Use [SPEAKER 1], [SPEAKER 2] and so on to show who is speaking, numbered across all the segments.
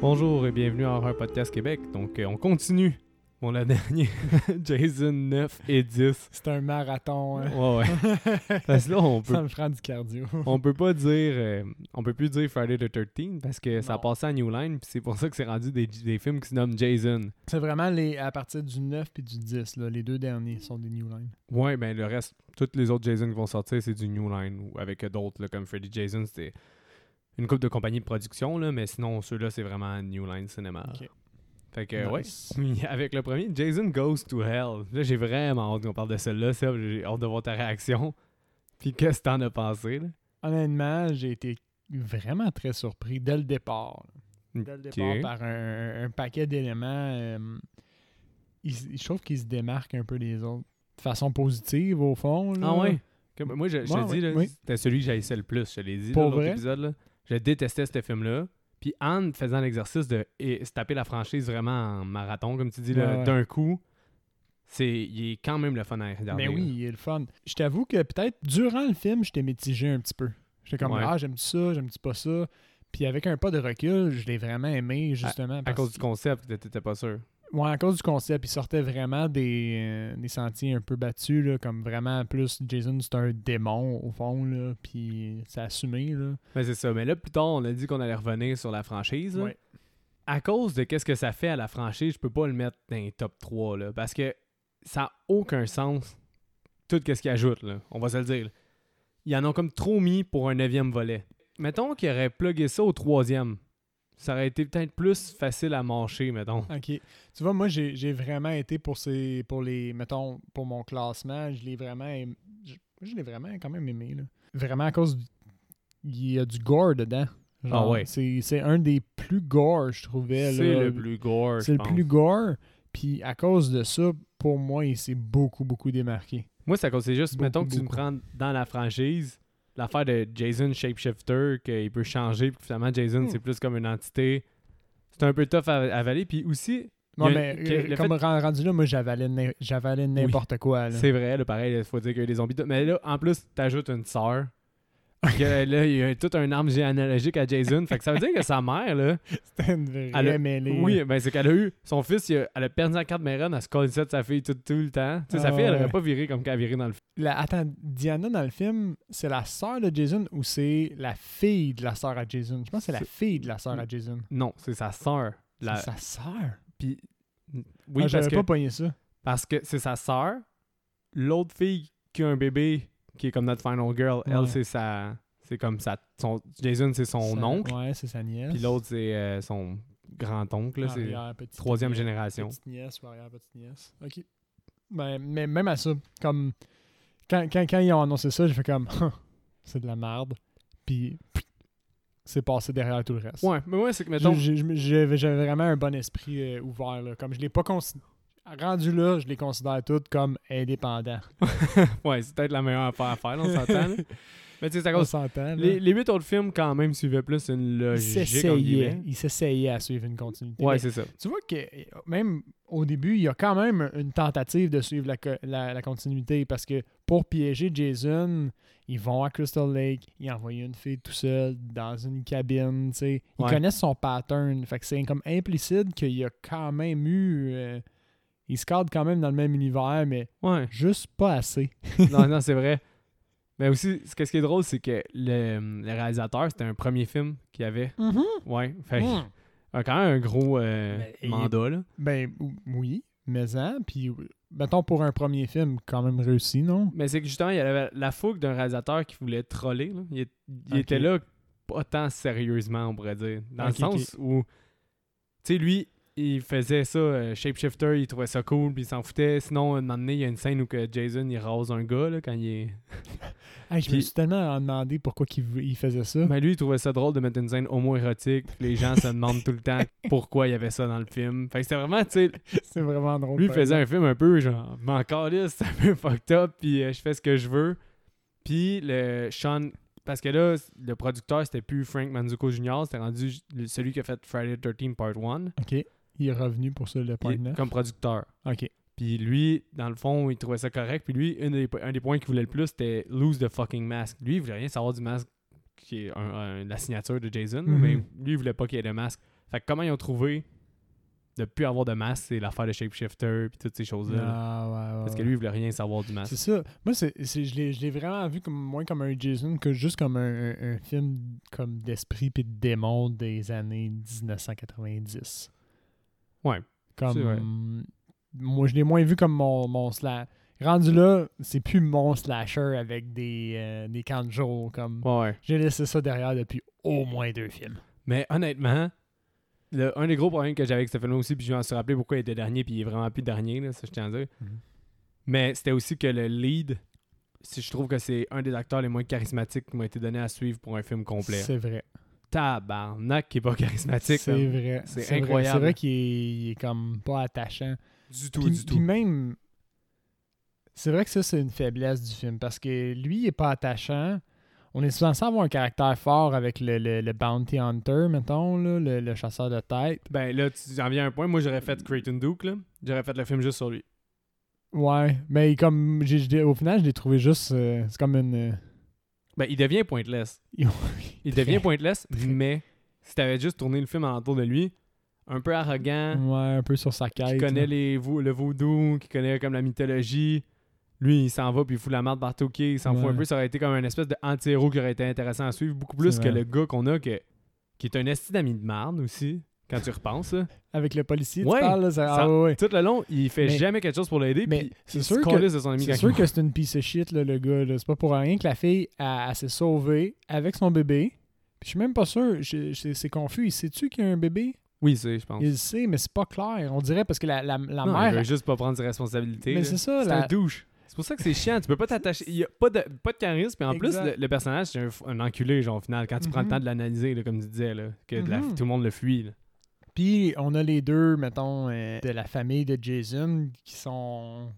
[SPEAKER 1] Bonjour et bienvenue à Horror Podcast Québec. Donc, euh, on continue. Bon, la dernière, Jason 9 et 10.
[SPEAKER 2] C'est un marathon. hein.
[SPEAKER 1] Ouais, ouais. Parce que là, on peut,
[SPEAKER 2] Ça me prend du cardio.
[SPEAKER 1] on peut pas dire. euh, on peut plus dire Friday the 13 parce que ça a
[SPEAKER 2] Non.
[SPEAKER 1] passé à New Line, puis c'est pour ça que c'est rendu des, des films qui se nomment Jason.
[SPEAKER 2] C'est vraiment les, à partir du 9 et du 10. Là, les deux derniers sont des New Line.
[SPEAKER 1] Ouais, ben le reste, toutes les autres Jason qui vont sortir, c'est du New Line ou avec d'autres, là, comme Freddy Jason, c'était une coupe de compagnie de production, là, mais sinon, ceux-là, c'est vraiment New Line Cinema.
[SPEAKER 2] Ok.
[SPEAKER 1] Fait que,
[SPEAKER 2] Nice.
[SPEAKER 1] ouais, avec le premier, Jason Goes to Hell. Là, j'ai vraiment hâte qu'on parle de celui-là, Seb. J'ai hâte de voir ta réaction. Puis qu'est-ce que t'en as pensé, là?
[SPEAKER 2] Honnêtement, j'ai été vraiment très surpris dès le départ. là. Dès le
[SPEAKER 1] Mm, Ok.
[SPEAKER 2] départ, par un, un paquet d'éléments. euh, il s- je trouve qu'ils se démarquent un peu des autres. De façon positive, au fond. là.
[SPEAKER 1] Ah ouais? Comme- moi, je, je
[SPEAKER 2] Ouais,
[SPEAKER 1] te dis, là,
[SPEAKER 2] ouais, oui.
[SPEAKER 1] c'était celui que j'haïssais le plus. Je te l'ai dit
[SPEAKER 2] Pour
[SPEAKER 1] dans l'autre
[SPEAKER 2] vrai?
[SPEAKER 1] épisode. Là. Je détestais ce film-là. Puis Anne faisant l'exercice de et- se taper la franchise vraiment en marathon, comme tu dis, là,
[SPEAKER 2] Ouais, ouais.
[SPEAKER 1] d'un coup, c'est il est quand même le fun à regarder.
[SPEAKER 2] Mais Ben oui, il est le fun. Je t'avoue que peut-être durant le film, j'étais mitigé un petit peu. J'étais comme,
[SPEAKER 1] Ouais.
[SPEAKER 2] ah, j'aime ça, j'aime pas ça. Puis avec un pas de recul, je l'ai vraiment aimé, justement.
[SPEAKER 1] là. À
[SPEAKER 2] parce
[SPEAKER 1] cause du
[SPEAKER 2] que-
[SPEAKER 1] concept, t'étais t'étais pas sûr.
[SPEAKER 2] Ouais, à cause du concept. Il sortait vraiment des, euh, des sentiers un peu battus, là, comme vraiment plus Jason, c'est un démon, au fond, là, puis c'est assumé, là.
[SPEAKER 1] Mais c'est ça. Mais là, plus tard, on a dit qu'on allait revenir sur la franchise. là.
[SPEAKER 2] Ouais.
[SPEAKER 1] à cause de qu'est-ce que ça fait à la franchise, je peux pas le mettre dans les top 3 là, parce que ça a aucun sens tout ce qu'il ajoute là, on va se le dire. là. Ils en ont comme trop mis pour un neuvième volet. Mettons qu'ils auraient plugué ça au troisième. Ça aurait été peut-être plus facile à marcher, mettons.
[SPEAKER 2] OK. Tu vois, moi, j'ai j'ai vraiment été pour ces pour les mettons pour mon classement, je l'ai vraiment aim- je, je l'ai vraiment quand même aimé là. Vraiment à cause du- il y a du gore dedans. Genre,
[SPEAKER 1] Ah ouais.
[SPEAKER 2] C'est c'est un des plus gore, je trouvais
[SPEAKER 1] C'est
[SPEAKER 2] là.
[SPEAKER 1] le plus gore,
[SPEAKER 2] c'est
[SPEAKER 1] je
[SPEAKER 2] le
[SPEAKER 1] pense.
[SPEAKER 2] plus gore, puis à cause de ça, pour moi, il s'est beaucoup beaucoup démarqué.
[SPEAKER 1] Moi, ça cause c'est juste,
[SPEAKER 2] Beaucoup,
[SPEAKER 1] mettons que tu me
[SPEAKER 2] beaucoup.
[SPEAKER 1] prends dans la franchise, l'affaire de Jason Shapeshifter, qu'il peut changer, puis que finalement Jason,
[SPEAKER 2] Hmm.
[SPEAKER 1] c'est plus comme une entité. C'est un peu tough à à avaler. Puis aussi,
[SPEAKER 2] Moi,
[SPEAKER 1] Il y a-
[SPEAKER 2] mais
[SPEAKER 1] que-
[SPEAKER 2] euh,
[SPEAKER 1] le
[SPEAKER 2] comme ren- rendu là, moi j'avalais n'im- j'avalais n'importe quoi là.
[SPEAKER 1] C'est vrai, là, pareil, il faut dire qu'il y a eu des zombies. tout- Mais là, en plus, t'ajoutes une sœur. Que, là, il y a tout un arbre généalogique à Jason. fait que ça veut dire que sa mère, là,
[SPEAKER 2] C'était une vraie
[SPEAKER 1] Elle a-
[SPEAKER 2] mêlée.
[SPEAKER 1] oui, ben c'est qu'elle a eu son fils, il a- elle a perdu la carte Mérone, elle se collait ça de sa fille tout, tout le temps. Tu sais, sa
[SPEAKER 2] Ah
[SPEAKER 1] fille, elle aurait
[SPEAKER 2] ouais.
[SPEAKER 1] pas viré comme qu'elle a viré dans le film.
[SPEAKER 2] La- attends, Diana dans le film, c'est la sœur de Jason ou c'est la fille de la sœur à Jason? Je pense que c'est la
[SPEAKER 1] C'est-
[SPEAKER 2] fille de la sœur à Jason.
[SPEAKER 1] Non, c'est sa sœur. La-
[SPEAKER 2] C'est sa sœur?
[SPEAKER 1] Puis, oui,
[SPEAKER 2] Oui,
[SPEAKER 1] parce,
[SPEAKER 2] j'avais
[SPEAKER 1] que,
[SPEAKER 2] pas pogné ça.
[SPEAKER 1] parce que c'est sa sœur. L'autre fille qui a un bébé, qui est comme notre final girl, elle,
[SPEAKER 2] Ouais.
[SPEAKER 1] c'est sa. C'est comme sa. son- Jason, c'est son
[SPEAKER 2] Sa-
[SPEAKER 1] oncle.
[SPEAKER 2] Ouais, c'est sa nièce.
[SPEAKER 1] Puis l'autre, c'est euh, son grand-oncle. là, c'est-
[SPEAKER 2] Arrière, petite
[SPEAKER 1] Troisième
[SPEAKER 2] nièce,
[SPEAKER 1] génération.
[SPEAKER 2] Petite nièce ou arrière petite nièce. OK. Mais, mais même à ça, comme... Quand, quand, quand ils ont annoncé ça, j'ai fait comme... Hum, c'est de la merde. Puis... pff, C'est passé derrière tout le reste.
[SPEAKER 1] Ouais, mais ouais, c'est que mettons.
[SPEAKER 2] J'ai- j'ai- J'avais j'avais vraiment un bon esprit euh, ouvert. Là. Comme je l'ai pas considéré. Rendu là, je les considère toutes comme indépendants.
[SPEAKER 1] ouais, c'est peut-être la meilleure affaire à faire, là, on s'entend. là. mais tu sais, c'est à
[SPEAKER 2] On
[SPEAKER 1] cause.
[SPEAKER 2] s'entend. là.
[SPEAKER 1] Les, les huit autres films, quand même, suivaient plus une
[SPEAKER 2] Ils
[SPEAKER 1] logique. entre
[SPEAKER 2] s'essayaient.
[SPEAKER 1] guillemets.
[SPEAKER 2] Ils s'essayaient à suivre une continuité.
[SPEAKER 1] Ouais,
[SPEAKER 2] Mais
[SPEAKER 1] c'est ça.
[SPEAKER 2] tu vois que euh, même au début, il y a quand même une tentative de suivre la, co- la- la continuité parce que pour piéger Jason, ils vont à Crystal Lake, ils envoient une fille tout seul dans une cabine. tu sais. Ils
[SPEAKER 1] Ouais.
[SPEAKER 2] connaissent son pattern. Fait que c'est comme implicite qu'il y a quand même eu. euh, ils se cadrent quand même dans le même univers, mais
[SPEAKER 1] Ouais.
[SPEAKER 2] juste pas assez.
[SPEAKER 1] non, non, c'est vrai. Mais aussi, ce, que- ce qui est drôle, c'est que le, le réalisateur, c'était un premier film qu'il y avait. Ouais. Fait que,
[SPEAKER 2] Mm.
[SPEAKER 1] euh, quand même un gros euh,
[SPEAKER 2] Mais il-
[SPEAKER 1] mandat, là.
[SPEAKER 2] Ben ou- oui, mais hein, puis mettons pour un premier film, quand même réussi, non?
[SPEAKER 1] Mais c'est que justement, il y avait la fougue d'un réalisateur qui voulait troller. là. Il, est- il
[SPEAKER 2] Ok.
[SPEAKER 1] était là pas tant sérieusement, on pourrait dire. Dans
[SPEAKER 2] Ok,
[SPEAKER 1] le sens où, tu sais, lui, il faisait ça, euh, Shapeshifter, il trouvait ça cool, puis il s'en foutait. Sinon, un moment donné, il y a une scène où que Jason, il rase un gars, là, quand il est...
[SPEAKER 2] Hey, je me
[SPEAKER 1] Puis-
[SPEAKER 2] suis tellement demandé pourquoi qu'il vou- il faisait ça.
[SPEAKER 1] Mais lui, il trouvait ça drôle de mettre une scène homo-érotique. puis Les gens se demandent tout le temps pourquoi il y avait ça dans le film. Fait que c'était vraiment, tu sais,
[SPEAKER 2] C'est vraiment drôle.
[SPEAKER 1] Lui
[SPEAKER 2] par
[SPEAKER 1] faisait un film un peu genre, m'en calisse, c'est un peu fucked up, puis euh, je fais ce que je veux. Puis le Sean, parce que là, c- le producteur, c'était plus Frank Manzuko Jr., c'était rendu j- le- celui qui a fait Friday the 13 Part 1
[SPEAKER 2] exemple. OK. Il est revenu pour ça, le point neuf.
[SPEAKER 1] comme producteur.
[SPEAKER 2] OK.
[SPEAKER 1] Puis lui, dans le fond, il trouvait ça correct. Puis lui, un des, po- un des points qu'il voulait le plus, c'était lose the fucking mask. Lui, il voulait rien savoir du masque, qui est un- un- la signature de Jason,
[SPEAKER 2] Mhm.
[SPEAKER 1] mais lui, il voulait pas qu'il y ait de masque. Fait que comment ils ont trouvé de plus avoir de masque, c'est l'affaire de shapeshifter puis toutes ces choses-là. là.
[SPEAKER 2] Ah, ouais, ouais,
[SPEAKER 1] Parce que
[SPEAKER 2] ouais.
[SPEAKER 1] lui, il voulait rien savoir du masque.
[SPEAKER 2] C'est ça. Moi, c'est, c'est- je l'ai je l'ai vraiment vu comme, moins comme un Jason que juste comme un, un- un film comme d'esprit puis de démon des années 1990.
[SPEAKER 1] Ouais,
[SPEAKER 2] Comme,
[SPEAKER 1] c'est vrai.
[SPEAKER 2] Moi, je l'ai moins vu comme mon, mon slasher. Rendu là, c'est plus mon slasher avec des, euh, des camps de jour. Comme,
[SPEAKER 1] Ouais, ouais.
[SPEAKER 2] J'ai laissé ça derrière depuis au moins deux films.
[SPEAKER 1] Mais honnêtement, le- un des gros problèmes que j'avais avec ce film aussi, puis je me suis rappelé pourquoi il était dernier, puis il est vraiment plus dernier, là, ça je tiens à dire.
[SPEAKER 2] Mhm.
[SPEAKER 1] Mais c'était aussi que le lead, si je trouve que c'est un des acteurs les moins charismatiques qui m'a été donné à suivre pour un film complet.
[SPEAKER 2] C'est vrai.
[SPEAKER 1] Tabarnak qui est pas charismatique.
[SPEAKER 2] C'est
[SPEAKER 1] là.
[SPEAKER 2] vrai.
[SPEAKER 1] C'est
[SPEAKER 2] vrai.
[SPEAKER 1] incroyable.
[SPEAKER 2] C'est vrai qu'il est, il est comme pas attachant.
[SPEAKER 1] Du
[SPEAKER 2] Puis, puis même, c'est vrai que ça, c'est une faiblesse du film parce que lui, il est pas attachant. On est censé avoir un caractère fort avec le, le- le bounty hunter, mettons, là, le, le chasseur de tête.
[SPEAKER 1] Ben là, tu en viens à un point. Moi, j'aurais fait Creighton Duke, là. J'aurais fait le film juste sur lui.
[SPEAKER 2] Ouais, mais comme j'ai- je l'ai- au final, je l'ai trouvé juste, euh, c'est comme une. euh,
[SPEAKER 1] Ben, il devient pointless.
[SPEAKER 2] il
[SPEAKER 1] Il devient pointless, mais si t'avais juste tourné le film alentour de lui, un peu arrogant,
[SPEAKER 2] Ouais, un peu sur sa quête.
[SPEAKER 1] qui
[SPEAKER 2] là.
[SPEAKER 1] connaît Hein? les vo- le vaudou, qui connaît comme la mythologie. Lui, il s'en va puis il fout la merde partout, ok, il s'en fout un
[SPEAKER 2] Ouais.
[SPEAKER 1] peu. Ça aurait été comme un espèce de anti-héros qui aurait été intéressant à suivre, beaucoup plus
[SPEAKER 2] C'est
[SPEAKER 1] que
[SPEAKER 2] vrai.
[SPEAKER 1] le gars qu'on a que, qui est un esti d'ami de marde aussi, quand tu repenses. là.
[SPEAKER 2] Avec le policier,
[SPEAKER 1] Ouais,
[SPEAKER 2] tu parles, là, ça-
[SPEAKER 1] ça-
[SPEAKER 2] ah, ouais, ouais.
[SPEAKER 1] Tout le long, il fait
[SPEAKER 2] Mais-
[SPEAKER 1] jamais quelque chose pour l'aider,
[SPEAKER 2] mais
[SPEAKER 1] puis
[SPEAKER 2] c'est
[SPEAKER 1] il
[SPEAKER 2] sûr
[SPEAKER 1] se
[SPEAKER 2] que-
[SPEAKER 1] calisse de son ami
[SPEAKER 2] C'est
[SPEAKER 1] quand
[SPEAKER 2] sûr
[SPEAKER 1] il
[SPEAKER 2] que c'est une piece of shit, là, le gars. là. C'est pas pour rien que la fille, elle, elle s'est sauvée avec son bébé. Puis je suis même pas sûr. je- je- C'est confus. Il sait-tu qu'il y a un bébé?
[SPEAKER 1] Oui, c'est, je pense.
[SPEAKER 2] Il le sait, mais c'est pas clair. On dirait parce que la, la, la
[SPEAKER 1] non, il
[SPEAKER 2] mère.
[SPEAKER 1] veut juste pas prendre ses responsabilités.
[SPEAKER 2] mais
[SPEAKER 1] là.
[SPEAKER 2] c'est ça,
[SPEAKER 1] C'est
[SPEAKER 2] la-
[SPEAKER 1] un douche. C'est pour ça que c'est chiant. Tu peux pas t'attacher. Il y a pas de, pas de charisme. Puis en plus,
[SPEAKER 2] Exact.
[SPEAKER 1] le, le personnage, c'est un, f- un enculé, genre, au final. Quand tu prends le
[SPEAKER 2] Mhm.
[SPEAKER 1] temps de l'analyser, là, comme tu disais, là, que de la-
[SPEAKER 2] Mhm.
[SPEAKER 1] tout le monde le fuit. là.
[SPEAKER 2] Puis on a les deux, mettons, euh, de la famille de Jason qui sont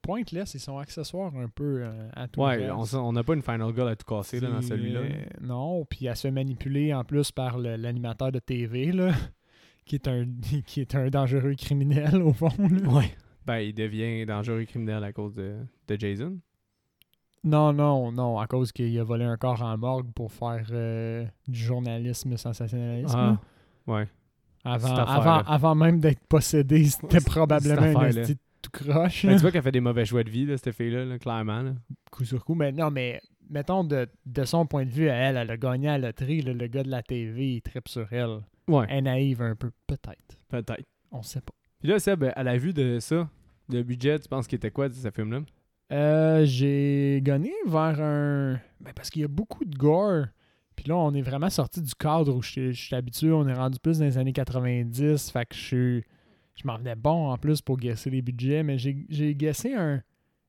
[SPEAKER 2] pointless. Ils sont accessoires un peu euh, à tout le
[SPEAKER 1] Ouais,
[SPEAKER 2] reste.
[SPEAKER 1] on s- on n'a pas une Final Girl à tout casser là, dans
[SPEAKER 2] Puis,
[SPEAKER 1] celui-là.
[SPEAKER 2] euh, non, puis elle se fait manipuler en plus par le- l'animateur de TV, là, qui est un, qui est un dangereux criminel, au fond. là.
[SPEAKER 1] Ben, il devient dangereux et criminel à cause de, de Jason.
[SPEAKER 2] Non, non, non, à cause qu'il a volé un corps en morgue pour faire euh, du journalisme sensationnaliste. là.
[SPEAKER 1] Ah. ouais.
[SPEAKER 2] Avant,
[SPEAKER 1] cette affaire-là.
[SPEAKER 2] avant, avant même d'être possédé, c'était
[SPEAKER 1] cette
[SPEAKER 2] probablement un
[SPEAKER 1] affaire-là.
[SPEAKER 2] esti de tout croche.
[SPEAKER 1] Ben,
[SPEAKER 2] là.
[SPEAKER 1] tu vois qu'elle fait des mauvais choix de vie, là, cette fille-là, là, clairement. là.
[SPEAKER 2] coup sur coup. Mais non, mais mettons, de, de son point de vue, à elle, elle a gagné à la loterie. là, le gars de la TV, il tripe sur elle.
[SPEAKER 1] Ouais,
[SPEAKER 2] Elle est naïve un peu, peut-être.
[SPEAKER 1] peut-être.
[SPEAKER 2] On sait pas.
[SPEAKER 1] Puis là, Seb, à la vue de ça, le budget, tu penses qu'il était quoi de ce film-là?
[SPEAKER 2] Euh, J'ai gagné vers un. Ben, parce qu'il y a beaucoup de gore. Puis là, on est vraiment sorti du cadre où je je suis habitué. On est rendu plus dans les années 90. Fait que je suis- Je m'en venais bon en plus pour guesser les budgets. Mais j'ai j'ai guessé un,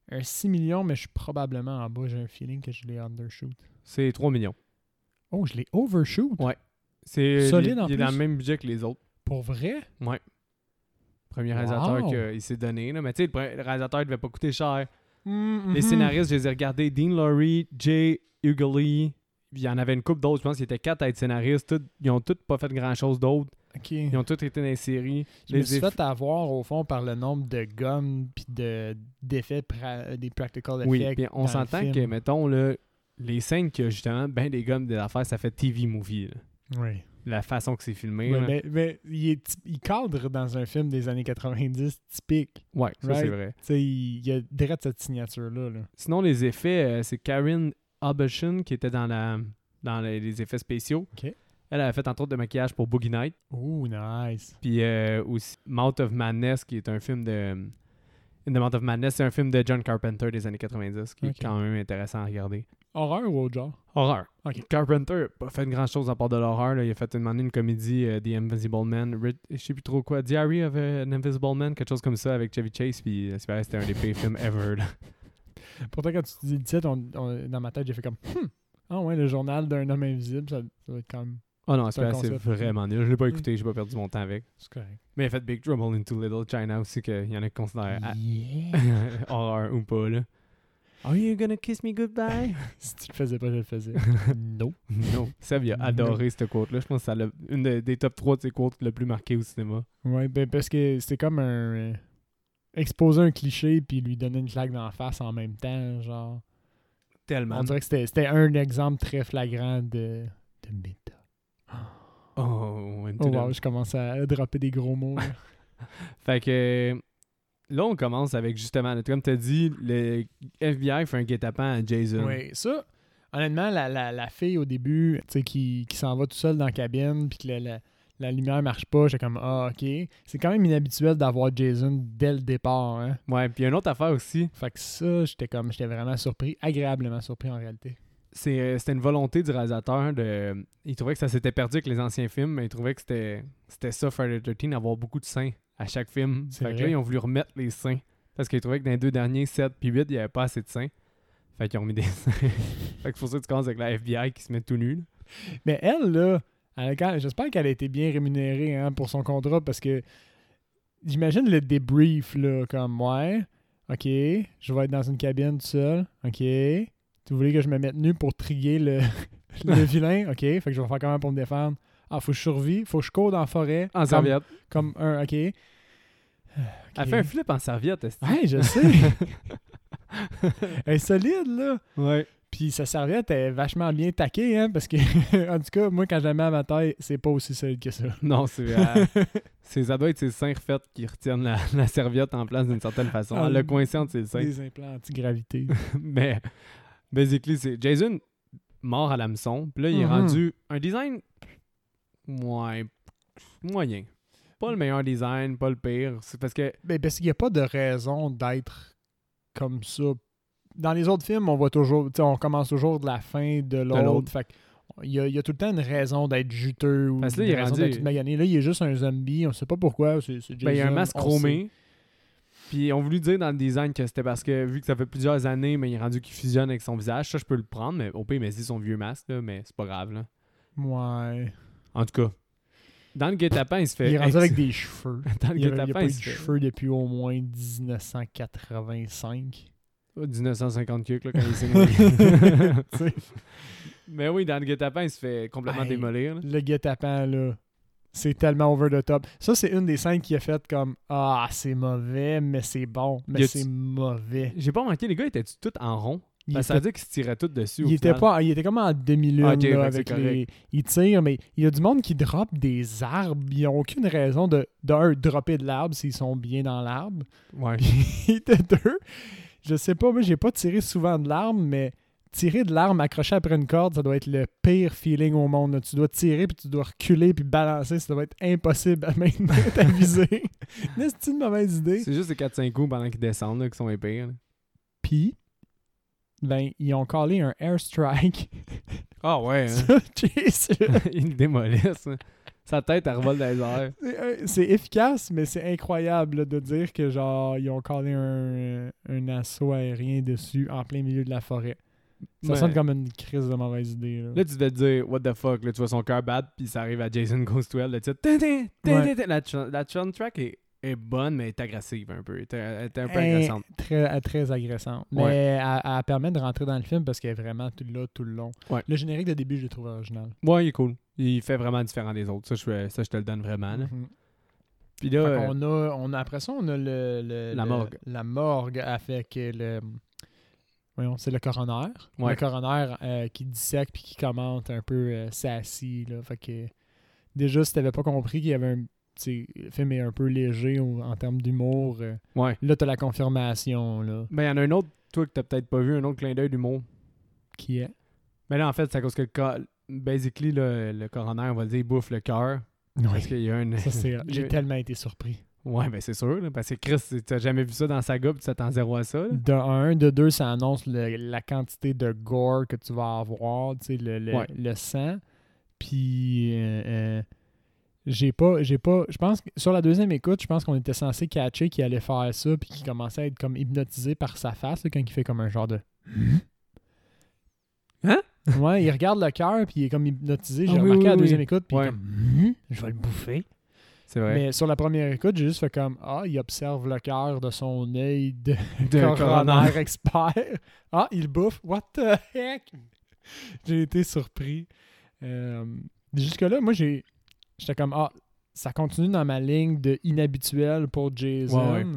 [SPEAKER 2] un 6 millions, mais je suis probablement en bas. J'ai un feeling que je l'ai undershoot.
[SPEAKER 1] C'est 3 millions.
[SPEAKER 2] Oh, je l'ai overshoot.
[SPEAKER 1] Ouais. C'est
[SPEAKER 2] Solide,
[SPEAKER 1] il,
[SPEAKER 2] en
[SPEAKER 1] il est dans le
[SPEAKER 2] plus.
[SPEAKER 1] même budget que les autres.
[SPEAKER 2] Pour vrai?
[SPEAKER 1] Premier
[SPEAKER 2] Wow.
[SPEAKER 1] réalisateur qu'il s'est donné. Là. Mais tu sais, le pre- le réalisateur il devait pas coûter cher.
[SPEAKER 2] Mm,
[SPEAKER 1] Les
[SPEAKER 2] mhm.
[SPEAKER 1] scénaristes, je les ai regardés. Dean Laurie, Jay Ugly. Il y en avait une couple d'autres, je pense qu'il y était quatre à être scénaristes. Toutes- ils ont tous pas fait grand-chose d'autre.
[SPEAKER 2] Ok.
[SPEAKER 1] Ils ont tous été dans les séries.
[SPEAKER 2] Je me
[SPEAKER 1] les
[SPEAKER 2] suis
[SPEAKER 1] eff-
[SPEAKER 2] fait avoir au fond par le nombre de gommes puis de d'effets pra- des practical effects.
[SPEAKER 1] Oui, puis
[SPEAKER 2] dans
[SPEAKER 1] on
[SPEAKER 2] le
[SPEAKER 1] s'entend
[SPEAKER 2] film.
[SPEAKER 1] que, mettons, là, les scènes que justement, ben des gommes de l'affaire, ça fait TV movie. là.
[SPEAKER 2] Oui.
[SPEAKER 1] La façon que c'est filmé.
[SPEAKER 2] Ouais, ben,
[SPEAKER 1] là.
[SPEAKER 2] mais, mais il, est ty- il cadre dans un film des années 90 typique.
[SPEAKER 1] Ouais, ça c'est
[SPEAKER 2] Right.
[SPEAKER 1] vrai.
[SPEAKER 2] Tu sais, il, il y a direct cette signature là. là.
[SPEAKER 1] Sinon, les effets, euh, c'est Karen Abershon qui était dans, la, dans les, les effets spéciaux.
[SPEAKER 2] Ok.
[SPEAKER 1] Elle avait fait entre autres de maquillage pour Boogie Night.
[SPEAKER 2] Ouh, nice.
[SPEAKER 1] Puis euh, aussi Mount of Madness, qui est un film de. euh, In the Mount of Madness, c'est un film de John Carpenter des années 90, qui
[SPEAKER 2] Ok.
[SPEAKER 1] est quand même intéressant à regarder.
[SPEAKER 2] Horreur ou autre genre?
[SPEAKER 1] Horreur.
[SPEAKER 2] Ok.
[SPEAKER 1] Carpenter n'a pas fait grand chose à part de l'horreur. là. Il a fait une, moment donné une comédie, euh, The Invisible Man, Rit- je sais plus trop quoi, Diary of an Invisible Man, quelque chose comme ça, avec Chevy Chase. Puis euh, c'est vrai, c'était un des pires films ever. là.
[SPEAKER 2] Pourtant, quand tu dis le titre, on- on- dans ma tête, j'ai fait comme hmm. Ah ouais, le journal d'un homme invisible, ça, ça doit être quand même.
[SPEAKER 1] Oh non,
[SPEAKER 2] C'est
[SPEAKER 1] c'est
[SPEAKER 2] un
[SPEAKER 1] vrai, c'est
[SPEAKER 2] concept.
[SPEAKER 1] vraiment nul. Je l'ai pas écouté, j'ai pas perdu mon temps avec.
[SPEAKER 2] C'est correct.
[SPEAKER 1] Mm. Mais il a fait Big Trouble into Little China aussi, qu'il y en a qui considèrent à-
[SPEAKER 2] Yeah.
[SPEAKER 1] horreur ou pas. Là. Are you gonna kiss me goodbye?
[SPEAKER 2] si tu le faisais pas, je le faisais. non.
[SPEAKER 1] Non. Seb, il a
[SPEAKER 2] Non.
[SPEAKER 1] adoré cette quote-là. Je pense que c'est une de- des top 3 de ses quotes le plus marqué au cinéma.
[SPEAKER 2] Ouais, ben parce que c'était comme un. euh, exposer un cliché puis lui donner une claque dans la face en même temps, genre.
[SPEAKER 1] Tellement.
[SPEAKER 2] On dirait que c'était- c'était un exemple très flagrant de, de méta.
[SPEAKER 1] Oh,
[SPEAKER 2] Oh
[SPEAKER 1] MTW.
[SPEAKER 2] wow, je commence à dropper des gros mots. là.
[SPEAKER 1] Fait que là, on commence avec justement, comme tu as dit, le FBI fait un guet-apens à Jason.
[SPEAKER 2] Oui, ça, honnêtement, la, la, la fille au début, tu sais, qui, qui s'en va tout seul dans la cabine, puis que la, la, la lumière marche pas, j'ai comme, ah, ok. C'est quand même inhabituel d'avoir Jason dès le départ, hein.
[SPEAKER 1] Ouais, puis il y a une autre affaire aussi,
[SPEAKER 2] Fait que ça, j'étais comme, j'étais vraiment surpris, agréablement surpris en réalité.
[SPEAKER 1] c'est, euh, c'était une volonté du réalisateur de. Il trouvait que ça s'était perdu avec les anciens films, mais il trouvait que c'était, c'était ça, Friday the 13, avoir beaucoup de seins à chaque film.
[SPEAKER 2] C'est
[SPEAKER 1] Fait que
[SPEAKER 2] vrai.
[SPEAKER 1] là, ils ont voulu remettre les seins. Parce qu'ils trouvaient que dans les deux derniers, 7 puis 8, il n'y avait pas assez de seins. Fait qu'ils ont mis des seins. fait que c'est pour ça que tu commences avec la FBI qui se met tout nu. là.
[SPEAKER 2] Mais elle, là, elle- quand- j'espère qu'elle a été bien rémunérée hein, pour son contrat parce que j'imagine le débrief, là, comme ouais, ok, je vais être dans une cabine tout seul, ok, tu voulais que je me mette nu pour trier le, le vilain, ok, fait que je vais faire comment pour me défendre? Ah, faut que je survie, faut que je cours dans la forêt.
[SPEAKER 1] En
[SPEAKER 2] comme,
[SPEAKER 1] serviette.
[SPEAKER 2] comme un, ok. Ah,
[SPEAKER 1] Elle
[SPEAKER 2] ok.
[SPEAKER 1] fait un flip en serviette, est-ce que-
[SPEAKER 2] Ouais, je sais. Elle est solide, là.
[SPEAKER 1] Ouais.
[SPEAKER 2] Puis sa serviette est vachement bien taquée, hein, parce que, en tout cas, moi, quand je la mets à ma taille, c'est pas aussi solide que ça.
[SPEAKER 1] Non, c'est. euh, c'est- ça doit être ses seins refaits qui retiennent la, la serviette en place d'une certaine façon.
[SPEAKER 2] Ah,
[SPEAKER 1] Elle l'a coincé de ses seins.
[SPEAKER 2] Des implants anti-gravité.
[SPEAKER 1] Mais, basically, c'est Jason mort à l'hameçon. Puis là, il est
[SPEAKER 2] Mhm.
[SPEAKER 1] rendu un design. Ouais. Moyen. Pas le meilleur design, pas le pire. C'est parce que.
[SPEAKER 2] ben, parce qu'il n'y a pas de raison d'être comme ça. Dans les autres films, on voit toujours, tu sais, on commence toujours de la fin de
[SPEAKER 1] l'autre.
[SPEAKER 2] l'autre. Fait que il y, a, il y a tout le temps une raison d'être juteux ou
[SPEAKER 1] Parce que là,
[SPEAKER 2] une
[SPEAKER 1] il est
[SPEAKER 2] raison
[SPEAKER 1] rendu-
[SPEAKER 2] d'être magané. Là, il est juste un zombie, on sait pas pourquoi. c'est- c'est
[SPEAKER 1] ben, il y a un
[SPEAKER 2] Jason,
[SPEAKER 1] masque
[SPEAKER 2] on
[SPEAKER 1] chromé. Puis on voulu dire dans le design que c'était parce que, vu que ça fait plusieurs années, mais il est rendu qu'il fusionne avec son visage. Ça, je peux le prendre. Mais au pire, mais c'est son vieux masque, là, mais c'est pas grave. Là.
[SPEAKER 2] sait. Ouais.
[SPEAKER 1] En tout cas. Dans le guet-apens, il se fait.
[SPEAKER 2] Il est rendu
[SPEAKER 1] ex-
[SPEAKER 2] avec des cheveux.
[SPEAKER 1] Dans le
[SPEAKER 2] Il n'a
[SPEAKER 1] guet-apens,
[SPEAKER 2] pas eu
[SPEAKER 1] il
[SPEAKER 2] de
[SPEAKER 1] se fait-
[SPEAKER 2] cheveux depuis au moins 1985.
[SPEAKER 1] Ah, 1950 cuc, là, quand il s'est noyé.
[SPEAKER 2] Tu sais,
[SPEAKER 1] Mais oui, dans le guet-apens, il se fait complètement
[SPEAKER 2] Hey.
[SPEAKER 1] démolir. là.
[SPEAKER 2] le guet-apens, là, c'est tellement over the top. Ça, c'est une des scènes qui a fait comme Ah, c'est mauvais, mais c'est bon,
[SPEAKER 1] Y
[SPEAKER 2] mais
[SPEAKER 1] a-tu-
[SPEAKER 2] c'est mauvais.
[SPEAKER 1] J'ai pas manqué, les gars étaient tous en rond.
[SPEAKER 2] Il
[SPEAKER 1] Ben, ça
[SPEAKER 2] était,
[SPEAKER 1] veut dire qu'ils se tiraient tous dessus. au
[SPEAKER 2] il était
[SPEAKER 1] final.
[SPEAKER 2] pas, il était comme en demi-lune.
[SPEAKER 1] Ah, ok,
[SPEAKER 2] là,
[SPEAKER 1] fait que
[SPEAKER 2] avec
[SPEAKER 1] c'est
[SPEAKER 2] les, il tire, mais il y a du monde qui drop des arbres. Ils n'ont aucune raison de, d'un, dropper de l'arbre s'ils sont bien dans l'arbre.
[SPEAKER 1] Ouais.
[SPEAKER 2] Puis de deux, je sais pas, moi j'ai pas tiré souvent de l'arme, mais tirer de l'arme accroché après une corde, ça doit être le pire feeling au monde. là. Tu dois tirer, puis tu dois reculer, puis balancer, ça doit être impossible à maintenir ta visée. Mais c'est une mauvaise idée.
[SPEAKER 1] C'est juste les 4-5 coups pendant qu'ils descendent là, qui sont épais. là.
[SPEAKER 2] Puis, ben, ils ont collé un airstrike
[SPEAKER 1] Ah ouais. hein.
[SPEAKER 2] sur Jason.
[SPEAKER 1] ils le démolissent. hein. Sa tête, elle revole dans les airs.
[SPEAKER 2] C'est euh, c'est efficace, mais c'est incroyable là, de dire que genre ils ont collé un, euh, un assaut aérien dessus en plein milieu de la forêt. Ça
[SPEAKER 1] Ouais.
[SPEAKER 2] sonne comme une crise de mauvaise idée. là.
[SPEAKER 1] Là, tu devais te dire, what the fuck. Là, tu vois son cœur battre, puis ça arrive à Jason Goes to Hell. Le titre. Tin, tin, tin,
[SPEAKER 2] Ouais.
[SPEAKER 1] tin, tin. La tr- La soundtrack est, est bonne, mais elle est agressive un peu. Elle était- elle était un peu
[SPEAKER 2] Elle-
[SPEAKER 1] agressante.
[SPEAKER 2] Eh, Très, euh, très agressante. Mais euh,
[SPEAKER 1] Ouais.
[SPEAKER 2] elle, elle permet de rentrer dans le film parce qu'elle est vraiment tout là tout le long.
[SPEAKER 1] Ouais.
[SPEAKER 2] Le générique de début, je l'ai trouvé original.
[SPEAKER 1] Ouais, il est cool. Il fait vraiment différent des autres. Ça, je, ça, je te le donne vraiment. là.
[SPEAKER 2] Mhm.
[SPEAKER 1] Ah, hein? Puis là,
[SPEAKER 2] Fait
[SPEAKER 1] euh,
[SPEAKER 2] qu'on a, on a- après ça, on a le, le-
[SPEAKER 1] La
[SPEAKER 2] le-
[SPEAKER 1] morgue.
[SPEAKER 2] La morgue avec le. Voyons, c'est le coroner.
[SPEAKER 1] Ouais.
[SPEAKER 2] Le coroner euh, qui dissèque puis qui commente un peu euh, sassy. Là. Fait que déjà, si t'avais pas compris qu'il y avait un. tu sais, Le film est un peu léger au- en termes d'humour. euh,
[SPEAKER 1] ouais.
[SPEAKER 2] là, t'as la confirmation là,
[SPEAKER 1] Ben, il y en a un autre, toi, que t'as peut-être pas vu, un autre clin d'œil d'humour.
[SPEAKER 2] qui est.
[SPEAKER 1] Mais là, en fait, c'est à cause que, le co- basically, le, le coroner, on va le dire, il bouffe le cœur. Parce qu'il y a une.
[SPEAKER 2] Ça, c'est- J'ai tellement été surpris.
[SPEAKER 1] Ouais, ben, c'est sûr. là, parce que Chris, c'est- t'as jamais vu ça dans sa puis tu t'attends zéro à ça. là.
[SPEAKER 2] De un, de deux, ça annonce le- la quantité de gore que tu vas avoir, tu sais, le, le,
[SPEAKER 1] Ouais.
[SPEAKER 2] le sang. Puis, euh, euh, j'ai pas, j'ai pas, je pense que sur la deuxième écoute, je pense qu'on était censé catcher qu'il allait faire ça, puis qu'il commençait à être comme hypnotisé par sa face, là, quand il fait comme un genre de.
[SPEAKER 1] Hein?
[SPEAKER 2] Ouais, il regarde le cœur, puis il est comme hypnotisé.
[SPEAKER 1] Ah
[SPEAKER 2] J'ai
[SPEAKER 1] oui,
[SPEAKER 2] remarqué
[SPEAKER 1] oui,
[SPEAKER 2] à la
[SPEAKER 1] oui.
[SPEAKER 2] deuxième écoute, puis il est
[SPEAKER 1] Ouais.
[SPEAKER 2] comme, Hum, je vais le bouffer.
[SPEAKER 1] C'est vrai.
[SPEAKER 2] Mais sur la première écoute, j'ai juste fait comme, ah, il observe le cœur de son œil de
[SPEAKER 1] De coroner.
[SPEAKER 2] coroner expert. Ah, il bouffe. What the heck? J'ai été surpris. Euh, Jusque-là, moi, j'ai j'étais comme, ah, ça continue dans ma ligne de inhabituel pour Jason.
[SPEAKER 1] Ouais, ouais.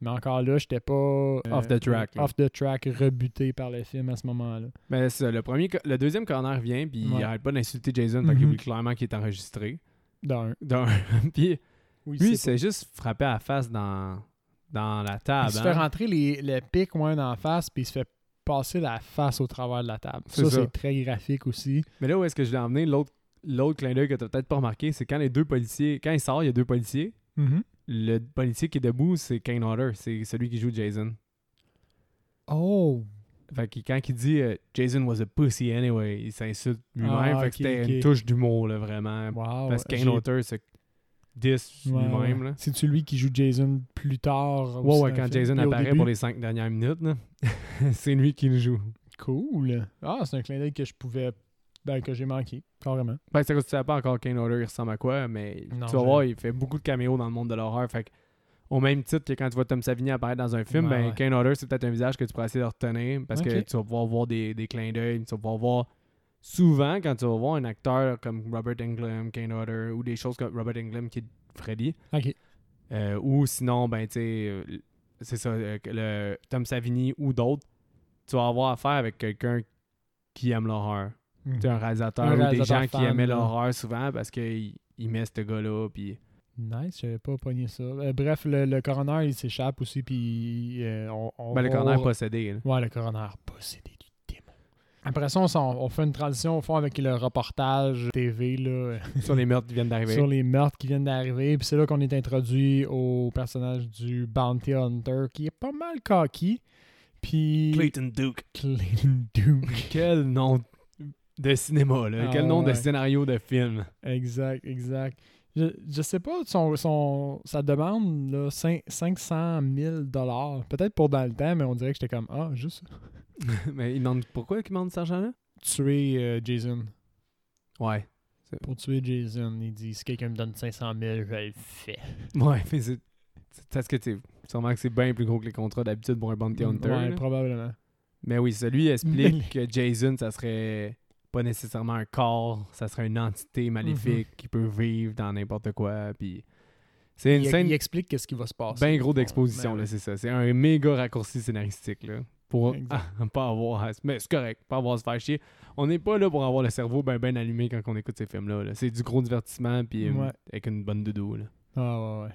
[SPEAKER 2] Mais encore là, j'étais pas euh,
[SPEAKER 1] Off the track, là.
[SPEAKER 2] off the track, rebuté par le film à ce moment-là.
[SPEAKER 1] Mais c'est ça, le, premier, co- le deuxième corner vient, puis
[SPEAKER 2] Ouais.
[SPEAKER 1] il arrête pas d'insulter Jason, fait qu'il
[SPEAKER 2] Mhm.
[SPEAKER 1] oublie clairement qu'il est enregistré.
[SPEAKER 2] D'un.
[SPEAKER 1] D'un. puis
[SPEAKER 2] Oui,
[SPEAKER 1] lui, il s'est juste frappé à la face dans, dans la
[SPEAKER 2] Il
[SPEAKER 1] table.
[SPEAKER 2] se
[SPEAKER 1] hein.
[SPEAKER 2] fait rentrer les, le pic moins d'en face, puis il se fait passer la face au travers de la table.
[SPEAKER 1] C'est
[SPEAKER 2] Ça,
[SPEAKER 1] ça.
[SPEAKER 2] c'est très graphique aussi.
[SPEAKER 1] hein. Mais là où est-ce que je l'ai emmené, l'autre l'autre clin d'œil que t'as peut-être pas remarqué, c'est quand les deux policiers, quand il sort, il y a deux policiers. Le policier qui est debout, c'est Kane Hodder, c'est celui qui joue Jason.
[SPEAKER 2] Oh!
[SPEAKER 1] Fait que quand il dit euh, Jason was a pussy anyway, il s'insulte lui-même.
[SPEAKER 2] Ah,
[SPEAKER 1] fait
[SPEAKER 2] ok,
[SPEAKER 1] que c'était
[SPEAKER 2] ok.
[SPEAKER 1] une touche d'humour, là, vraiment.
[SPEAKER 2] Wow!
[SPEAKER 1] Parce que
[SPEAKER 2] J'ai-
[SPEAKER 1] Kane Hodder se diss
[SPEAKER 2] Ouais,
[SPEAKER 1] lui-même,
[SPEAKER 2] ouais.
[SPEAKER 1] là.
[SPEAKER 2] C'est-tu lui qui joue Jason plus tard?
[SPEAKER 1] Ouais,
[SPEAKER 2] aussi
[SPEAKER 1] ouais,
[SPEAKER 2] dans
[SPEAKER 1] quand
[SPEAKER 2] le film?
[SPEAKER 1] Jason
[SPEAKER 2] Puis au
[SPEAKER 1] apparaît
[SPEAKER 2] début?
[SPEAKER 1] pour les cinq dernières minutes, là, c'est lui qui le joue.
[SPEAKER 2] Cool! Ah, c'est un clin d'œil que je pouvais... Ben, que j'ai manqué, carrément.
[SPEAKER 1] Ben, c'est que tu sais pas encore Kane Hodder, il ressemble à quoi, mais
[SPEAKER 2] Non,
[SPEAKER 1] tu vas
[SPEAKER 2] je-
[SPEAKER 1] voir, il fait beaucoup de caméos dans le monde de l'horreur. Fait que, au même titre que quand tu vois Tom Savini apparaître dans un film,
[SPEAKER 2] Ouais,
[SPEAKER 1] ben,
[SPEAKER 2] ouais.
[SPEAKER 1] Kane Hodder, c'est peut-être un visage que tu pourras essayer de retenir parce que
[SPEAKER 2] Ok.
[SPEAKER 1] tu vas pouvoir voir des, des clins d'œil, tu vas pouvoir voir. Souvent, quand tu vas voir un acteur comme Robert Englund, Kane Hodder, ou des choses comme Robert Englund qui est Freddy,
[SPEAKER 2] OK.
[SPEAKER 1] euh, ou sinon, ben, tu sais, euh, c'est ça, euh, que le Tom Savini ou d'autres, tu vas avoir affaire avec quelqu'un qui aime l'horreur tu sais, un réalisateur,
[SPEAKER 2] Un
[SPEAKER 1] ou des
[SPEAKER 2] réalisateur
[SPEAKER 1] gens qui
[SPEAKER 2] fan,
[SPEAKER 1] aimaient
[SPEAKER 2] là.
[SPEAKER 1] l'horreur souvent parce qu'ils met ce gars-là. Puis...
[SPEAKER 2] Nice, j'avais pas pogné ça. Euh, bref, le, le coroner, il s'échappe aussi, puis euh, on, on
[SPEAKER 1] Ben, le
[SPEAKER 2] va-
[SPEAKER 1] corner est possédé. là.
[SPEAKER 2] Ouais, le coroner possédé du démon. Après ça, on, s'en- on fait une transition au fond avec le reportage TV là,
[SPEAKER 1] Sur les meurtres qui viennent d'arriver.
[SPEAKER 2] sur les meurtres qui viennent d'arriver. Puis c'est là qu'on est introduit au personnage du Bounty Hunter qui est pas mal cocky. Puis.
[SPEAKER 1] Clayton Duke.
[SPEAKER 2] Clayton Duke.
[SPEAKER 1] Quel nom de cinéma, là.
[SPEAKER 2] Ah,
[SPEAKER 1] Quel nom
[SPEAKER 2] ouais.
[SPEAKER 1] de scénario de film.
[SPEAKER 2] Exact, exact. Je, je sais pas, son, son, ça demande là, cin- 500 000 Peut-être pour dans le temps, mais on dirait que j'étais comme Ah, juste
[SPEAKER 1] Mais il demande pourquoi il demande cet argent-là?
[SPEAKER 2] tuer euh, Jason.
[SPEAKER 1] Ouais.
[SPEAKER 2] Pour tuer Jason, il dit Si quelqu'un me donne 500 000, je le fais.
[SPEAKER 1] Ouais, mais c'est... c'est- Parce que, tu sais, sûrement que c'est bien plus gros que les contrats d'habitude pour un Bounty Hunter.
[SPEAKER 2] Ouais,
[SPEAKER 1] là.
[SPEAKER 2] probablement.
[SPEAKER 1] Mais oui, celui explique que Jason, ça serait pas nécessairement un corps, ça serait une entité maléfique qui peut vivre dans n'importe quoi. Puis c'est une
[SPEAKER 2] Mhm. il,
[SPEAKER 1] scène
[SPEAKER 2] il explique qu'est-ce qui va se passer.
[SPEAKER 1] bien gros
[SPEAKER 2] Ben
[SPEAKER 1] d'exposition, là, c'est ça. C'est un méga raccourci scénaristique, là. Pour
[SPEAKER 2] Exact.
[SPEAKER 1] pas avoir. à se- Mais c'est correct, pas avoir à se faire chier. On n'est pas là pour avoir le cerveau ben ben allumé quand on écoute ces films-là. là. C'est du gros divertissement, puis euh,
[SPEAKER 2] Ouais.
[SPEAKER 1] avec une bonne doudou, là.
[SPEAKER 2] Ah, ouais, ouais.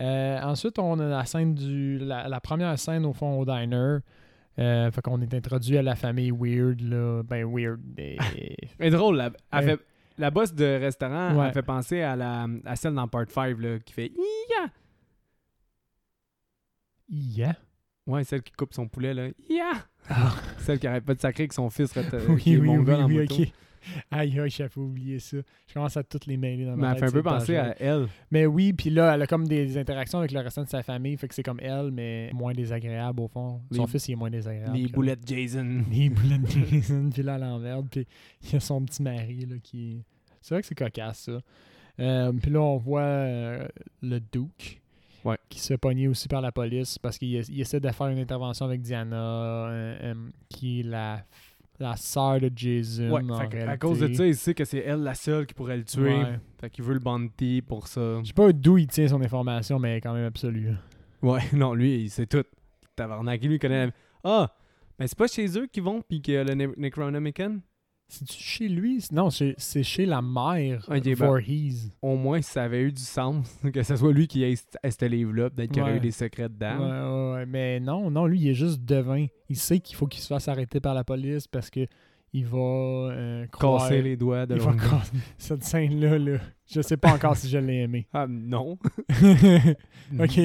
[SPEAKER 2] Euh, ensuite, on a la scène du. La, la première scène au fond au diner. Euh, fait qu'on est introduit à la famille Weird, là. Ben, Weird. des-
[SPEAKER 1] Mais drôle, la, elle
[SPEAKER 2] Ouais.
[SPEAKER 1] fait- la boss de restaurant,
[SPEAKER 2] Ouais.
[SPEAKER 1] elle fait penser à, la, à celle dans Part 5, là, qui fait
[SPEAKER 2] yeah.
[SPEAKER 1] Ouais, celle qui coupe son poulet, là. Yeah!
[SPEAKER 2] Ah.
[SPEAKER 1] Celle qui arrête pas de sacrer que son fils rete- euh, qui
[SPEAKER 2] oui,
[SPEAKER 1] est
[SPEAKER 2] oui, oui,
[SPEAKER 1] mongol en
[SPEAKER 2] oui,
[SPEAKER 1] moto.
[SPEAKER 2] ok. Aïe, aïe, j'avais oublié ça. Je commence à toutes les mêler dans
[SPEAKER 1] Mais
[SPEAKER 2] ma
[SPEAKER 1] elle
[SPEAKER 2] tête.
[SPEAKER 1] fait un peu
[SPEAKER 2] c'est
[SPEAKER 1] penser
[SPEAKER 2] dangereux.
[SPEAKER 1] à elle.
[SPEAKER 2] Mais oui, puis là, elle a comme des interactions avec le restant de sa famille. Fait que c'est comme elle, mais moins désagréable au fond. Son
[SPEAKER 1] Les-
[SPEAKER 2] fils, il est moins désagréable.
[SPEAKER 1] Les
[SPEAKER 2] que-
[SPEAKER 1] boulettes Jason.
[SPEAKER 2] Les boulettes de raisin, puis là, à l'envers. Puis il y a son petit mari, là, qui. C'est vrai que c'est cocasse, ça. Euh, puis là, on voit euh, le Duke.
[SPEAKER 1] Ouais.
[SPEAKER 2] Qui se fait pogner aussi par la police parce qu'il ess- il essaie de faire une intervention avec Diana, euh, euh, qui est la, la sœur de Jason.
[SPEAKER 1] Ouais,
[SPEAKER 2] en
[SPEAKER 1] fait que à
[SPEAKER 2] réalité.
[SPEAKER 1] cause de ça, il sait que c'est elle la seule qui pourrait le tuer.
[SPEAKER 2] Ouais.
[SPEAKER 1] Fait qu'il veut le bounty pour ça.
[SPEAKER 2] Je sais pas d'où il tient son information, mais quand même absolue.
[SPEAKER 1] Ouais, non, lui, il sait tout. Tabarnak, lui, il connaît la... Ah! Mais c'est pas chez eux qu'ils vont, puis que le Ne- Necronomicon,
[SPEAKER 2] C'est-tu chez lui? Non, c'est c'est chez la mère
[SPEAKER 1] Ah, il est bon.
[SPEAKER 2] Voorhees.
[SPEAKER 1] au moins, ça avait eu du sens que ce soit lui qui ait ce- ce livre-là, peut-être qu'il aurait
[SPEAKER 2] Ouais.
[SPEAKER 1] eu des secrets dedans.
[SPEAKER 2] Ouais, ouais, ouais. Mais non, non, lui, il est juste devin. Il sait qu'il faut qu'il se fasse arrêter par la police parce que il va euh, croire-
[SPEAKER 1] Casser les doigts de
[SPEAKER 2] il va
[SPEAKER 1] l'homme.
[SPEAKER 2] casser- Cette scène-là, là, je sais pas encore si je l'ai aimée.
[SPEAKER 1] Ah, non.
[SPEAKER 2] ok.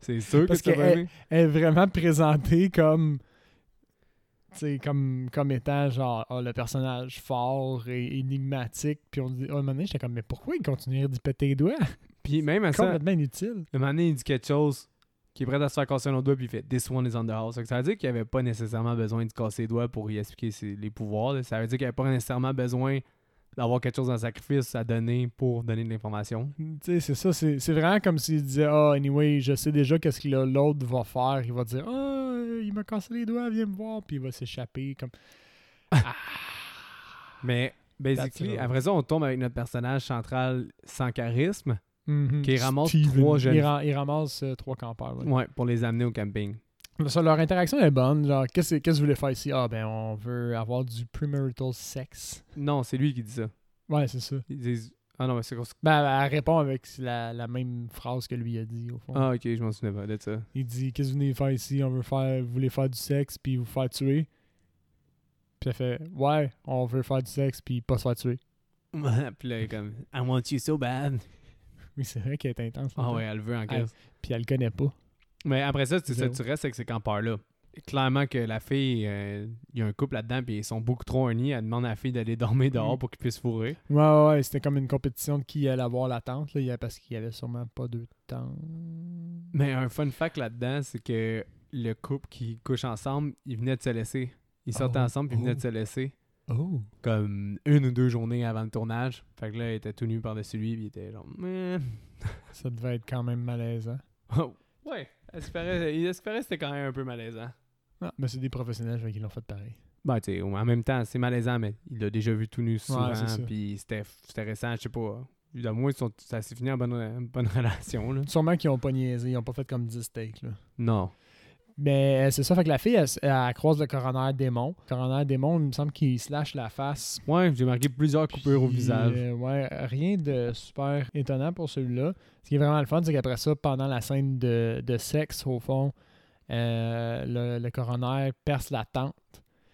[SPEAKER 1] C'est sûr
[SPEAKER 2] Parce
[SPEAKER 1] que c'est
[SPEAKER 2] que
[SPEAKER 1] pas
[SPEAKER 2] elle-
[SPEAKER 1] vrai.
[SPEAKER 2] Elle est vraiment présentée comme. tu sais, comme, comme étant genre ah, le personnage fort et énigmatique. Puis on dit, oh, à un moment donné, j'étais comme, mais pourquoi il continue d'y péter les doigts?
[SPEAKER 1] Puis même à Ah, ça,
[SPEAKER 2] Complètement inutile.
[SPEAKER 1] Le moment donné, il dit quelque chose qui est prêt à se faire casser un autre doigt, puis il fait This one is on the house. Fait que Ça veut dire qu'il avait pas nécessairement besoin de se casser les doigts pour y expliquer ses- les pouvoirs. là. Ça veut dire qu'il avait pas nécessairement besoin d'avoir quelque chose en sacrifice à donner pour donner de l'information.
[SPEAKER 2] Tu sais, c'est ça. C'est c'est vraiment comme s'il disait Ah, anyway, je sais déjà qu'est-ce que le- l'autre va faire. Il va dire Ah, euh, il m'a cassé les doigts, viens me voir. Puis il va s'échapper. comme Ah.
[SPEAKER 1] Mais basically,
[SPEAKER 2] That's it.
[SPEAKER 1] après ça, on tombe avec notre personnage central sans charisme,
[SPEAKER 2] Mhm.
[SPEAKER 1] Qui ramasse
[SPEAKER 2] Steven.
[SPEAKER 1] trois jeunes-
[SPEAKER 2] Il, ra- il ramasse euh, trois campeurs. ouais.
[SPEAKER 1] Ouais, pour les amener au camping.
[SPEAKER 2] Ça, leur interaction est bonne. Genre, qu'est-ce que qu'est-ce que vous voulez faire ici? Ah, ben, on veut avoir du premarital sex.
[SPEAKER 1] Non, c'est lui qui dit ça.
[SPEAKER 2] Ouais, c'est ça.
[SPEAKER 1] Ils disent Ah non, mais c'est grosse.
[SPEAKER 2] Ben, elle répond avec la, la même phrase que lui a dit, au fond.
[SPEAKER 1] Ah ok, je m'en souviens pas de ça.
[SPEAKER 2] Il dit Qu'est-ce que vous venez faire ici On veut faire, vous voulez faire du sexe puis vous faire tuer. Puis elle fait Ouais, on veut faire du sexe puis pas se faire tuer.
[SPEAKER 1] Puis là, il est comme I want you so bad.
[SPEAKER 2] Oui, c'est vrai qu'elle est intense.
[SPEAKER 1] Ah
[SPEAKER 2] là-dedans.
[SPEAKER 1] ouais, elle le veut en crise.
[SPEAKER 2] Puis elle le connaît pas.
[SPEAKER 1] Mais après ça, tu, ça,
[SPEAKER 2] Zéro.
[SPEAKER 1] tu restes avec ces campeurs-là. Clairement que la fille, euh, il y a un couple là-dedans, puis ils sont beaucoup trop unis. Elle demande à la fille d'aller dormir dehors
[SPEAKER 2] Mm.
[SPEAKER 1] pour qu'ils puissent fourrer.
[SPEAKER 2] Ouais, ouais, ouais, c'était comme une compétition de qui allait avoir la tente, là, il y a- parce qu'il y avait sûrement pas de temps.
[SPEAKER 1] Mais un fun fact là-dedans, c'est que le couple qui couche ensemble, ils venaient de se laisser. Ils sortaient
[SPEAKER 2] Oh,
[SPEAKER 1] ensemble, puis ils venaient de
[SPEAKER 2] oh.
[SPEAKER 1] se laisser.
[SPEAKER 2] Oh
[SPEAKER 1] Comme une ou deux journées avant le tournage. Fait que là, il était tout nu par-dessus lui, puis il était genre. Meh.
[SPEAKER 2] Ça devait être quand même malaisant.
[SPEAKER 1] Oh, ouais, il espérait, il espérait que c'était quand même un peu malaisant.
[SPEAKER 2] Non, Ah, mais c'est des professionnels, fait qu'ils l'ont fait pareil.
[SPEAKER 1] Ben, tu sais, en même temps, c'est malaisant, mais il l'a déjà vu tout nu souvent,
[SPEAKER 2] c'est ça.
[SPEAKER 1] puis c'était c'était récent, je sais pas. Du moins, ils sont, ça s'est fini en bonne, en bonne relation, là.
[SPEAKER 2] Sûrement qu'ils ont pas niaisé, ils ont pas fait comme 10 steaks, là.
[SPEAKER 1] Non.
[SPEAKER 2] Mais euh, c'est ça, fait que la fille, elle, s- elle croise le coroner démon. Le coroner démon, il me semble qu'il se lâche la face.
[SPEAKER 1] Ouais, j'ai marqué plusieurs coupures au
[SPEAKER 2] Puis,
[SPEAKER 1] visage.
[SPEAKER 2] euh, ouais, rien de super étonnant pour celui-là. Ce qui est vraiment le fun, c'est qu'après ça, pendant la scène de, de sexe, au fond, euh, le, le coroner perce la tente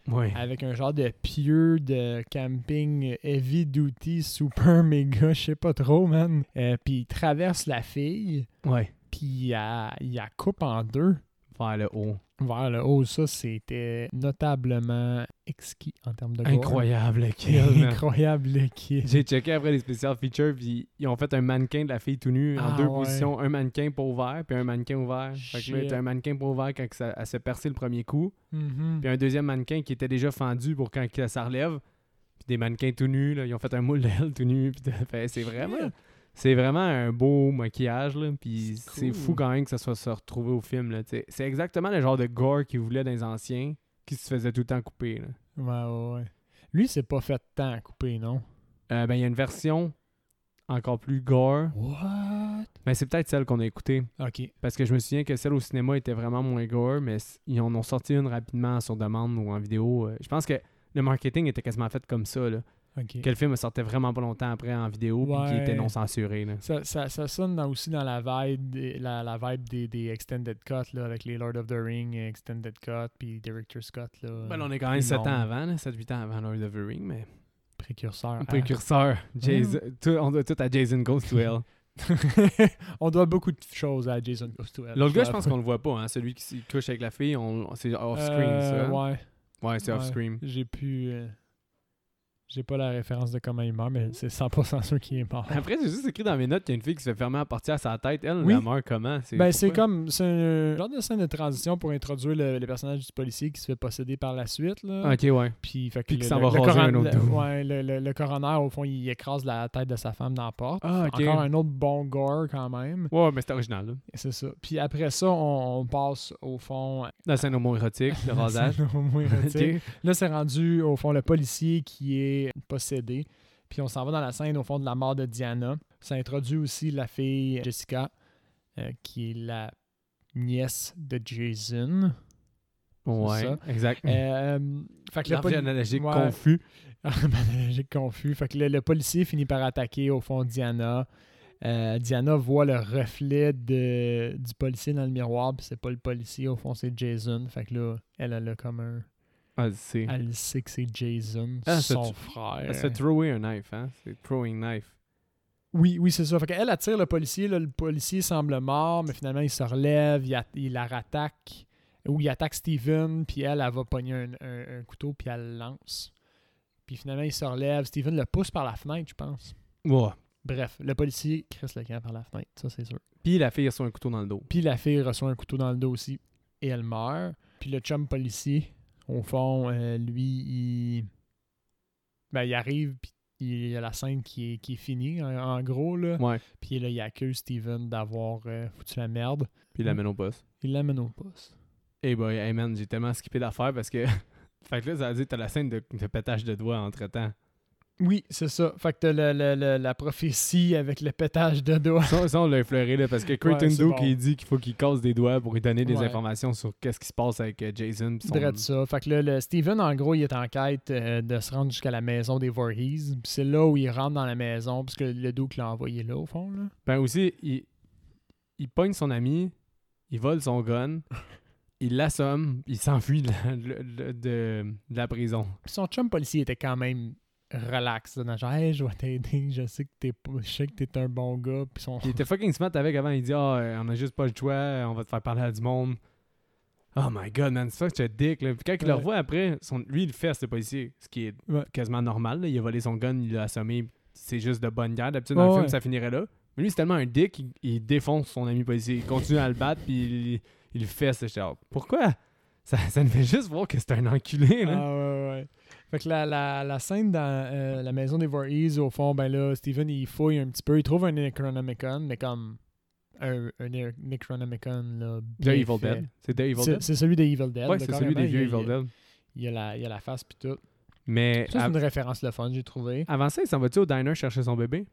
[SPEAKER 1] Ouais.
[SPEAKER 2] avec un genre de pieu de camping heavy duty, super méga, je sais pas trop, man. Euh, puis il traverse la fille,
[SPEAKER 1] Ouais.
[SPEAKER 2] puis il la il la coupe en deux
[SPEAKER 1] Vers le haut.
[SPEAKER 2] vers le haut, ça, c'était notablement exquis en termes de gore.
[SPEAKER 1] Incroyable, le kill, man.
[SPEAKER 2] Incroyable le kill.
[SPEAKER 1] J'ai checké après les special features, puis ils ont fait un mannequin de la fille tout nue en
[SPEAKER 2] Ah,
[SPEAKER 1] deux
[SPEAKER 2] ouais.
[SPEAKER 1] positions, un mannequin pas ouvert, puis un mannequin ouvert. Fait que là,
[SPEAKER 2] Shit.
[SPEAKER 1] t'as un mannequin pas ouvert quand que ça, elle se percée le premier coup,
[SPEAKER 2] Mhm.
[SPEAKER 1] puis un deuxième mannequin qui était déjà fendu pour quand que ça relève. Puis des mannequins tout nus, là, ils ont fait un moule d'elle tout nu. Puis t'as fait, c'est vraiment,
[SPEAKER 2] Shit.
[SPEAKER 1] c'est vraiment un beau maquillage. Là, puis
[SPEAKER 2] C'est
[SPEAKER 1] c'est
[SPEAKER 2] cool.
[SPEAKER 1] fou quand même que ça soit se retrouvé au film. là, tu sais. C'est exactement le genre de gore qu'ils voulaient dans les anciens, qui se faisait tout le temps couper. là.
[SPEAKER 2] Ouais, ouais, ouais. Lui, c'est pas fait tant à couper, non?
[SPEAKER 1] Euh, ben, il y a une version encore plus gore,
[SPEAKER 2] What?
[SPEAKER 1] mais c'est peut-être celle qu'on a écoutée.
[SPEAKER 2] Ok.
[SPEAKER 1] Parce que je me souviens que celle au cinéma était vraiment moins gore, mais s- ils en ont sorti une rapidement sur demande ou en vidéo. Euh, Je pense que le marketing était quasiment fait comme ça. Là.
[SPEAKER 2] Ok.
[SPEAKER 1] Que le film sortait vraiment pas longtemps après en vidéo puis qui
[SPEAKER 2] Ouais.
[SPEAKER 1] était non censuré. Là.
[SPEAKER 2] Ça, ça, ça sonne dans- aussi dans la vibe, des- la, la vibe des, des Extended Cut, là, avec les Lord of the Ring, Extended Cut, puis Director Scott, là.
[SPEAKER 1] Ben, on est quand même 7
[SPEAKER 2] long.
[SPEAKER 1] ans avant, 7-8 ans avant Lord of the Ring, mais
[SPEAKER 2] précurseur. à-
[SPEAKER 1] précurseur. Jason, tout- on doit tout à Jason Goes to Hell.
[SPEAKER 2] on doit beaucoup de choses à Jason Goes to Hell.
[SPEAKER 1] L'autre gars, je pense qu'on le voit pas, hein, celui qui s'y touche avec la fille, on- c'est off-screen,
[SPEAKER 2] Euh,
[SPEAKER 1] ça. hein?
[SPEAKER 2] Ouais.
[SPEAKER 1] Ouais, c'est
[SPEAKER 2] ouais.
[SPEAKER 1] off-screen.
[SPEAKER 2] J'ai pu. euh, J'ai pas la référence de comment il meurt, mais c'est 100% sûr qu'il est mort.
[SPEAKER 1] Après, j'ai juste écrit dans mes notes qu'il y a une fille qui se fait fermer à partir à sa tête. Elle,
[SPEAKER 2] Oui.
[SPEAKER 1] la meurt comment
[SPEAKER 2] Ben, c'est
[SPEAKER 1] pourquoi?
[SPEAKER 2] comme. C'est un genre de scène de transition pour introduire le, le personnage du policier qui se fait posséder par la suite. Là.
[SPEAKER 1] Ok, ouais.
[SPEAKER 2] Puis, fait que
[SPEAKER 1] Puis
[SPEAKER 2] le,
[SPEAKER 1] qui s'en
[SPEAKER 2] le-
[SPEAKER 1] va
[SPEAKER 2] le
[SPEAKER 1] raser un
[SPEAKER 2] coron-
[SPEAKER 1] autre
[SPEAKER 2] le-
[SPEAKER 1] dude.
[SPEAKER 2] ouais, le, le- le coroner, au fond, il écrase la tête de sa femme dans la porte.
[SPEAKER 1] Ah, ok.
[SPEAKER 2] Encore un autre bon gore quand même.
[SPEAKER 1] Ouais, mais c'est original. Là.
[SPEAKER 2] C'est ça. Puis après ça, on, on passe au fond.
[SPEAKER 1] La scène homo-érotique, le rasage.
[SPEAKER 2] au moins érotique.
[SPEAKER 1] Ok.
[SPEAKER 2] Là, c'est rendu, au fond, le policier qui est possédé. Puis on s'en va dans la scène, au fond, de la mort de Diana. Ça introduit aussi la fille Jessica, euh, qui est la nièce de Jason.
[SPEAKER 1] Ouais,
[SPEAKER 2] ça.
[SPEAKER 1] exact.
[SPEAKER 2] Euh, fait que le
[SPEAKER 1] Hmm. L'arbre
[SPEAKER 2] poli-
[SPEAKER 1] analogique
[SPEAKER 2] Ouais.
[SPEAKER 1] confus.
[SPEAKER 2] Arbre analogique confus. Fait que le, le policier finit par attaquer, au fond, Diana. Euh, Diana voit le reflet de, du policier dans le miroir, puis c'est pas le policier, au fond, c'est Jason. Fait que là, elle, elle a comme un...
[SPEAKER 1] Ah, c'est...
[SPEAKER 2] Elle sait que c'est Jason,
[SPEAKER 1] Ah, ça
[SPEAKER 2] son
[SPEAKER 1] tu-
[SPEAKER 2] frère.
[SPEAKER 1] Elle se fait thrower un knife, hein? C'est throwing knife.
[SPEAKER 2] Oui, oui, c'est ça. Fait qu'elle attire le policier. là, le policier semble mort, mais finalement, il se relève, il, a- il la rattaque. Ou il attaque Steven, puis elle, elle va pogner un, un- un couteau, puis elle le lance. Puis finalement, il se relève. Steven le pousse par la fenêtre, je pense.
[SPEAKER 1] Ouais.
[SPEAKER 2] Bref, le policier crisse le camp par la fenêtre, ça, c'est sûr.
[SPEAKER 1] Puis la fille reçoit un couteau dans le dos.
[SPEAKER 2] Puis la fille reçoit un couteau dans le dos aussi, et elle meurt. Puis le chum policier, au fond, euh, lui, il... Ben, il arrive, puis il y a la scène qui est, qui est finie, en, en gros, là.
[SPEAKER 1] Ouais.
[SPEAKER 2] Puis là, il accuse Steven d'avoir euh, foutu la merde.
[SPEAKER 1] Puis il l'amène au boss.
[SPEAKER 2] Il l'amène au poste.
[SPEAKER 1] Hey boy, hey man, j'ai tellement skippé d'affaires parce que. fait que là, ça a dit t'as la scène de, de pétage de doigts entre temps.
[SPEAKER 2] Oui, c'est ça. Fait que t'as le- le- le- la prophétie avec le pétage de doigts.
[SPEAKER 1] Ça, ça, on l'a effleuré, là, parce que Creighton
[SPEAKER 2] Ouais, c'est
[SPEAKER 1] Doe
[SPEAKER 2] bon.
[SPEAKER 1] qui dit qu'il faut qu'il casse des doigts pour lui donner des
[SPEAKER 2] Ouais.
[SPEAKER 1] informations sur qu'est-ce qui se passe avec euh, Jason. pis son-
[SPEAKER 2] Drette ça. Fait que là, le Steven, en gros, il est en quête euh, de se rendre jusqu'à la maison des Voorhees. Puis c'est là où il rentre dans la maison, puisque le Duke l'a envoyé là, au fond. Là.
[SPEAKER 1] Ben aussi, il, il pogne son ami, il vole son gun, il l'assomme, il s'enfuit de, la- le- le- de- de la prison.
[SPEAKER 2] Puis son chum policier était quand même relax. là, dans genre, hey, je vais t'aider, je sais que t'es pas- je sais que t'es un bon gars. Puis son...
[SPEAKER 1] Il était fucking smart avec avant, il dit Ah, euh, on a juste pas le choix, euh, on va te faire parler à du monde. Oh my god, man, c'est ça que tu dick. Là. Puis quand il le
[SPEAKER 2] Ouais.
[SPEAKER 1] revoit après, son, lui, il le fait à ce policier, ce qui est
[SPEAKER 2] Ouais.
[SPEAKER 1] quasiment normal. là. Il a volé son gun, il l'a assommé. C'est juste de bonne guerre. D'habitude,
[SPEAKER 2] Ouais,
[SPEAKER 1] dans le film,
[SPEAKER 2] ouais.
[SPEAKER 1] ça finirait là. Mais lui, c'est tellement un dick, il, il défonce son ami policier. Il continue à le battre, puis il, il le fait. c'est genre, pourquoi ça, ça nous fait juste voir que c'est un enculé. Là.
[SPEAKER 2] Ah, ouais, ouais. Fait que la, la, la scène dans euh, la maison des Voorhees, au fond, ben là, Steven, il fouille un petit peu. Il trouve un Necronomicon, mais comme un, un ne- Necronomicon, là,
[SPEAKER 1] The
[SPEAKER 2] bien
[SPEAKER 1] Evil
[SPEAKER 2] fait.
[SPEAKER 1] Dead. C'est The Evil
[SPEAKER 2] C'est
[SPEAKER 1] Dead.
[SPEAKER 2] c'est celui des Evil Dead.
[SPEAKER 1] Ouais,
[SPEAKER 2] là,
[SPEAKER 1] c'est celui
[SPEAKER 2] carrément.
[SPEAKER 1] des vieux
[SPEAKER 2] Il y a-
[SPEAKER 1] Evil Dead.
[SPEAKER 2] Il y a la, il y a la face puis tout.
[SPEAKER 1] Mais
[SPEAKER 2] Ça, c'est
[SPEAKER 1] av-
[SPEAKER 2] une référence le fun, j'ai trouvé.
[SPEAKER 1] avant ça, il s'en va-tu au diner chercher son bébé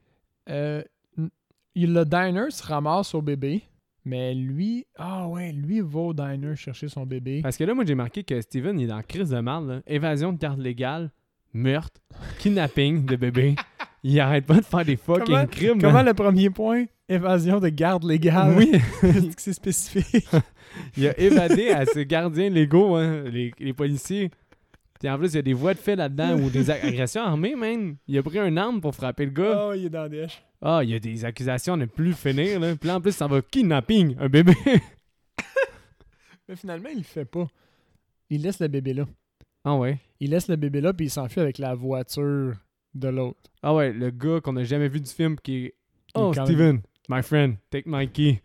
[SPEAKER 2] Euh, n- il- le diner se ramasse au bébé, mais lui, ah ouais, lui va au diner chercher son bébé.
[SPEAKER 1] Parce que là, moi, j'ai marqué que Steven, il est en crise de marde. là. Évasion de garde légale, meurtre, kidnapping de bébé. Il arrête pas de faire des fucking
[SPEAKER 2] Comment-
[SPEAKER 1] crimes.
[SPEAKER 2] Comment
[SPEAKER 1] man.
[SPEAKER 2] le premier point Évasion de garde légale.
[SPEAKER 1] Oui,
[SPEAKER 2] Est-ce que c'est spécifique.
[SPEAKER 1] il a évadé à ses gardiens légaux, hein, les, les policiers. Puis en plus, il y a des voies de fait là-dedans ou des agressions armées, même. Il a pris un arme pour frapper le gars.
[SPEAKER 2] Oh, il est dans la dèche.
[SPEAKER 1] Ah, il y a des accusations à ne plus finir. Là. Puis là, en plus, ça va kidnapping, un bébé.
[SPEAKER 2] Mais finalement, il le fait pas. Il laisse le bébé là.
[SPEAKER 1] Ah ouais.
[SPEAKER 2] Il laisse le bébé là, puis il s'enfuit avec la voiture de l'autre.
[SPEAKER 1] Ah ouais, le gars qu'on n'a jamais vu du film qui est. Oh,
[SPEAKER 2] quand même-
[SPEAKER 1] Steven, my friend, take my key.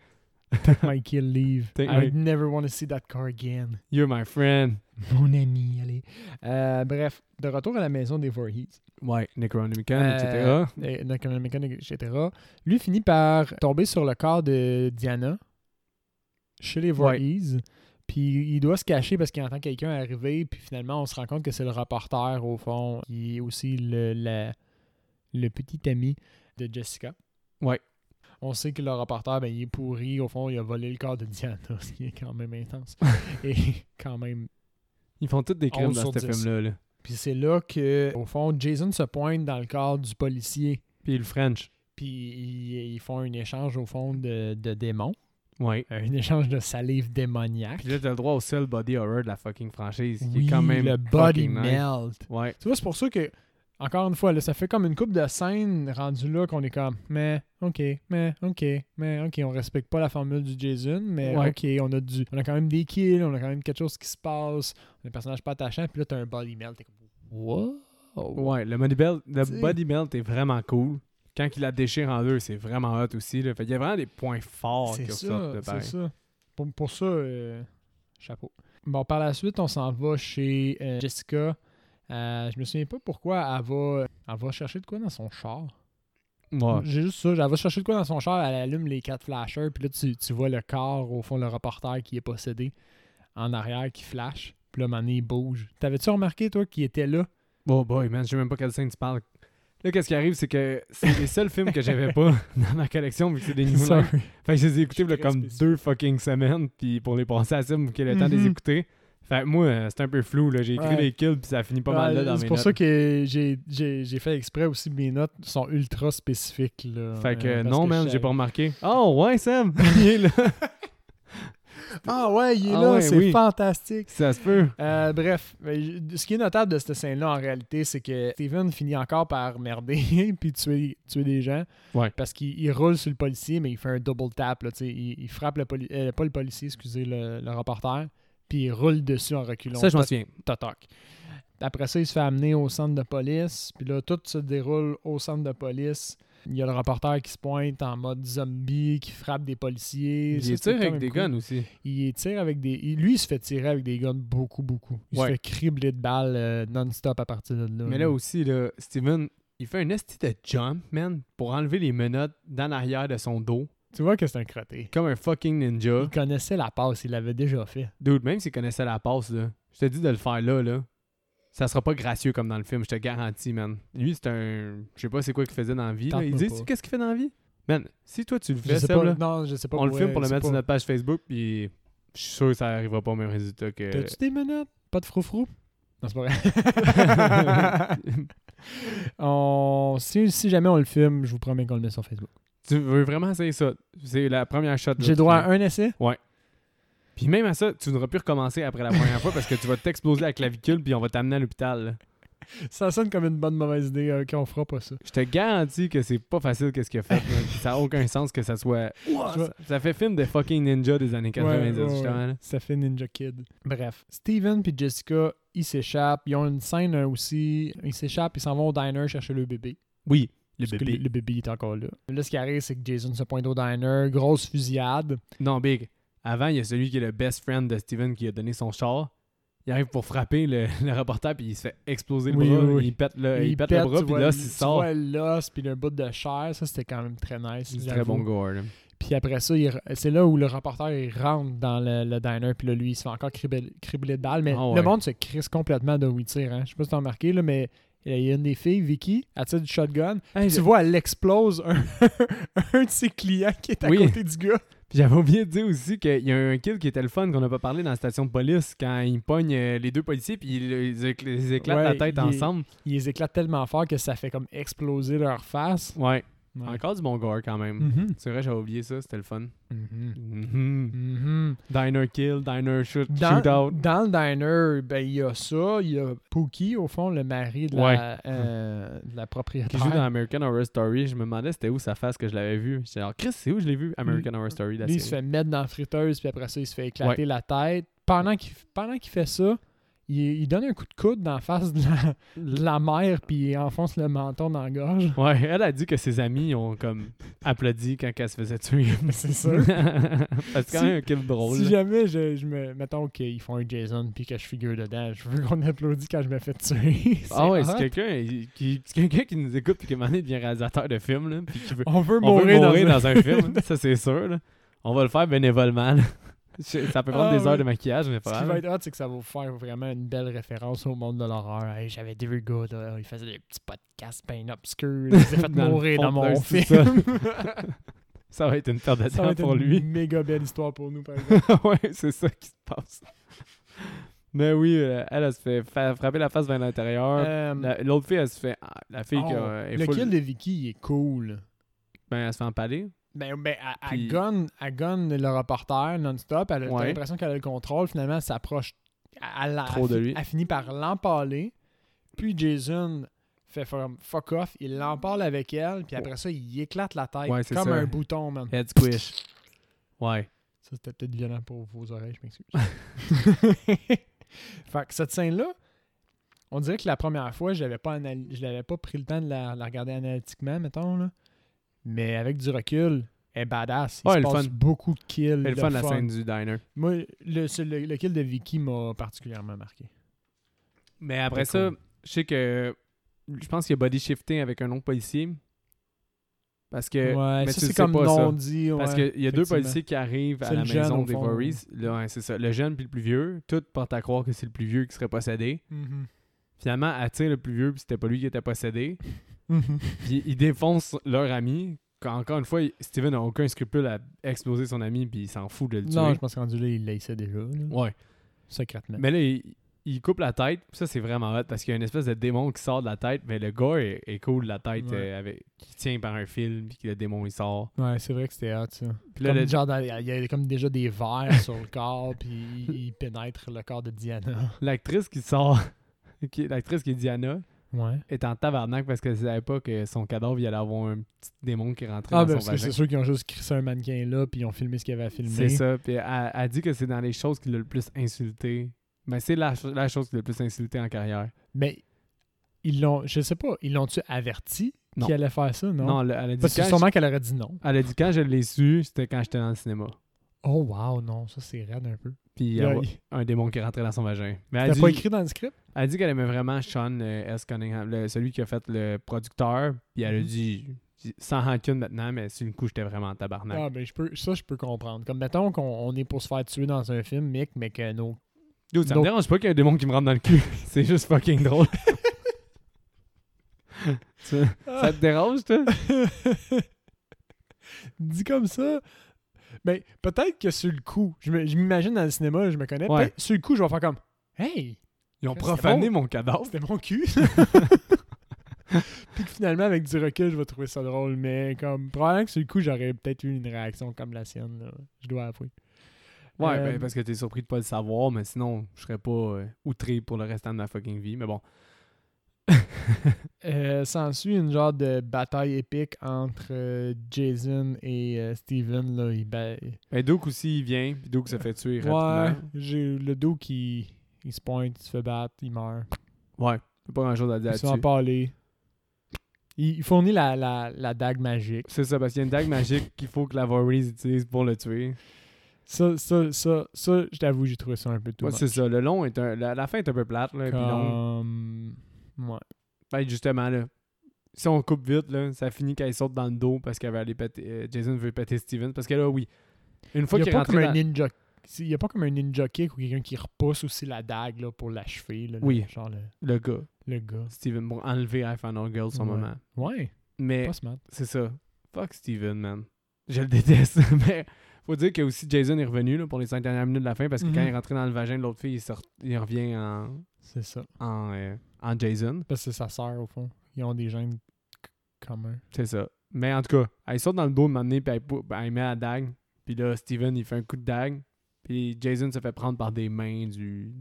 [SPEAKER 2] Mikey leave.
[SPEAKER 1] Take
[SPEAKER 2] I
[SPEAKER 1] my-
[SPEAKER 2] never want to see that car again.
[SPEAKER 1] You're my friend.
[SPEAKER 2] Mon ami, allez. Euh, bref, de retour à la maison des Voorhees.
[SPEAKER 1] Ouais, Necronomicon, etc.
[SPEAKER 2] Euh, et- Necronomicon, etc. Lui finit par tomber sur le corps de Diana chez les Voorhees. Puis il doit se cacher parce qu'il entend quelqu'un arriver. Puis finalement, on se rend compte que c'est le reporter, au fond, qui est aussi le, la- le petit ami de Jessica.
[SPEAKER 1] Ouais.
[SPEAKER 2] On sait que le reporter, ben, il est pourri. Au fond, il a volé le corps de Diana, ce qui est quand même intense. Et quand même
[SPEAKER 1] Ils font tous des crimes
[SPEAKER 2] 11
[SPEAKER 1] dans
[SPEAKER 2] sur
[SPEAKER 1] ce
[SPEAKER 2] 10.
[SPEAKER 1] film-là. là.
[SPEAKER 2] Puis c'est là que, au fond, Jason se pointe dans le corps du policier.
[SPEAKER 1] Puis le French.
[SPEAKER 2] Puis ils, ils font un échange, au fond, de, de démons. Euh,
[SPEAKER 1] Ouais.
[SPEAKER 2] Un échange de salive démoniaque.
[SPEAKER 1] Puis là, t'as le droit au seul body horror de la fucking franchise. qui
[SPEAKER 2] Oui,
[SPEAKER 1] est quand même
[SPEAKER 2] le
[SPEAKER 1] fucking
[SPEAKER 2] body
[SPEAKER 1] nice.
[SPEAKER 2] melt.
[SPEAKER 1] Ouais.
[SPEAKER 2] Tu vois, c'est pour ça que, encore une fois, là, ça fait comme une coupe de scènes rendues là qu'on est comme, mais, ok, mais, ok, mais, ok, on respecte pas la formule du Jason, mais,
[SPEAKER 1] Ouais.
[SPEAKER 2] ok, on a, du, on a quand même des kills, on a quand même quelque chose qui se passe, on a un personnage pas attachant, puis là, t'as un body melt. T'es comme, wow. Oh.
[SPEAKER 1] Ouais, le body melt, le
[SPEAKER 2] T'sais.
[SPEAKER 1] body melt est vraiment cool. Quand il la déchire en deux, c'est vraiment hot aussi. Là. Fait qu'il y a vraiment des points forts qui
[SPEAKER 2] C'est
[SPEAKER 1] ressortent de
[SPEAKER 2] ça, c'est
[SPEAKER 1] pareil.
[SPEAKER 2] ça. Pour, pour ça, euh, chapeau. Bon, par la suite, on s'en va chez euh, Jessica. Euh, je me souviens pas pourquoi elle va, elle va chercher de quoi dans son char.
[SPEAKER 1] Ouais.
[SPEAKER 2] J'ai juste ça. Elle va chercher de quoi dans son char. Elle allume les quatre flashers. Puis là, tu, tu vois le corps, au fond, le reporter qui est possédé en arrière qui flash. Puis là, Mané, il bouge. T'avais-tu remarqué, toi, qu'il était là?
[SPEAKER 1] Oh boy, man, je sais même pas quelle scène tu parles. Là, qu'est-ce qui arrive, c'est que c'est les seuls films que j'avais pas dans ma collection, vu que c'est des New Line.
[SPEAKER 2] Sorry.
[SPEAKER 1] Fait que je les ai écoutés
[SPEAKER 2] Je suis
[SPEAKER 1] là,
[SPEAKER 2] très
[SPEAKER 1] comme
[SPEAKER 2] spécifique.
[SPEAKER 1] deux fucking semaines, puis pour les passer à ça, pour qu'il y ait le temps de les
[SPEAKER 2] Mhm.
[SPEAKER 1] écouter. Fait que moi, euh, c'est un peu flou, là. J'ai écrit
[SPEAKER 2] Ouais.
[SPEAKER 1] les kills, puis ça finit pas mal là
[SPEAKER 2] Ouais,
[SPEAKER 1] dans mes
[SPEAKER 2] C'est pour
[SPEAKER 1] notes.
[SPEAKER 2] ça que j'ai- j'ai j'ai fait exprès aussi. Mes notes sont ultra spécifiques. Là,
[SPEAKER 1] Fait que
[SPEAKER 2] Euh, parce
[SPEAKER 1] non, man,
[SPEAKER 2] je
[SPEAKER 1] j'ai pas
[SPEAKER 2] savais-
[SPEAKER 1] remarqué. Oh, ouais, Sam, il est là.
[SPEAKER 2] Ah ouais, il est
[SPEAKER 1] Ah
[SPEAKER 2] là,
[SPEAKER 1] ouais,
[SPEAKER 2] c'est
[SPEAKER 1] oui.
[SPEAKER 2] fantastique.
[SPEAKER 1] Ça se peut.
[SPEAKER 2] Euh, bref, mais je- ce qui est notable de cette scène-là en réalité, c'est que Steven finit encore par merder puis tuer, tuer des gens.
[SPEAKER 1] Ouais.
[SPEAKER 2] Parce qu'il il roule sur le policier, mais il fait un double tap. Là, tu sais, il, il frappe le policier, pas le policier, excusez, le, le reporter, puis il roule dessus en reculant.
[SPEAKER 1] Ça, je m'en souviens.
[SPEAKER 2] Totoc. Après ça, il se fait amener au centre de police. Puis là, tout se déroule au centre de police. Il y a le reporter qui se pointe en mode zombie, qui frappe des policiers.
[SPEAKER 1] Il
[SPEAKER 2] Ça,
[SPEAKER 1] tire
[SPEAKER 2] c'était quand
[SPEAKER 1] avec
[SPEAKER 2] même
[SPEAKER 1] des
[SPEAKER 2] cool.
[SPEAKER 1] guns aussi.
[SPEAKER 2] Il tire avec des. il- lui, il se fait tirer avec des guns beaucoup, beaucoup. Il
[SPEAKER 1] Ouais.
[SPEAKER 2] se fait cribler de balles euh, non-stop à partir de là.
[SPEAKER 1] Mais là aussi, là, Steven, il fait un esti de jump, man, pour enlever les menottes dans l'arrière de son dos,
[SPEAKER 2] tu vois que c'est un crotté.
[SPEAKER 1] comme un fucking ninja.
[SPEAKER 2] Il connaissait la passe, il l'avait déjà fait.
[SPEAKER 1] Dude, même s'il connaissait la passe, là, je te dis de le faire là, là. ça sera pas gracieux comme dans le film, je te garantis, man. Lui, c'est un. Je sais pas c'est quoi qu'il faisait dans la vie. là. Il
[SPEAKER 2] Tente-moi
[SPEAKER 1] dit
[SPEAKER 2] pas.
[SPEAKER 1] qu'est-ce qu'il fait dans la vie? Man, si toi tu le
[SPEAKER 2] Je
[SPEAKER 1] fais,
[SPEAKER 2] sais
[SPEAKER 1] Seb,
[SPEAKER 2] pas.
[SPEAKER 1] là,
[SPEAKER 2] Non, je sais pas.
[SPEAKER 1] on le filme pour le
[SPEAKER 2] vrai,
[SPEAKER 1] mettre sur
[SPEAKER 2] c'est
[SPEAKER 1] notre page Facebook, puis je suis sûr que ça arrivera pas au même résultat que.
[SPEAKER 2] pas- T'as-tu des menottes? Pas de froufrou? Non, c'est pas vrai. On- si, si jamais on le filme, je vous promets qu'on le met sur Facebook.
[SPEAKER 1] tu veux vraiment essayer ça? C'est la première shot. là,
[SPEAKER 2] J'ai
[SPEAKER 1] tu
[SPEAKER 2] droit
[SPEAKER 1] fais.
[SPEAKER 2] à un essai?
[SPEAKER 1] Puis même à ça, tu n'auras plus recommencer après la première fois parce que tu vas t'exploser la clavicule puis on va t'amener à l'hôpital. là.
[SPEAKER 2] Ça sonne comme une bonne mauvaise idée. euh, Ok, on fera pas ça.
[SPEAKER 1] Je te garantis que c'est pas facile qu'est-ce qu'il a fait. là. Puis ça a aucun sens que ça soit. Ouah,
[SPEAKER 2] Je vais-
[SPEAKER 1] Ah, ça, ça fait film de fucking ninja des années 90
[SPEAKER 2] Ouais, ouais,
[SPEAKER 1] justement. là.
[SPEAKER 2] Ça fait Ninja Kid. Bref, Steven puis Jessica, ils s'échappent. Ils ont une scène euh, aussi. Ils s'échappent, ils s'en vont au diner chercher le bébé.
[SPEAKER 1] Oui, le
[SPEAKER 2] Parce que
[SPEAKER 1] bébé.
[SPEAKER 2] le bébé est encore là. Là, ce qui arrive, c'est que Jason se pointe au diner. Grosse fusillade.
[SPEAKER 1] Non, Big. Avant, il y a celui qui est le best friend de Steven qui a donné son char. Il arrive pour frapper le, le reporter puis il se fait exploser le
[SPEAKER 2] Oui,
[SPEAKER 1] bras.
[SPEAKER 2] oui, oui.
[SPEAKER 1] Il pète le, il pète le bras
[SPEAKER 2] tu
[SPEAKER 1] puis
[SPEAKER 2] vois,
[SPEAKER 1] là,
[SPEAKER 2] tu
[SPEAKER 1] s'il sort.
[SPEAKER 2] vois l'os, puis le bout de chair. Ça, c'était quand même très nice.
[SPEAKER 1] C'est très
[SPEAKER 2] j'avoue.
[SPEAKER 1] bon gore. là.
[SPEAKER 2] Puis après ça, il re- c'est là où le reporter il rentre dans le, le diner, puis là, lui, il se fait encore cribler, cribler de balles. Mais
[SPEAKER 1] Ah ouais.
[SPEAKER 2] le monde se crisse complètement de où il tire. Hein. Je sais pas si t'as remarqué, là, mais il y a une des filles, Vicky, elle tire du shotgun.
[SPEAKER 1] Hey,
[SPEAKER 2] Tu vois, elle explose un, un de ses clients qui est à
[SPEAKER 1] Oui.
[SPEAKER 2] côté du gars.
[SPEAKER 1] Puis j'avais oublié de dire aussi qu'il y a un kid qui était le fun qu'on n'a pas parlé dans la station de police quand il pogne euh, les deux policiers puis il euh, ils écl- ils éclatent
[SPEAKER 2] Ouais,
[SPEAKER 1] la tête
[SPEAKER 2] il est-
[SPEAKER 1] ensemble.
[SPEAKER 2] Il les éclate tellement fort que ça fait comme exploser leur face.
[SPEAKER 1] Ouais. Encore du bon gore quand même.
[SPEAKER 2] Mhm.
[SPEAKER 1] C'est vrai, j'avais oublié ça, c'était le fun.
[SPEAKER 2] Mhm.
[SPEAKER 1] Mhm.
[SPEAKER 2] Mhm.
[SPEAKER 1] Diner kill, diner shoot,
[SPEAKER 2] Dans,
[SPEAKER 1] shootout.
[SPEAKER 2] dans le diner, ben, il y a ça. Il y a Pookie, au fond, le mari de la,
[SPEAKER 1] Ouais.
[SPEAKER 2] euh, de la
[SPEAKER 1] Qui
[SPEAKER 2] propriétaire.
[SPEAKER 1] joue dans American Horror Story. Je me demandais c'était où sa face que je l'avais vu. J'étais genre, Chris, c'est où je l'ai vu American Horror Story la
[SPEAKER 2] Lui, il se
[SPEAKER 1] série.
[SPEAKER 2] fait mettre dans la friteuse, puis après ça, il se fait éclater la tête. Pendant qu'il pendant qu'il fait ça, il, il donne un coup de coude dans la face de la, de la mère, puis il enfonce le menton dans la gorge.
[SPEAKER 1] Ouais, elle a dit que ses amis ont comme applaudi quand elle se faisait tuer.
[SPEAKER 2] C'est
[SPEAKER 1] ça. c'est quand
[SPEAKER 2] Si-
[SPEAKER 1] même un kill drôle.
[SPEAKER 2] Si jamais je, je me. Mettons qu'ils font un Jason puis que je figure dedans, je veux qu'on applaudisse quand je me fais tuer. C'est
[SPEAKER 1] Ah ouais,
[SPEAKER 2] hot.
[SPEAKER 1] c'est quelqu'un il- qui, c'est quelqu'un qui nous écoute puis qui à un moment donné, devient réalisateur de film là, puis qui veut,
[SPEAKER 2] On veut
[SPEAKER 1] on veut
[SPEAKER 2] mourir, dans,
[SPEAKER 1] un film, ça c'est sûr. là. On va le faire bénévolement. là. Je- Ça peut prendre
[SPEAKER 2] Ah
[SPEAKER 1] des heures
[SPEAKER 2] oui.
[SPEAKER 1] de maquillage, mais
[SPEAKER 2] Ce
[SPEAKER 1] pas
[SPEAKER 2] qui va
[SPEAKER 1] grave. hein.
[SPEAKER 2] être hot, c'est que ça va vous faire vraiment une belle référence au monde de l'horreur. Hey, J'avais David Good, là, il faisait des petits podcasts bien obscurs. Il s'est fait
[SPEAKER 1] Dans le
[SPEAKER 2] mourir
[SPEAKER 1] fond
[SPEAKER 2] dans
[SPEAKER 1] de
[SPEAKER 2] mon
[SPEAKER 1] leur
[SPEAKER 2] film.
[SPEAKER 1] Ça va être une perte de
[SPEAKER 2] ça va
[SPEAKER 1] temps
[SPEAKER 2] être
[SPEAKER 1] pour
[SPEAKER 2] une
[SPEAKER 1] lui.
[SPEAKER 2] méga belle histoire pour nous, par exemple.
[SPEAKER 1] ouais, c'est ça qui se passe. Mais oui, euh, elle, elle se fait fa- frapper la face vers l'intérieur.
[SPEAKER 2] Euh,
[SPEAKER 1] La- L'autre fille, elle se fait. ah, La fille qui
[SPEAKER 2] oh,
[SPEAKER 1] a- est
[SPEAKER 2] le
[SPEAKER 1] full-
[SPEAKER 2] kill de Vicky, il est cool.
[SPEAKER 1] ben, elle se fait empaler.
[SPEAKER 2] Ben, ben, elle, elle
[SPEAKER 1] Puis-
[SPEAKER 2] gonne- elle gonne le reporter non-stop. Elle a t'as
[SPEAKER 1] Ouais.
[SPEAKER 2] l'impression qu'elle a le contrôle. Finalement, elle s'approche. Elle, elle-
[SPEAKER 1] Trop
[SPEAKER 2] elle
[SPEAKER 1] de
[SPEAKER 2] fi-
[SPEAKER 1] lui.
[SPEAKER 2] Elle finit par l'empaler. Puis Jason fait from- fuck off. Il l'empale avec elle. Puis après ça, il éclate la tête
[SPEAKER 1] Ouais, c'est
[SPEAKER 2] comme
[SPEAKER 1] ça.
[SPEAKER 2] un bouton, man.
[SPEAKER 1] Head squish. Ouais.
[SPEAKER 2] Ça, c'était peut-être violent pour vos oreilles, je m'excuse. fait que cette scène-là, on dirait que la première fois, je l'avais pas, anal- je l'avais pas pris le temps de la, la regarder analytiquement, mettons. Là. Mais avec du recul, elle est badass. Il
[SPEAKER 1] Ouais,
[SPEAKER 2] se
[SPEAKER 1] le
[SPEAKER 2] passe
[SPEAKER 1] fun.
[SPEAKER 2] beaucoup de kills.
[SPEAKER 1] Elle
[SPEAKER 2] de
[SPEAKER 1] le fun, la
[SPEAKER 2] fun.
[SPEAKER 1] scène du diner.
[SPEAKER 2] Moi, le, ce- le- le kill de Vicky m'a particulièrement marqué.
[SPEAKER 1] Mais après
[SPEAKER 2] Très
[SPEAKER 1] ça,
[SPEAKER 2] cool.
[SPEAKER 1] je sais que. Je pense qu'il a body shifté avec un autre policier. Parce que.
[SPEAKER 2] ouais,
[SPEAKER 1] mais
[SPEAKER 2] ça,
[SPEAKER 1] tu
[SPEAKER 2] c'est
[SPEAKER 1] sais
[SPEAKER 2] comme
[SPEAKER 1] pas, ça.
[SPEAKER 2] non dit.
[SPEAKER 1] Parce
[SPEAKER 2] ouais.
[SPEAKER 1] qu'il y a deux
[SPEAKER 2] effectivement.
[SPEAKER 1] policiers qui arrivent à
[SPEAKER 2] C'est
[SPEAKER 1] la
[SPEAKER 2] le jeune,
[SPEAKER 1] maison
[SPEAKER 2] au
[SPEAKER 1] des
[SPEAKER 2] fond.
[SPEAKER 1] Voorhees. Là, ouais, c'est ça. Le jeune puis le plus vieux. Tout porte à croire que c'est le plus vieux qui serait possédé.
[SPEAKER 2] Mhm.
[SPEAKER 1] Finalement, elle tire le plus vieux puis c'était pas lui qui était possédé.
[SPEAKER 2] Mhm.
[SPEAKER 1] Puis ils défoncent leur ami. Quand- Encore une fois, Steven n'a aucun scrupule à exploser son ami puis il s'en fout de le tuer.
[SPEAKER 2] Non, je pense que rendu là, il laissait déjà. là,
[SPEAKER 1] Ouais.
[SPEAKER 2] Secrètement.
[SPEAKER 1] Mais là, il, il coupe la tête. Ça, c'est vraiment hot parce qu'il y a une espèce de démon qui sort de la tête. Mais le gars est, est cool, la tête,
[SPEAKER 2] Ouais.
[SPEAKER 1] euh, avec, qui tient par un fil puis que le démon il sort.
[SPEAKER 2] Ouais, c'est vrai que c'était hot, ça.
[SPEAKER 1] Puis là,
[SPEAKER 2] Comme
[SPEAKER 1] le-
[SPEAKER 2] genre dans- il y a comme déjà des verres sur le corps, puis il pénètre le corps de Diana.
[SPEAKER 1] l'actrice qui sort, qui- l'actrice qui est Diana,
[SPEAKER 2] Ouais.
[SPEAKER 1] est en tabarnak parce qu'elle savait pas que son cadavre, il allait avoir un petit démon qui rentrait
[SPEAKER 2] Ah,
[SPEAKER 1] dans
[SPEAKER 2] ben,
[SPEAKER 1] son
[SPEAKER 2] parce que
[SPEAKER 1] vagin.
[SPEAKER 2] c'est sûr qu'ils ont juste crissé un mannequin là, puis ils ont filmé ce qu'il y avait à
[SPEAKER 1] C'est
[SPEAKER 2] filmer.
[SPEAKER 1] ça. Puis elle, elle dit que c'est dans les choses qui l'a le plus insulté. Mais c'est la, cho- la chose qui l'a le plus insulté en carrière.
[SPEAKER 2] Mais ils l'ont, je sais pas, ils l'ont-tu averti
[SPEAKER 1] Non.
[SPEAKER 2] qu'il allait faire ça, non?
[SPEAKER 1] Non, elle, elle a dit
[SPEAKER 2] parce que
[SPEAKER 1] quand
[SPEAKER 2] sûrement qu'elle aurait dit non.
[SPEAKER 1] je, elle a dit quand je l'ai su, c'était quand j'étais dans le cinéma.
[SPEAKER 2] Oh, wow, non, ça c'est raide un peu.
[SPEAKER 1] Puis
[SPEAKER 2] Là,
[SPEAKER 1] elle voit
[SPEAKER 2] il-
[SPEAKER 1] un démon qui rentrait dans son vagin. Mais elle
[SPEAKER 2] T'as
[SPEAKER 1] dit,
[SPEAKER 2] pas écrit dans le script?
[SPEAKER 1] elle dit qu'elle aimait vraiment Sean euh, S. Cunningham, le- celui qui a fait le producteur. Puis elle a
[SPEAKER 2] Mhm.
[SPEAKER 1] dit, sans rancune maintenant, mais sur le coup, j'étais vraiment en tabarnak.
[SPEAKER 2] Ah, ben, je peux, ça, je peux comprendre. Comme, mettons qu'on on est pour se faire tuer dans un film, Mick, mais que nos
[SPEAKER 1] Dude, ça
[SPEAKER 2] Donc-
[SPEAKER 1] me dérange pas qu'il y ait des démon qui me rentre dans le cul. C'est juste fucking drôle. Tu- ça te dérange, toi?
[SPEAKER 2] Dit comme ça. Mais peut-être que sur le coup, je me- je m'imagine dans le cinéma, je me connais.
[SPEAKER 1] Ouais.
[SPEAKER 2] peut-être Sur le coup, je vais faire comme Hey,
[SPEAKER 1] Ils ont
[SPEAKER 2] C'est
[SPEAKER 1] profané mon cadavre.
[SPEAKER 2] c'était mon cul. Puis que finalement, avec du recul, je vais trouver ça drôle. Mais comme, probablement que sur le coup, j'aurais peut-être eu une réaction comme la sienne. là. Je dois avouer.
[SPEAKER 1] Ouais,
[SPEAKER 2] Euh,
[SPEAKER 1] ben, parce que t'es surpris de pas le savoir, mais sinon, je serais pas euh, outré pour le restant de ma fucking vie. Mais bon.
[SPEAKER 2] Euh, S'ensuit une genre de bataille épique entre euh, Jason et euh, Steven. Là, il ba-
[SPEAKER 1] Ben, Duke aussi, il vient, puis Duke se fait tuer
[SPEAKER 2] Ouais,
[SPEAKER 1] rapidement.
[SPEAKER 2] j'ai le dos qui il se pointe, il se fait battre, il meurt.
[SPEAKER 1] Ouais, c'est pas grand chose à dire
[SPEAKER 2] Il se
[SPEAKER 1] là-dessus.
[SPEAKER 2] fait parler. Il il fournit la, la, la dague magique.
[SPEAKER 1] C'est ça, parce qu'il y a une dague magique qu'il faut que la Valories utilise pour le tuer.
[SPEAKER 2] Ça, ça, ça, ça, je t'avoue, j'ai trouvé ça un peu tout.
[SPEAKER 1] Ouais, c'est ça. Le long est un. La, la fin est un peu plate, là. puis long.
[SPEAKER 2] Comme... Ouais.
[SPEAKER 1] Ben, justement, là. Si on coupe vite, là, ça finit qu'elle saute dans le dos parce qu'elle veut aller péter. euh, Jason veut péter Steven. Parce que là, oui. Une fois
[SPEAKER 2] Il
[SPEAKER 1] qu'il
[SPEAKER 2] n'y
[SPEAKER 1] est
[SPEAKER 2] a, pas
[SPEAKER 1] rentré.
[SPEAKER 2] comme un
[SPEAKER 1] dans-
[SPEAKER 2] ninja... si- il y a pas comme un ninja kick ou quelqu'un qui repousse aussi la dague là, pour l'achever. là, le-
[SPEAKER 1] Oui.
[SPEAKER 2] Genre le,
[SPEAKER 1] Le gars,
[SPEAKER 2] le gars.
[SPEAKER 1] Steven, pour enlever I Found Our Girl son
[SPEAKER 2] Ouais.
[SPEAKER 1] moment.
[SPEAKER 2] Ouais,
[SPEAKER 1] Mais
[SPEAKER 2] pas smart.
[SPEAKER 1] c'est ça. Fuck Steven, man. Je le déteste. Mais faut dire que aussi Jason est revenu là, pour les cinq dernières minutes de la fin parce que
[SPEAKER 2] Mhm.
[SPEAKER 1] quand il est rentré dans le vagin de l'autre fille, il, sort... il revient en,
[SPEAKER 2] C'est ça.
[SPEAKER 1] en, euh, en Jason.
[SPEAKER 2] Parce que c'est sa sœur, au fond. Ils ont des gènes c- communs.
[SPEAKER 1] C'est ça. Mais en tout cas, elle sort dans le dos de m'amener, puis elle, pou- elle met la dague. Puis là, Steven, il fait un coup de dague. Puis Jason se fait prendre par des mains du.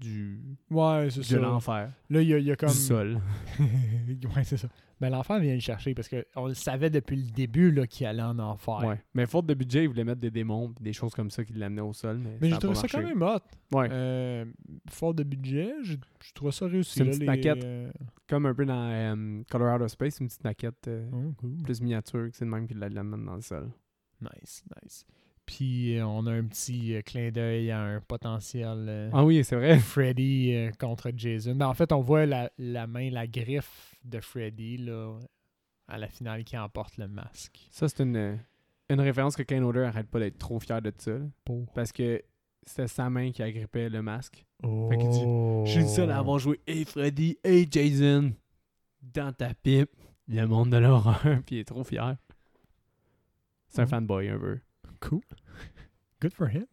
[SPEAKER 1] du.
[SPEAKER 2] Ouais, c'est
[SPEAKER 1] de
[SPEAKER 2] ça.
[SPEAKER 1] l'enfer.
[SPEAKER 2] Là, il y a, il y a comme.
[SPEAKER 1] Du sol.
[SPEAKER 2] ouais, c'est ça. Ben, l'enfer vient le chercher parce qu'on le savait depuis le début là, qu'il allait en enfer.
[SPEAKER 1] Ouais. Mais faute de budget, il voulait mettre des démons, puis des choses comme ça qui l'amenaient au sol. Mais, ça
[SPEAKER 2] Mais j'ai
[SPEAKER 1] a
[SPEAKER 2] trouvé
[SPEAKER 1] pas
[SPEAKER 2] ça quand
[SPEAKER 1] marché.
[SPEAKER 2] même hot.
[SPEAKER 1] Ouais.
[SPEAKER 2] Euh, fort de budget, j'ai j'ai trouvé ça réussi.
[SPEAKER 1] C'est une
[SPEAKER 2] là,
[SPEAKER 1] petite
[SPEAKER 2] les-
[SPEAKER 1] maquette.
[SPEAKER 2] euh,
[SPEAKER 1] Comme un peu dans euh, Colorado Space, une petite maquette euh,
[SPEAKER 2] oh, cool.
[SPEAKER 1] plus miniature, que c'est le même, puis il l'amène dans le sol.
[SPEAKER 2] Nice, nice. Puis euh, on a un petit euh, clin d'œil à un potentiel euh,
[SPEAKER 1] Ah oui, c'est vrai.
[SPEAKER 2] Freddy euh, contre Jason. Ben, en fait, on voit la, la main, la griffe de Freddy là, à la finale qui emporte le masque.
[SPEAKER 1] Ça, c'est une, euh, une référence que Kane Oder arrête pas d'être trop fier de ça. là.
[SPEAKER 2] Pour...
[SPEAKER 1] parce que c'était sa main qui agrippait le masque.
[SPEAKER 2] Oh.
[SPEAKER 1] Fait qu'il dit, Je suis le seul à avoir joué Hey Freddy, Hey Jason dans ta pipe, le monde de l'horreur, puis il est trop fier. C'est un
[SPEAKER 2] Mhm.
[SPEAKER 1] fanboy un peu.
[SPEAKER 2] Cool. Good for him.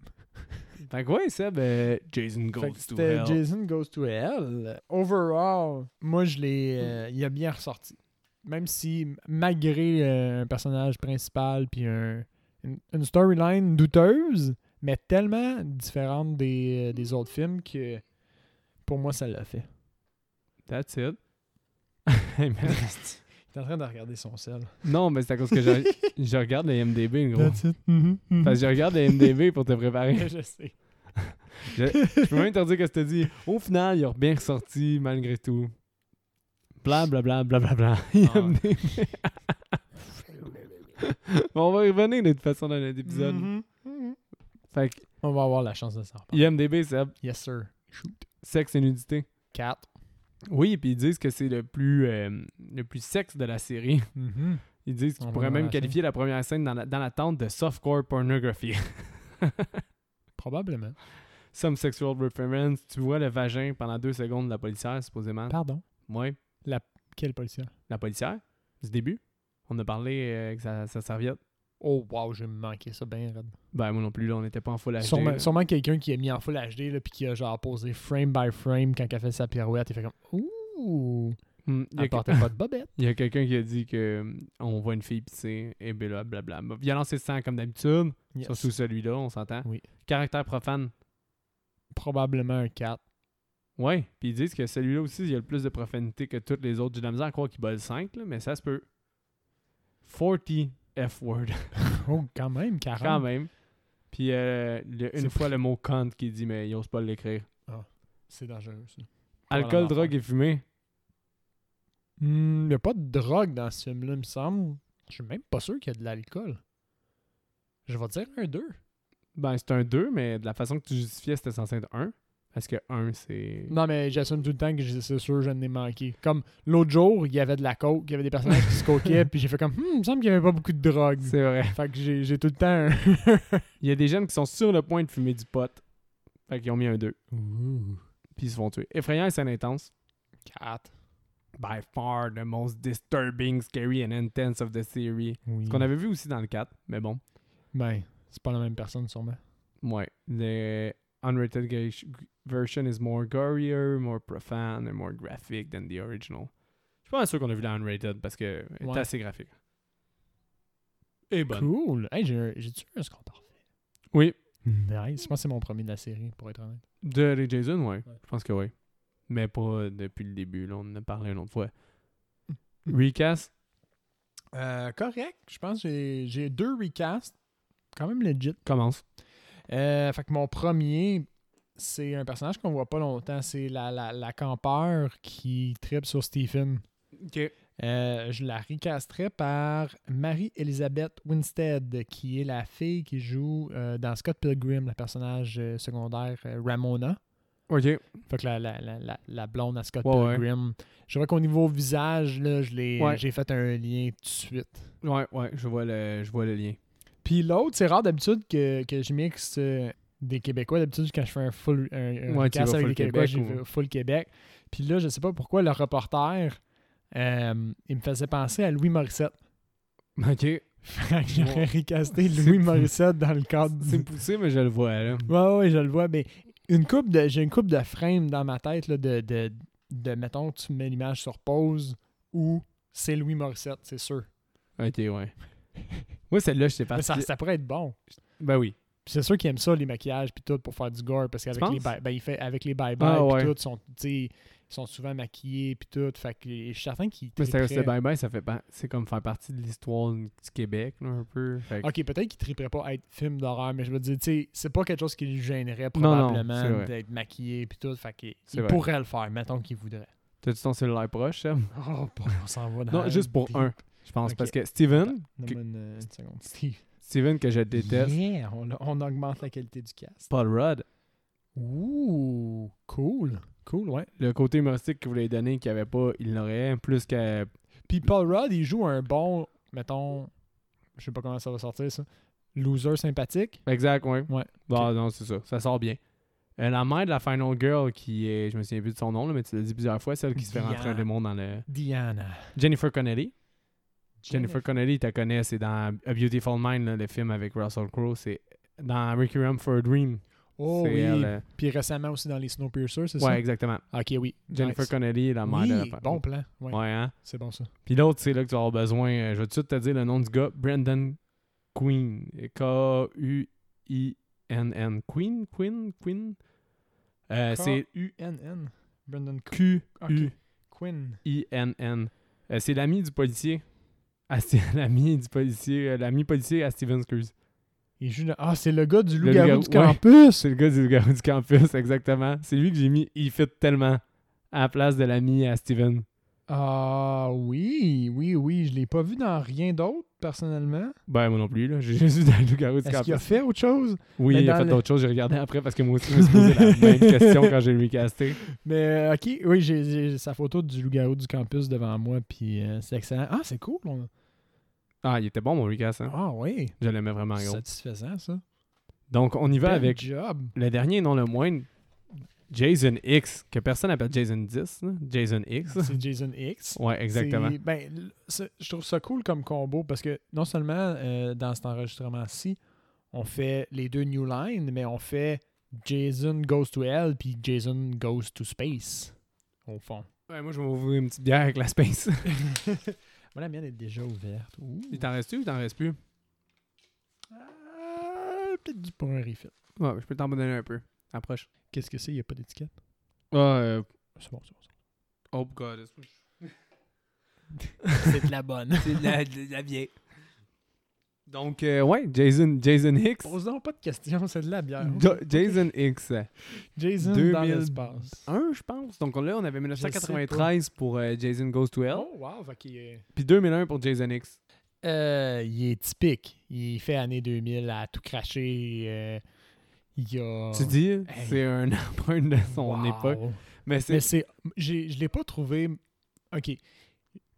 [SPEAKER 1] Fait que ouais, Seb, euh, Jason goes
[SPEAKER 2] Fait que
[SPEAKER 1] to
[SPEAKER 2] c'était
[SPEAKER 1] hell.
[SPEAKER 2] Jason Goes to Hell. Overall, moi, je l'ai. euh,
[SPEAKER 1] Mm.
[SPEAKER 2] il a bien ressorti. Même si, malgré euh, un personnage principal puis un- une, une storyline douteuse, mais tellement différente des, euh, des autres films que pour moi, ça l'a fait.
[SPEAKER 1] That's it. Hey, man.
[SPEAKER 2] Il est en train de regarder son sel.
[SPEAKER 1] non, mais c'est à cause que je, je regarde les MDB, gros.
[SPEAKER 2] That's it. Mhm, mhm.
[SPEAKER 1] Parce que je regarde les MDB pour te préparer.
[SPEAKER 2] je sais.
[SPEAKER 1] Je peux même te dire que je te dis, au final, il a bien ressorti malgré tout. Bla bla bla bla bla
[SPEAKER 2] Ah,
[SPEAKER 1] bla. IMDb. On va y revenir de toute façon dans l'épisode.
[SPEAKER 2] Mhm, mhm.
[SPEAKER 1] Fait que
[SPEAKER 2] On va avoir la chance de s'en reparler.
[SPEAKER 1] IMDB, c'est
[SPEAKER 2] Yes, sir. Shoot.
[SPEAKER 1] sexe et nudité.
[SPEAKER 2] 4.
[SPEAKER 1] Oui, puis ils disent que c'est le plus euh, le plus sexe de la série.
[SPEAKER 2] Mm-hmm.
[SPEAKER 1] Ils disent
[SPEAKER 2] On
[SPEAKER 1] qu'ils
[SPEAKER 2] va
[SPEAKER 1] pourraient
[SPEAKER 2] dans
[SPEAKER 1] même
[SPEAKER 2] la
[SPEAKER 1] qualifier la première scène dans la, dans la tente de softcore pornography.
[SPEAKER 2] Probablement.
[SPEAKER 1] Some sexual reference. Tu vois le vagin pendant deux secondes de la policière, supposément.
[SPEAKER 2] Pardon.
[SPEAKER 1] Ouais,
[SPEAKER 2] Quel policier?
[SPEAKER 1] la policière, du début. On a parlé euh, avec sa, sa serviette.
[SPEAKER 2] Oh wow, j'ai manqué ça bien raide.
[SPEAKER 1] Ben, moi non plus, là, on n'était pas en full HD.
[SPEAKER 2] Sûrement,
[SPEAKER 1] là.
[SPEAKER 2] sûrement quelqu'un qui a mis en full HD là, puis qui a genre posé frame by frame quand elle fait sa pirouette, il fait comme ouh,
[SPEAKER 1] Hmm, il y a
[SPEAKER 2] elle
[SPEAKER 1] que-
[SPEAKER 2] portait pas de bobette.
[SPEAKER 1] Il y a quelqu'un qui a dit que hum, on voit une fille pisser et ben blablabla. Violence et sang comme d'habitude,
[SPEAKER 2] Yes.
[SPEAKER 1] surtout celui-là, on s'entend.
[SPEAKER 2] Oui.
[SPEAKER 1] Caractère profane.
[SPEAKER 2] Probablement un 4.
[SPEAKER 1] Ouais, puis ils disent que celui-là aussi, il y a le plus de profanité que toutes les autres. J'ai de la misère à croire qu'il bat le 5, là, mais ça se peut. 40 F-word,
[SPEAKER 2] Oh, quand même, 40.
[SPEAKER 1] quand même. Puis euh, le-
[SPEAKER 2] C'est
[SPEAKER 1] une fois le mot cunt qui dit, mais ils osent pas l'écrire.
[SPEAKER 2] C'est dangereux ça.
[SPEAKER 1] Alcool,
[SPEAKER 2] l'enfant.
[SPEAKER 1] drogue et fumée.
[SPEAKER 2] Il n'y Hmm, a pas de drogue dans ce film-là, il me semble. Je suis même pas sûr qu'il y a de l'alcool. Je vais dire un 2.
[SPEAKER 1] Ben, c'est un 2, mais de la façon que tu justifiais, c'était censé être 1. Parce que 1, c'est.
[SPEAKER 2] Non, mais j'assume tout le temps que j'ai- c'est sûr je n'ai manqué. Comme l'autre jour, il y avait de la coke, il y avait des personnages qui se coquaient, puis j'ai fait comme, Hum, il me semble qu'il n'y avait pas beaucoup de drogue.
[SPEAKER 1] C'est vrai.
[SPEAKER 2] Fait que j'ai j'ai tout le temps un-
[SPEAKER 1] Il y a des jeunes qui sont sur le point de fumer du pot. Fait qu'ils ont mis un 2.
[SPEAKER 2] Ouh.
[SPEAKER 1] Puis ils se font tuer. Effrayant et scène intense.
[SPEAKER 2] 4.
[SPEAKER 1] By far the most disturbing, scary and intense of the series.
[SPEAKER 2] Oui.
[SPEAKER 1] Ce qu'on avait vu aussi dans le 4, mais bon.
[SPEAKER 2] Ben, c'est pas la même personne, sûrement.
[SPEAKER 1] Ouais. The unrated gauge- version is more gorier, more profound and more graphic than the original. Je suis pas mal sûr qu'on a vu la unrated parce que elle est
[SPEAKER 2] Ouais.
[SPEAKER 1] assez graphique. Et bonne.
[SPEAKER 2] Cool. Hey, j'ai- j'ai-tu eu un score parfait?
[SPEAKER 1] Oui.
[SPEAKER 2] Nice. Je pense que c'est mon premier de la série, pour être honnête.
[SPEAKER 1] De les Jason, ouais.
[SPEAKER 2] Ouais.
[SPEAKER 1] Je pense que oui. Mais pas depuis le début. Là, on en a parlé une autre fois. Recast.
[SPEAKER 2] Euh, correct. Je pense que j'ai- j'ai deux recasts. Quand même legit.
[SPEAKER 1] Commence.
[SPEAKER 2] Euh, fait que mon premier, c'est un personnage qu'on voit pas longtemps. C'est la, la, la campeur qui tripe sur Stephen.
[SPEAKER 1] OK.
[SPEAKER 2] Euh, je la recasterai par Marie-Elisabeth Winstead, qui est la fille qui joue euh, dans Scott Pilgrim, le personnage euh, secondaire euh, Ramona.
[SPEAKER 1] OK.
[SPEAKER 2] Fait que la, la, la, la, la blonde à Scott
[SPEAKER 1] Ouais, ouais.
[SPEAKER 2] Pilgrim. Je vois qu'au niveau visage, là, je l'ai-
[SPEAKER 1] Ouais.
[SPEAKER 2] j'ai fait un lien tout de suite.
[SPEAKER 1] Ouais, ouais, je vois le, je vois le lien.
[SPEAKER 2] Puis l'autre, c'est rare d'habitude que, que je mixe euh, des Québécois. D'habitude, quand je fais un full un, un
[SPEAKER 1] Ouais, tu
[SPEAKER 2] cast
[SPEAKER 1] vas
[SPEAKER 2] avec
[SPEAKER 1] full
[SPEAKER 2] des Québécois,
[SPEAKER 1] Québec
[SPEAKER 2] j'ai
[SPEAKER 1] ou-
[SPEAKER 2] fait full Québec. Puis là, je sais pas pourquoi le reporter, euh, il me faisait penser à Louis Morissette.
[SPEAKER 1] OK.
[SPEAKER 2] Fait que J'aurais
[SPEAKER 1] Wow.
[SPEAKER 2] recasté
[SPEAKER 1] C'est-
[SPEAKER 2] Louis Morissette dans le cadre du...
[SPEAKER 1] C'est poussé, mais je le vois, là.
[SPEAKER 2] Ouais, ouais, je le vois. Mais une coupe de, j'ai une coupe de frame dans ma tête là, de, de, de, mettons, tu mets l'image sur pause ou c'est Louis Morissette, c'est sûr.
[SPEAKER 1] OK, ouais. Moi, celle-là, je sais pas.
[SPEAKER 2] Mais ça, ça pourrait être bon.
[SPEAKER 1] Ben oui.
[SPEAKER 2] Puis c'est sûr qu'il aime ça, les maquillages puis tout, pour faire du gore, parce qu'avec
[SPEAKER 1] penses?
[SPEAKER 2] les bye- ben, il fait avec les bye-bye
[SPEAKER 1] Ah,
[SPEAKER 2] puis
[SPEAKER 1] ouais.
[SPEAKER 2] tout, sont, tu sais, ils sont souvent maquillés puis tout. Fait que je suis certain qu'il
[SPEAKER 1] Mais c'est
[SPEAKER 2] triperait-
[SPEAKER 1] le bye-bye, ça fait pas... C'est comme faire partie de l'histoire du Québec, là, un peu. Fait que-
[SPEAKER 2] Ok, peut-être qu'il triperait pas à être film d'horreur, mais je veux dire, tu sais, c'est pas quelque chose qui le gênerait
[SPEAKER 1] Non, non,
[SPEAKER 2] probablement
[SPEAKER 1] c'est vrai.
[SPEAKER 2] d'être maquillé puis tout. Fait qu'il
[SPEAKER 1] C'est
[SPEAKER 2] il
[SPEAKER 1] vrai.
[SPEAKER 2] pourrait le faire, mettons qu'il voudrait.
[SPEAKER 1] T'as-tu ton cellulaire proche, Seb?
[SPEAKER 2] Oh, bon, on s'en va dans
[SPEAKER 1] Non, juste pour
[SPEAKER 2] deep.
[SPEAKER 1] un, je pense.
[SPEAKER 2] Ok.
[SPEAKER 1] Parce que Steven, que-
[SPEAKER 2] Donne-moi une, euh, une seconde. Steve.
[SPEAKER 1] Steven que je déteste,
[SPEAKER 2] Yeah, on, on augmente la qualité du cast.
[SPEAKER 1] Paul Rudd,
[SPEAKER 2] Ouh, cool. Cool, ouais.
[SPEAKER 1] le côté humoristique qu'il voulait donner, qu'il avait pas, il l'aurait, plus qu'à...
[SPEAKER 2] Puis Paul Rudd, il joue un bon, mettons, je sais pas comment ça va sortir ça, loser sympathique.
[SPEAKER 1] Exact, ouais.
[SPEAKER 2] Ouais,
[SPEAKER 1] Bon, non, c'est ça. Ça sort bien. Euh, la mère de la Final Girl, qui est... Je me souviens plus de son nom, là, mais tu l'as dit plusieurs fois, celle qui se fait rentrer un
[SPEAKER 2] Diane.
[SPEAKER 1] démon dans le...
[SPEAKER 2] Diana.
[SPEAKER 1] Jennifer Connelly. Jennifer Connelly, tu la connais, c'est dans A Beautiful Mind, là, le film avec Russell Crowe. C'est dans Requiem for a Dream.
[SPEAKER 2] Oh
[SPEAKER 1] c'est
[SPEAKER 2] oui.
[SPEAKER 1] elle, euh,
[SPEAKER 2] Puis récemment aussi dans les Snowpiercer, c'est
[SPEAKER 1] ouais,
[SPEAKER 2] ça?
[SPEAKER 1] exactement.
[SPEAKER 2] Ok, oui.
[SPEAKER 1] Jennifer
[SPEAKER 2] Nice.
[SPEAKER 1] Connelly est la mère de la
[SPEAKER 2] Oui, bon plan. Ouais,
[SPEAKER 1] Ouais, hein?
[SPEAKER 2] C'est bon ça.
[SPEAKER 1] Puis l'autre, c'est là que tu vas avoir besoin. euh, je vais tout de suite te dire le nom du gars. Brandon Queen. K-U-I-N-N. Queen? Queen? Queen? Euh, c'est
[SPEAKER 2] U-N-N. Brendan
[SPEAKER 1] Q-U-I-N-N.
[SPEAKER 2] Quinn.
[SPEAKER 1] Euh, c'est l'ami du policier. Ah, c'est l'ami du policier. euh, l'ami policier à Steven Scrooge.
[SPEAKER 2] Il joue dans- Ah, c'est le gars du
[SPEAKER 1] Le
[SPEAKER 2] loup-garou
[SPEAKER 1] loup-garou, ouais.
[SPEAKER 2] du campus.
[SPEAKER 1] C'est le gars du, gars du campus, exactement. C'est lui que j'ai mis. Il fit tellement à la place de l'ami à Steven.
[SPEAKER 2] Ah oui, oui, oui. Je l'ai pas vu dans rien d'autre, personnellement.
[SPEAKER 1] Ben, moi non plus, là. J'ai juste vu dans le loup-garou du
[SPEAKER 2] Est-ce
[SPEAKER 1] campus.
[SPEAKER 2] qu'il a fait autre chose?
[SPEAKER 1] Oui,
[SPEAKER 2] Mais
[SPEAKER 1] il a
[SPEAKER 2] dans
[SPEAKER 1] fait
[SPEAKER 2] le-
[SPEAKER 1] d'autres choses. J'ai regardé après parce que moi aussi, je me suis posé la même question quand j'ai recasté.
[SPEAKER 2] Mais euh, ok, oui, j'ai- j'ai sa photo du loup-garou du campus devant moi, puis euh, c'est excellent. Ah, c'est cool. on-
[SPEAKER 1] Ah, il était bon, mon recast. Hein.
[SPEAKER 2] Ah oui,
[SPEAKER 1] Je l'aimais vraiment, gros.
[SPEAKER 2] satisfaisant ça.
[SPEAKER 1] Donc, on y va
[SPEAKER 2] Bel
[SPEAKER 1] avec
[SPEAKER 2] job.
[SPEAKER 1] le dernier, non le moindre. Jason X, que personne n'appelle Jason 10. là. Jason X.
[SPEAKER 2] C'est Jason X.
[SPEAKER 1] Ouais, exactement.
[SPEAKER 2] C'est- Ben, l- c'est- je trouve ça cool comme combo parce que non seulement euh, dans cet enregistrement-ci, on fait les deux New Line, mais on fait Jason Goes to Hell puis Jason Goes to Space, au fond.
[SPEAKER 1] Ouais, moi, je vais ouvrir une petite bière avec la Space.
[SPEAKER 2] Moi, la mienne est déjà ouverte. Ouh.
[SPEAKER 1] il t'en reste-tu ou t'en reste plus?
[SPEAKER 2] Ah, Peut-être du pour un refit.
[SPEAKER 1] Ouais, je peux t'en donner un peu. Approche.
[SPEAKER 2] Qu'est-ce que c'est? Il n'y a pas d'étiquette?
[SPEAKER 1] Ah, euh,
[SPEAKER 2] C'est bon, c'est bon. c'est
[SPEAKER 1] oh, God. est-ce que je-
[SPEAKER 2] bon. C'est de la bonne.
[SPEAKER 1] C'est de la, vieille. Donc, euh, ouais, Jason, Jason Hicks.
[SPEAKER 2] Pose donc pas de questions, c'est de la bière.
[SPEAKER 1] Jo- Jason Hicks.
[SPEAKER 2] Jason
[SPEAKER 1] 2000.
[SPEAKER 2] dans l'espace.
[SPEAKER 1] Un, je pense. Donc là, on avait
[SPEAKER 2] sais pas.
[SPEAKER 1] 1993 pour euh, Jason Goes to Hell,
[SPEAKER 2] Oh, wow, fait qu'il est...
[SPEAKER 1] puis 2001 pour Jason X.
[SPEAKER 2] Euh, il est typique. Il fait année 2000 à tout cracher. euh, il y a...
[SPEAKER 1] Tu dis,
[SPEAKER 2] Ah. Hey.
[SPEAKER 1] c'est un empreinte de son
[SPEAKER 2] Wow.
[SPEAKER 1] époque. Mais c'est.
[SPEAKER 2] Mais c'est... j'ai- Je l'ai pas trouvé... OK.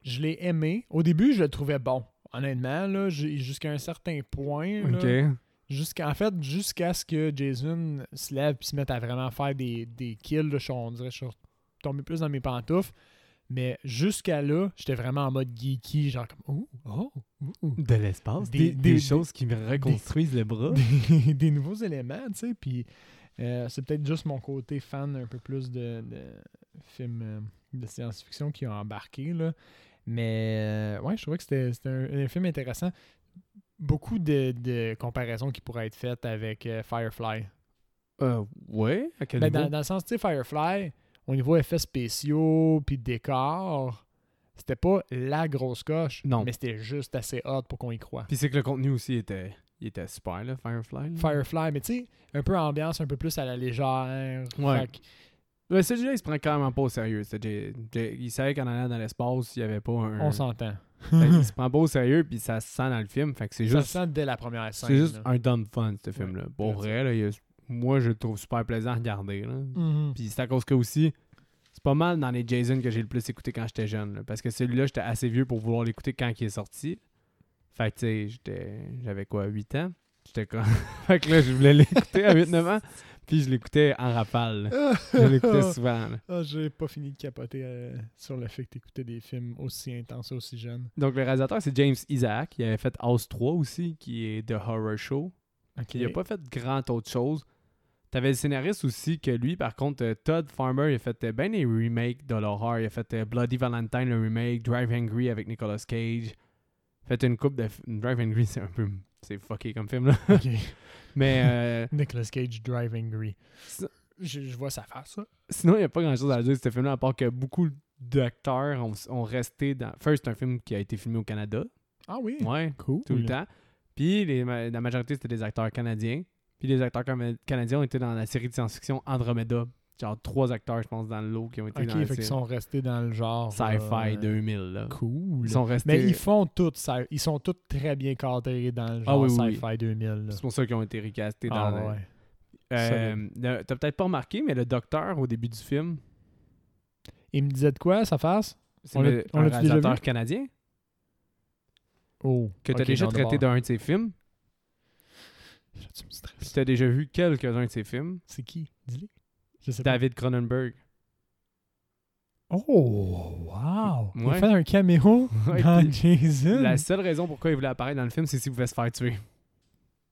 [SPEAKER 2] Je l'ai aimé. Au début, je le trouvais bon. Honnêtement, là, j'ai- jusqu'à un certain point, là,
[SPEAKER 1] Ok.
[SPEAKER 2] Jusqu'à, en fait, jusqu'à ce que Jason se lève et se mette à vraiment faire des, des kills, là, je, on dirait que je suis tombé plus dans mes pantoufles. Mais jusqu'à là, j'étais vraiment en mode geeky, genre comme Ouh, oh, ouh, ouh.
[SPEAKER 1] De l'espace,
[SPEAKER 2] Des-
[SPEAKER 1] des,
[SPEAKER 2] des-
[SPEAKER 1] des choses qui me reconstruisent le bras.
[SPEAKER 2] des, des nouveaux éléments, tu sais. Puis euh, c'est peut-être juste mon côté fan un peu plus de, de films euh, de science-fiction qui a embarqué, là. Mais euh, ouais, je trouvais que c'était c'était un, un film intéressant. Beaucoup de, de comparaisons qui pourraient être faites avec euh, Firefly.
[SPEAKER 1] Euh, ouais, à quel
[SPEAKER 2] Ben,
[SPEAKER 1] niveau?
[SPEAKER 2] dans, dans le sens, tu sais, Firefly, au niveau effets spéciaux puis décors, c'était pas la grosse coche,
[SPEAKER 1] Non.
[SPEAKER 2] mais c'était juste assez hot pour qu'on y croit.
[SPEAKER 1] Puis c'est que le contenu aussi était, il était super, là, Firefly. là.
[SPEAKER 2] Firefly, mais tu sais, un peu ambiance, un peu plus à la légère.
[SPEAKER 1] Ouais.
[SPEAKER 2] Fait que-
[SPEAKER 1] Le CGI, il se prend carrément pas au sérieux. C'est- j'ai- j'ai- Il savait qu'en allant dans l'espace, il y avait pas un.
[SPEAKER 2] On s'entend.
[SPEAKER 1] Fait qu'il se prend pas au sérieux, puis ça se sent dans le film. Fait que c'est
[SPEAKER 2] Ça
[SPEAKER 1] juste,
[SPEAKER 2] se sent dès la première scène.
[SPEAKER 1] c'est juste
[SPEAKER 2] là.
[SPEAKER 1] un dumb fun, ce film-là. Pour
[SPEAKER 2] Ouais.
[SPEAKER 1] vrai, là, il y a- moi, je le trouve super plaisant à regarder. là.
[SPEAKER 2] Mhm.
[SPEAKER 1] Puis c'est à cause que aussi, c'est pas mal dans les Jason que j'ai le plus écouté quand j'étais jeune. là. parce que celui-là, j'étais assez vieux pour vouloir l'écouter quand il est sorti. Fait que tu sais, j'étais- j'avais quoi, 8 ans? J'étais comme. fait que là, je voulais l'écouter à 8-9 ans. Puis je l'écoutais en rafale. là. Je l'écoutais souvent. là.
[SPEAKER 2] Ah, J'ai pas fini de capoter euh, sur le fait que t'écoutais des films aussi intenses, aussi jeunes.
[SPEAKER 1] Donc le réalisateur, c'est James Isaac. Il avait fait House 3 aussi, qui est The Horror Show.
[SPEAKER 2] Ok.
[SPEAKER 1] Il a pas fait grand autre chose. T'avais le scénariste aussi que lui, par contre, euh, Todd Farmer, il a fait euh, ben des remakes de l'horreur. Il a fait euh, Bloody Valentine, le remake, Drive Angry avec Nicolas Cage. Fait une coupe de. f- Drive Angry, c'est un peu. C'est fucké comme film, là.
[SPEAKER 2] Ok.
[SPEAKER 1] Mais euh,
[SPEAKER 2] Nicolas Cage Drive Angry.
[SPEAKER 1] Ça-
[SPEAKER 2] Je, je vois sa face, ça.
[SPEAKER 1] sinon, il n'y a pas grand chose à dire de ce film-là, à part que beaucoup d'acteurs ont, ont resté dans. First, c'est un film qui a été filmé au Canada.
[SPEAKER 2] Ah oui.
[SPEAKER 1] Ouais.
[SPEAKER 2] Cool.
[SPEAKER 1] tout le temps. Puis les ma- la majorité, c'était des acteurs canadiens. Puis les acteurs cana- canadiens ont été dans la série de science-fiction Andromeda. Genre trois acteurs, je pense, dans le lot qui ont été dans
[SPEAKER 2] Ok,
[SPEAKER 1] la
[SPEAKER 2] fait qu'ils
[SPEAKER 1] série
[SPEAKER 2] sont restés dans le genre.
[SPEAKER 1] Sci-Fi
[SPEAKER 2] euh,
[SPEAKER 1] 2000. là.
[SPEAKER 2] Cool.
[SPEAKER 1] Ils sont restés.
[SPEAKER 2] Mais ils font tout, sci- ils sont tous très bien cadrés dans le
[SPEAKER 1] Ah
[SPEAKER 2] genre
[SPEAKER 1] oui, oui,
[SPEAKER 2] Sci-Fi 2000. là.
[SPEAKER 1] C'est pour ça qu'ils ont été recastés dans
[SPEAKER 2] Ah
[SPEAKER 1] le-
[SPEAKER 2] ouais.
[SPEAKER 1] Euh, le- T'as peut-être pas remarqué, mais le docteur au début du film,
[SPEAKER 2] Il me disait de quoi, sa face?
[SPEAKER 1] c'est
[SPEAKER 2] On l'a-
[SPEAKER 1] le
[SPEAKER 2] on
[SPEAKER 1] un
[SPEAKER 2] l'a-tu déjà vu?
[SPEAKER 1] réalisateur canadien
[SPEAKER 2] Oh.
[SPEAKER 1] que t'as
[SPEAKER 2] ok,
[SPEAKER 1] déjà
[SPEAKER 2] non, de
[SPEAKER 1] traité
[SPEAKER 2] bord.
[SPEAKER 1] d'un de ses films.
[SPEAKER 2] Là, Tu me stresses.
[SPEAKER 1] Puis t'as déjà vu quelques-uns de ses films.
[SPEAKER 2] C'est qui? Dis-le. Je sais pas.
[SPEAKER 1] David Cronenberg.
[SPEAKER 2] Oh, wow! Il a
[SPEAKER 1] Ouais.
[SPEAKER 2] fait un caméo
[SPEAKER 1] Ouais,
[SPEAKER 2] dans
[SPEAKER 1] puis
[SPEAKER 2] Jason.
[SPEAKER 1] La seule raison pourquoi il voulait apparaître dans le film, c'est s'il pouvait se faire tuer.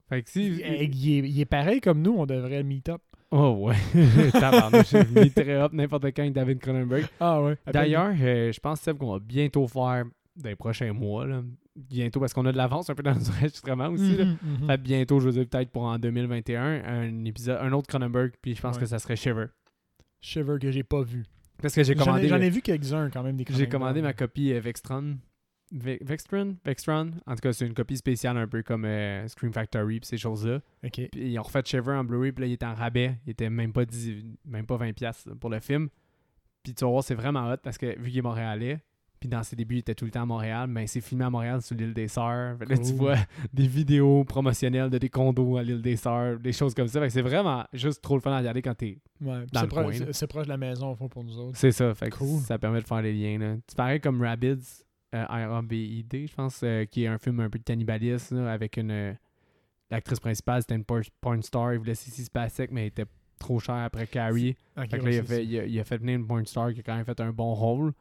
[SPEAKER 1] Fait que si.
[SPEAKER 2] Il, il est, il est pareil comme nous, on devrait le meet-up.
[SPEAKER 1] Oh ouais, tabarnouche, j'ai mis très hop n'importe quand avec David Cronenberg.
[SPEAKER 2] Ah ouais.
[SPEAKER 1] D'ailleurs, euh, je pense, Seb, qu'on va bientôt faire dans les prochains mois, là. bientôt, parce qu'on a de l'avance un peu dans nos enregistrements aussi.
[SPEAKER 2] Mhm.
[SPEAKER 1] là. Fait que bientôt, je veux dire, peut-être pour en 2021, un épisode, un autre Cronenberg, puis je pense
[SPEAKER 2] Ouais.
[SPEAKER 1] que ça serait Shiver.
[SPEAKER 2] Shiver que j'ai pas vu.
[SPEAKER 1] Parce que j'ai
[SPEAKER 2] J'en ai,
[SPEAKER 1] commandé,
[SPEAKER 2] j'en ai vu quelques-uns quand même. des
[SPEAKER 1] j'ai commandé ma
[SPEAKER 2] Cronenberg.
[SPEAKER 1] copie euh, Vextron. Ve- Vextron? Vextron? En tout cas, c'est une copie spéciale un peu comme euh, Scream Factory puis ces choses-là.
[SPEAKER 2] Ok.
[SPEAKER 1] Puis ils ont refait Shiver en Blu-ray, puis là, il était en rabais. Il était même pas, 10 même pas 20$ piastres, là, pour le film. Puis tu vas voir, c'est vraiment hot parce que vu qu'il est montréalais, puis dans ses débuts, il était tout le temps à Montréal, mais c'est filmé à Montréal sur l'île des Sœurs. Fait que Là, tu
[SPEAKER 2] Cool.
[SPEAKER 1] vois des vidéos promotionnelles de des condos à l'île des Sœurs, des choses comme ça. Fait que c'est vraiment juste trop le fun à regarder quand t'es.
[SPEAKER 2] Ouais,
[SPEAKER 1] Dans
[SPEAKER 2] c'est,
[SPEAKER 1] le
[SPEAKER 2] pro-
[SPEAKER 1] coin, là.
[SPEAKER 2] c'est- c'est proche de la maison, au fond, pour nous autres.
[SPEAKER 1] C'est ça. Fait que
[SPEAKER 2] Cool.
[SPEAKER 1] ça permet de faire les liens. là. C'est pareil comme Rabbids, euh, R-A-B-I-D, je pense, euh, qui est un film un peu de cannibaliste là, avec une. euh, L'actrice principale, c'était une por- porn star. Il voulait Sissy Spacek, mais elle était trop chère après Carrie.
[SPEAKER 2] Ok,
[SPEAKER 1] Fait que là,
[SPEAKER 2] ouais,
[SPEAKER 1] il a,
[SPEAKER 2] c'est-
[SPEAKER 1] fait, il, a, il a fait venir une porn star qui a quand même fait un bon rôle.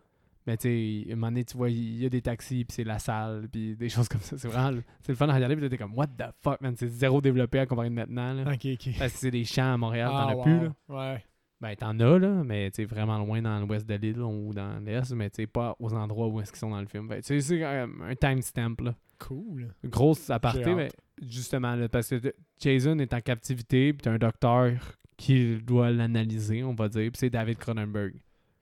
[SPEAKER 1] Mais tu sais, à un moment donné, tu vois, il y a des taxis, puis c'est la salle, puis des choses comme ça. C'est vraiment le- c'est le fun à regarder, puis là, t'es comme, what the fuck, man, c'est zéro développé à comparer de maintenant. Là.
[SPEAKER 2] Ok, ok.
[SPEAKER 1] Parce que c'est des champs à Montréal,
[SPEAKER 2] Ah,
[SPEAKER 1] t'en as plus.
[SPEAKER 2] wow.
[SPEAKER 1] Là.
[SPEAKER 2] Ouais.
[SPEAKER 1] Ben, t'en as, là, mais tu sais, vraiment loin dans l'ouest de l'île ou dans l'est, mais tu sais, pas aux endroits où est-ce qu'ils sont dans le film. Fait que, tu sais, c'est euh, un timestamp, là.
[SPEAKER 2] Cool.
[SPEAKER 1] Grosse aparté,
[SPEAKER 2] J'ai
[SPEAKER 1] mais justement, là, parce que t- Jason est en captivité, puis t'as un docteur qui doit l'analyser, on va dire, puis c'est David Cronenberg.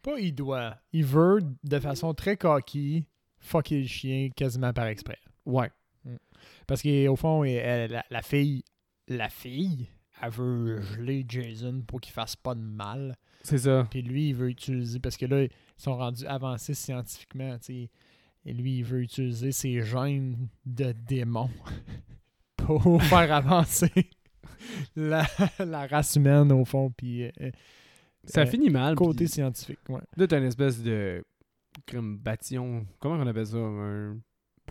[SPEAKER 2] Pas il doit. Il veut, de façon très coquille, fucker le chien quasiment par exprès.
[SPEAKER 1] Ouais.
[SPEAKER 2] Parce qu'au fond, elle- elle- la, la fille, la fille, elle veut geler Jason pour qu'il fasse pas de mal.
[SPEAKER 1] C'est ça.
[SPEAKER 2] Puis lui, il veut utiliser, parce que là, ils sont rendus avancés scientifiquement, tu sais. Et lui, il veut utiliser ses gènes de démon pour faire avancer la, la race humaine, au fond. Puis euh, euh,
[SPEAKER 1] Ça
[SPEAKER 2] Euh,
[SPEAKER 1] finit mal.
[SPEAKER 2] côté
[SPEAKER 1] puis
[SPEAKER 2] scientifique, ouais.
[SPEAKER 1] Là, t'as une espèce de comme bâtillon. Comment on appelle ça? Un,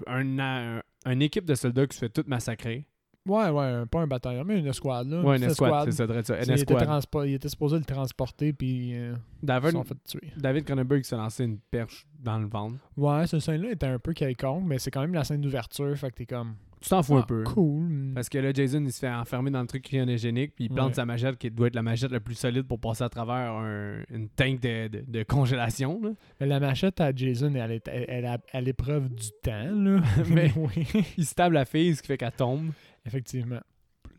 [SPEAKER 1] un, un- un équipe de soldats qui se fait tout massacrer.
[SPEAKER 2] Ouais, ouais, un- pas un bataillon, mais une escouade. Là,
[SPEAKER 1] Ouais,
[SPEAKER 2] une
[SPEAKER 1] une
[SPEAKER 2] petite
[SPEAKER 1] escouade, c'est ça, dirait ça.
[SPEAKER 2] Tu sais,
[SPEAKER 1] Une
[SPEAKER 2] il, était
[SPEAKER 1] escouade.
[SPEAKER 2] transpo- il était supposé le transporter, puis euh, ils se
[SPEAKER 1] David,
[SPEAKER 2] sont fait tuer.
[SPEAKER 1] David Cronenberg s'est lancé une perche dans le ventre.
[SPEAKER 2] Ouais, ce scène-là était un peu quelconque, mais c'est quand même la scène d'ouverture, fait que t'es comme.
[SPEAKER 1] Tu t'en fous un
[SPEAKER 2] ah,
[SPEAKER 1] peu.
[SPEAKER 2] Cool. mais-
[SPEAKER 1] Parce que là, Jason, il se fait enfermer dans le truc cryogénique, puis il plante
[SPEAKER 2] Ouais.
[SPEAKER 1] sa machette, qui doit être la machette la plus solide pour passer à travers un- une tank de, de- de congélation. là.
[SPEAKER 2] Mais la machette à Jason, elle est, elle, elle est à- à l'épreuve du temps, là.
[SPEAKER 1] Mais-
[SPEAKER 2] oui.
[SPEAKER 1] Il se table la fille, ce qui fait qu'elle tombe.
[SPEAKER 2] Effectivement.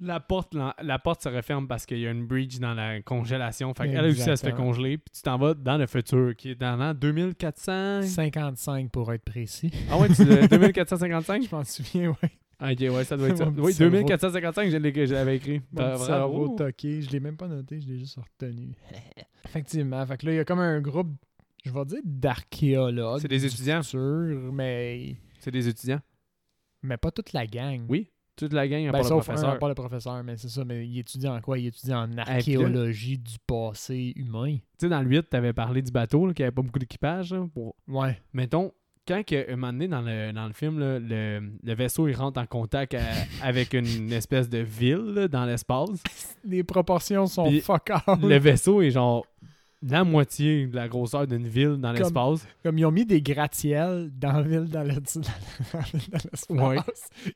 [SPEAKER 1] La porte, la, la porte se referme parce qu'il y a une breach dans la congélation. Fait qu'elle aussi,
[SPEAKER 2] Exactement.
[SPEAKER 1] elle se fait congeler. Puis tu t'en vas dans le futur, qui est dans l'an 2400.
[SPEAKER 2] 55 pour être précis.
[SPEAKER 1] Ah ouais, tu l'as-
[SPEAKER 2] Je
[SPEAKER 1] 2455?
[SPEAKER 2] m'en souviens, ouais.
[SPEAKER 1] Ah, Ok, ouais, ça doit être ça.
[SPEAKER 2] Mon petit
[SPEAKER 1] Oui,
[SPEAKER 2] cerveau.
[SPEAKER 1] 2455, je l'ai- que j'avais écrit.
[SPEAKER 2] Mon
[SPEAKER 1] Bra-
[SPEAKER 2] petit
[SPEAKER 1] Bah, bravo.
[SPEAKER 2] cerveau toqué. Je l'ai même pas noté, je l'ai juste retenu. Effectivement. Fait que là, il y a comme un groupe, je vais dire d'archéologues.
[SPEAKER 1] C'est des étudiants.
[SPEAKER 2] Sûr, mais,
[SPEAKER 1] C'est des étudiants.
[SPEAKER 2] mais pas toute la gang.
[SPEAKER 1] Oui, Toute la gang, à
[SPEAKER 2] Ben,
[SPEAKER 1] part le
[SPEAKER 2] sauf un,
[SPEAKER 1] professeur.
[SPEAKER 2] à part le professeur, mais c'est ça. Mais il étudie en quoi Il étudie en
[SPEAKER 1] puis là-
[SPEAKER 2] archéologie du passé humain.
[SPEAKER 1] Tu sais, dans le 8, t'avais parlé du bateau, là, qu'il n'y avait pas beaucoup d'équipage. là, pour...
[SPEAKER 2] Ouais.
[SPEAKER 1] Mettons, quand que, un moment donné, dans le, dans le film, là, le, le vaisseau, il rentre en contact à- avec une espèce de ville là, dans l'espace.
[SPEAKER 2] Les proportions sont
[SPEAKER 1] Puis-
[SPEAKER 2] fuck out.
[SPEAKER 1] Le vaisseau est genre la moitié de la grosseur d'une ville dans
[SPEAKER 2] Comme-
[SPEAKER 1] l'espace.
[SPEAKER 2] Comme ils ont mis des gratte-ciels dans la ville, dans le- dans le- dans l'espace.
[SPEAKER 1] Ouais.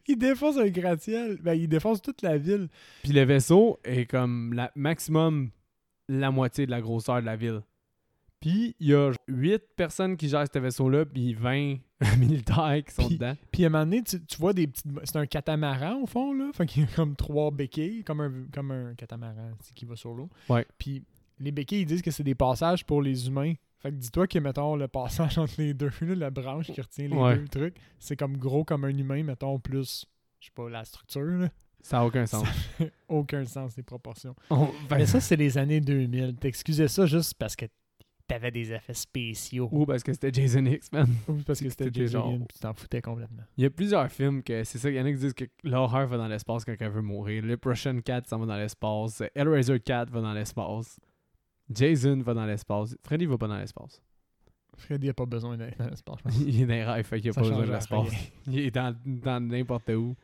[SPEAKER 2] Ils défoncent un gratte-ciel. Ben, ils défoncent toute la ville.
[SPEAKER 1] Puis le vaisseau est comme la, maximum la moitié de la grosseur de la ville. Puis il y a 8 personnes qui gèrent ce vaisseau-là, puis 20 militaires qui sont
[SPEAKER 2] Puis-
[SPEAKER 1] dedans.
[SPEAKER 2] Puis à un moment donné, tu, tu vois des petites. C'est un catamaran au fond, là. Fait qu'il y a comme trois béquilles, comme un, comme un catamaran c'est qui va sur l'eau.
[SPEAKER 1] Ouais.
[SPEAKER 2] Puis les béquilles, ils disent que c'est des passages pour les humains. Fait que dis-toi que, mettons, le passage entre les deux, là, la branche qui retient les
[SPEAKER 1] Ouais.
[SPEAKER 2] deux trucs, c'est comme gros comme un humain, mettons, plus, je sais pas, la structure, là.
[SPEAKER 1] Ça n'a aucun sens.
[SPEAKER 2] Aucun sens, les proportions.
[SPEAKER 1] On-
[SPEAKER 2] Mais ça, c'est les années 2000. T'excusais ça juste parce que t'avais des effets spéciaux.
[SPEAKER 1] Ou parce que c'était Jason X, man.
[SPEAKER 2] Ou parce que c'était
[SPEAKER 1] C'était
[SPEAKER 2] des
[SPEAKER 1] genre-
[SPEAKER 2] aliens, puis tu t'en foutais complètement.
[SPEAKER 1] Il y a plusieurs films que c'est ça. Il y en a qui disent que l'horreur va dans l'espace quand elle veut mourir. Le Prussian Cat s'en va dans l'espace. Hellraiser 4 va dans l'espace. Jason va dans l'espace. Freddy va pas dans l'espace.
[SPEAKER 2] Freddy a pas besoin d'aller dans l'espace, je pense.
[SPEAKER 1] Il est dans les rêves, fait qu'il a
[SPEAKER 2] Ça
[SPEAKER 1] pas besoin de
[SPEAKER 2] change
[SPEAKER 1] l'espace.
[SPEAKER 2] rien.
[SPEAKER 1] Il est dans, dans n'importe où.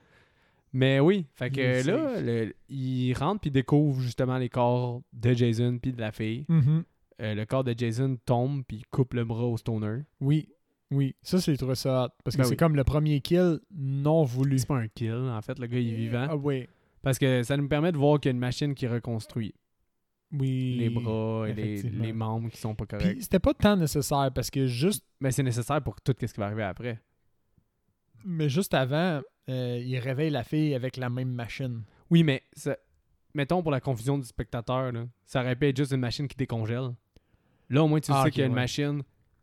[SPEAKER 1] Mais oui, fait
[SPEAKER 2] Il est
[SPEAKER 1] que là,
[SPEAKER 2] safe.
[SPEAKER 1] le- il rentre puis découvre justement les corps de Jason puis de la fille.
[SPEAKER 2] Mhm.
[SPEAKER 1] Euh, le corps de Jason tombe puis il coupe le bras au stoner.
[SPEAKER 2] Oui, oui. Ça, c'est trouvé ça hot, Parce que
[SPEAKER 1] Ben
[SPEAKER 2] c'est
[SPEAKER 1] oui.
[SPEAKER 2] comme le premier kill non voulu.
[SPEAKER 1] C'est pas un kill, en fait, le gars il est vivant.
[SPEAKER 2] Ah oui.
[SPEAKER 1] Parce que ça nous permet de voir qu'il y a une machine qui reconstruit.
[SPEAKER 2] Oui.
[SPEAKER 1] les bras et les,
[SPEAKER 2] effectivement.
[SPEAKER 1] les membres qui sont pas corrects.
[SPEAKER 2] Puis c'était pas tant nécessaire parce que juste,
[SPEAKER 1] mais c'est nécessaire pour tout ce qui va arriver après.
[SPEAKER 2] mais juste avant, euh, il réveille la fille avec la même machine.
[SPEAKER 1] Oui, mais ça- mettons pour la confusion du spectateur, là, ça aurait pu être juste une machine qui décongèle. Là, au moins, tu
[SPEAKER 2] Ah,
[SPEAKER 1] sais
[SPEAKER 2] ok,
[SPEAKER 1] qu'il y a une
[SPEAKER 2] ouais.
[SPEAKER 1] machine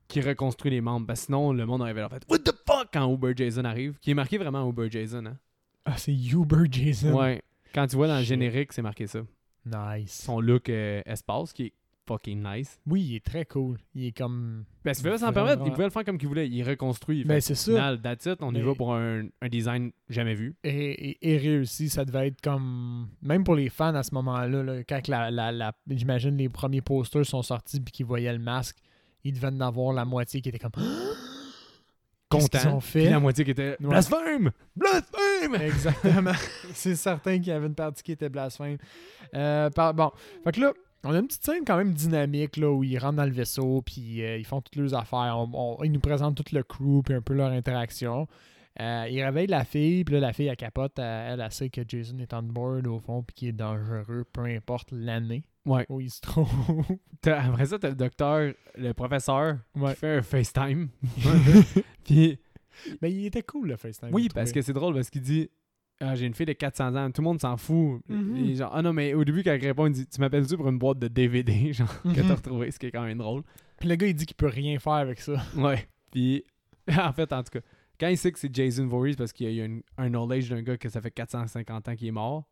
[SPEAKER 1] qui reconstruit les membres. Parce que sinon, le monde aurait leur fait What the fuck quand Uber Jason arrive. Qui est marqué vraiment Uber Jason. Hein?
[SPEAKER 2] Ah, c'est Uber Jason.
[SPEAKER 1] Ouais. Quand tu vois dans le
[SPEAKER 2] Shit.
[SPEAKER 1] générique, c'est marqué ça.
[SPEAKER 2] Nice.
[SPEAKER 1] Son look euh, espace qui est fucking nice.
[SPEAKER 2] Oui, il est très cool. Il est comme.
[SPEAKER 1] Ben, si tu veux s'en
[SPEAKER 2] Vraiment.
[SPEAKER 1] permettre, il pouvait le faire comme qu'il voulait. Il reconstruit.
[SPEAKER 2] Mais
[SPEAKER 1] Fait
[SPEAKER 2] c'est
[SPEAKER 1] au
[SPEAKER 2] ça.
[SPEAKER 1] final, that's it. On y
[SPEAKER 2] Mais-
[SPEAKER 1] va pour un, un design jamais vu.
[SPEAKER 2] Et, et- et réussi, ça devait être comme. Même pour les fans à ce moment-là, là, quand que la, la- la- j'imagine les premiers posters sont sortis puis qu'ils voyaient le masque, ils devaient en avoir la moitié qui était comme. Qu'est-ce qu'ils
[SPEAKER 1] content.
[SPEAKER 2] ont fait?
[SPEAKER 1] Puis la moitié qui était
[SPEAKER 2] Ouais.
[SPEAKER 1] blasphème! Blasphème!
[SPEAKER 2] Exactement. c'est certain qu'il y avait une partie qui était blasphème. Euh, par- bon, fait que là, on a une petite scène quand même dynamique là, où ils rentrent dans le vaisseau, puis euh, ils font toutes leurs affaires. On- on- ils nous présentent tout le crew, puis un peu leur interaction. Euh, ils réveillent la fille, puis là, la fille, elle capote. Elle, elle, elle sait que Jason est on board au fond, puis qu'il est dangereux, peu importe l'année
[SPEAKER 1] Ouais.
[SPEAKER 2] où il se trouve.
[SPEAKER 1] T'as- après ça, t'as le docteur, le professeur,
[SPEAKER 2] Ouais.
[SPEAKER 1] qui fait un FaceTime. Puis,
[SPEAKER 2] Mais il était cool, le FaceTime.
[SPEAKER 1] oui,
[SPEAKER 2] j'ai
[SPEAKER 1] parce
[SPEAKER 2] trouvé.
[SPEAKER 1] que c'est drôle, parce qu'il dit Ah, J'ai une fille de 400 ans, tout le monde s'en fout.
[SPEAKER 2] Mhm.
[SPEAKER 1] Il est genre, ah non, mais au début, quand il répond, il dit Tu m'appelles-tu pour une boîte de DVD, genre, que
[SPEAKER 2] Mhm.
[SPEAKER 1] t'as retrouvé, ce qui est quand même drôle.
[SPEAKER 2] Puis le gars, il dit qu'il peut rien faire avec ça.
[SPEAKER 1] Ouais. Puis, en fait, en tout cas, quand il sait que c'est Jason Voorhees parce qu'il y a eu une- un old age d'un gars que ça fait 450 ans qu'il est mort,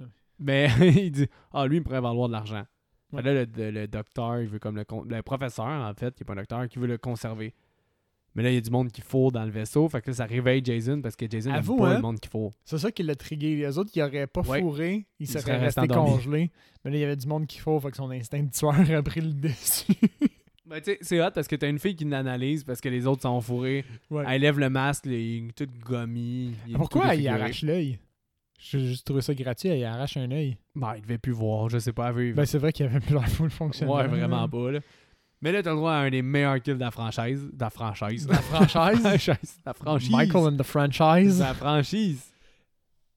[SPEAKER 2] Ouais.
[SPEAKER 1] mais il dit Ah, lui, il pourrait valoir de l'argent. Fait
[SPEAKER 2] Ouais.
[SPEAKER 1] Là, le, le- le docteur, il veut comme le, con- le professeur, en fait, qui est pas un docteur, qui veut le conserver. Mais là, il y a du monde qui fourre dans le vaisseau. Fait que là, ça réveille Jason parce que Jason aime
[SPEAKER 2] Avoue,
[SPEAKER 1] pas
[SPEAKER 2] hein?
[SPEAKER 1] le monde qui fourre.
[SPEAKER 2] C'est ça qui l'a trigué. Les autres, ils n'auraient pas
[SPEAKER 1] Ouais.
[SPEAKER 2] fourré, ils
[SPEAKER 1] Ils
[SPEAKER 2] seraient
[SPEAKER 1] seraient
[SPEAKER 2] restés
[SPEAKER 1] restés endormis.
[SPEAKER 2] congelés. Mais là, il y avait du monde qui faut, fait que son instinct de tueur a pris le dessus.
[SPEAKER 1] Ben, tu sais, c'est hot parce que t'as une fille qui l'analyse parce que les autres sont fourrés.
[SPEAKER 2] Ouais.
[SPEAKER 1] Elle lève le masque, là, il est tout gommi. il est tout
[SPEAKER 2] Pourquoi il
[SPEAKER 1] défiguré.
[SPEAKER 2] arrache l'œil J'ai juste trouvé ça gratuit, elle y arrache un œil.
[SPEAKER 1] Ben, il devait plus voir, je sais pas. elle veut-
[SPEAKER 2] Ben, c'est vrai qu'il avait plus l'air full fonctionnel.
[SPEAKER 1] ouais, vraiment pas, là. Mais là, t'as le droit à un des meilleurs kills de la franchise. De la franchise.
[SPEAKER 2] De la franchise.
[SPEAKER 1] franchise. La franchise.
[SPEAKER 2] Michael and the franchise.
[SPEAKER 1] La franchise.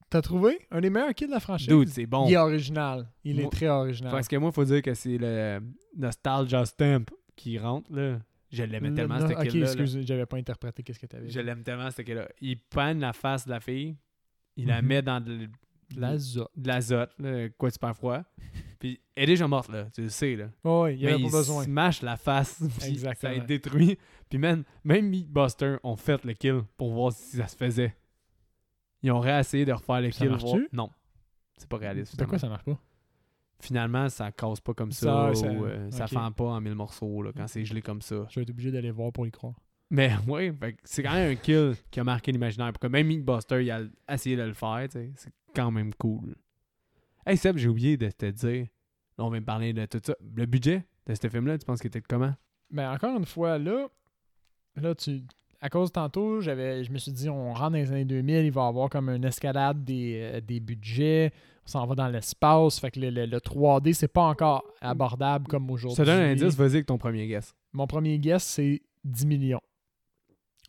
[SPEAKER 2] T'as trouvé un des meilleurs kills de la franchise?
[SPEAKER 1] Dude, c'est bon.
[SPEAKER 2] Il est original. Il est
[SPEAKER 1] Moi-
[SPEAKER 2] très original.
[SPEAKER 1] Parce que moi, faut dire que c'est le Nostalgia Stamp qui rentre, là. Je l'aimais
[SPEAKER 2] Le-
[SPEAKER 1] tellement,
[SPEAKER 2] non,
[SPEAKER 1] ce
[SPEAKER 2] Ok,
[SPEAKER 1] kill-là. là.
[SPEAKER 2] excuse, j'avais pas interprété qu'est-ce que t'avais
[SPEAKER 1] Je
[SPEAKER 2] dit.
[SPEAKER 1] l'aime tellement, ce kill-là. Il panne la face de la fille. Il la
[SPEAKER 2] Mhm.
[SPEAKER 1] met dans de,
[SPEAKER 2] L'azote.
[SPEAKER 1] de l'azote, là, quoi de super froid. Puis elle est déjà morte, là. Tu le sais, là.
[SPEAKER 2] Oh, ouais, il y
[SPEAKER 1] Mais
[SPEAKER 2] avait
[SPEAKER 1] il
[SPEAKER 2] pas besoin.
[SPEAKER 1] smash la face. puis
[SPEAKER 2] Exactement.
[SPEAKER 1] Ça est détruit. Puis man, même Meatbuster ont fait le kill pour voir si ça se faisait. Ils ont réessayé de refaire le
[SPEAKER 2] Ça
[SPEAKER 1] kill.
[SPEAKER 2] marche-tu?
[SPEAKER 1] voir- Non. C'est pas réaliste.
[SPEAKER 2] De quoi
[SPEAKER 1] finalement.
[SPEAKER 2] ça marche pas?
[SPEAKER 1] Finalement, ça casse pas comme
[SPEAKER 2] Ça,
[SPEAKER 1] ça.
[SPEAKER 2] ça-
[SPEAKER 1] ou, euh, ça
[SPEAKER 2] ok.
[SPEAKER 1] fend pas en mille morceaux là, quand c'est gelé comme ça.
[SPEAKER 2] Je vais être obligé d'aller voir pour y croire.
[SPEAKER 1] Mais ouais, fait que c'est quand même un kill qui a marqué l'imaginaire. Parce que même Meatbuster, il a essayé de le faire. tu sais. C'est quand même cool. Hey Seb, j'ai oublié de te dire. Là, on vient de parler de tout ça. Le budget de ce film-là, tu penses qu'il était de comment?
[SPEAKER 2] Mais encore une fois, là, là tu, à cause de tantôt, j'avais, je me suis dit, on rentre dans les années 2000, il va y avoir comme une escalade des, euh, des budgets, on s'en va dans l'espace, fait que le, le- le 3D, c'est pas encore abordable comme
[SPEAKER 1] Je
[SPEAKER 2] aujourd'hui.
[SPEAKER 1] te donne un indice, vas-y avec ton premier guess.
[SPEAKER 2] Mon premier guess, c'est 10 millions.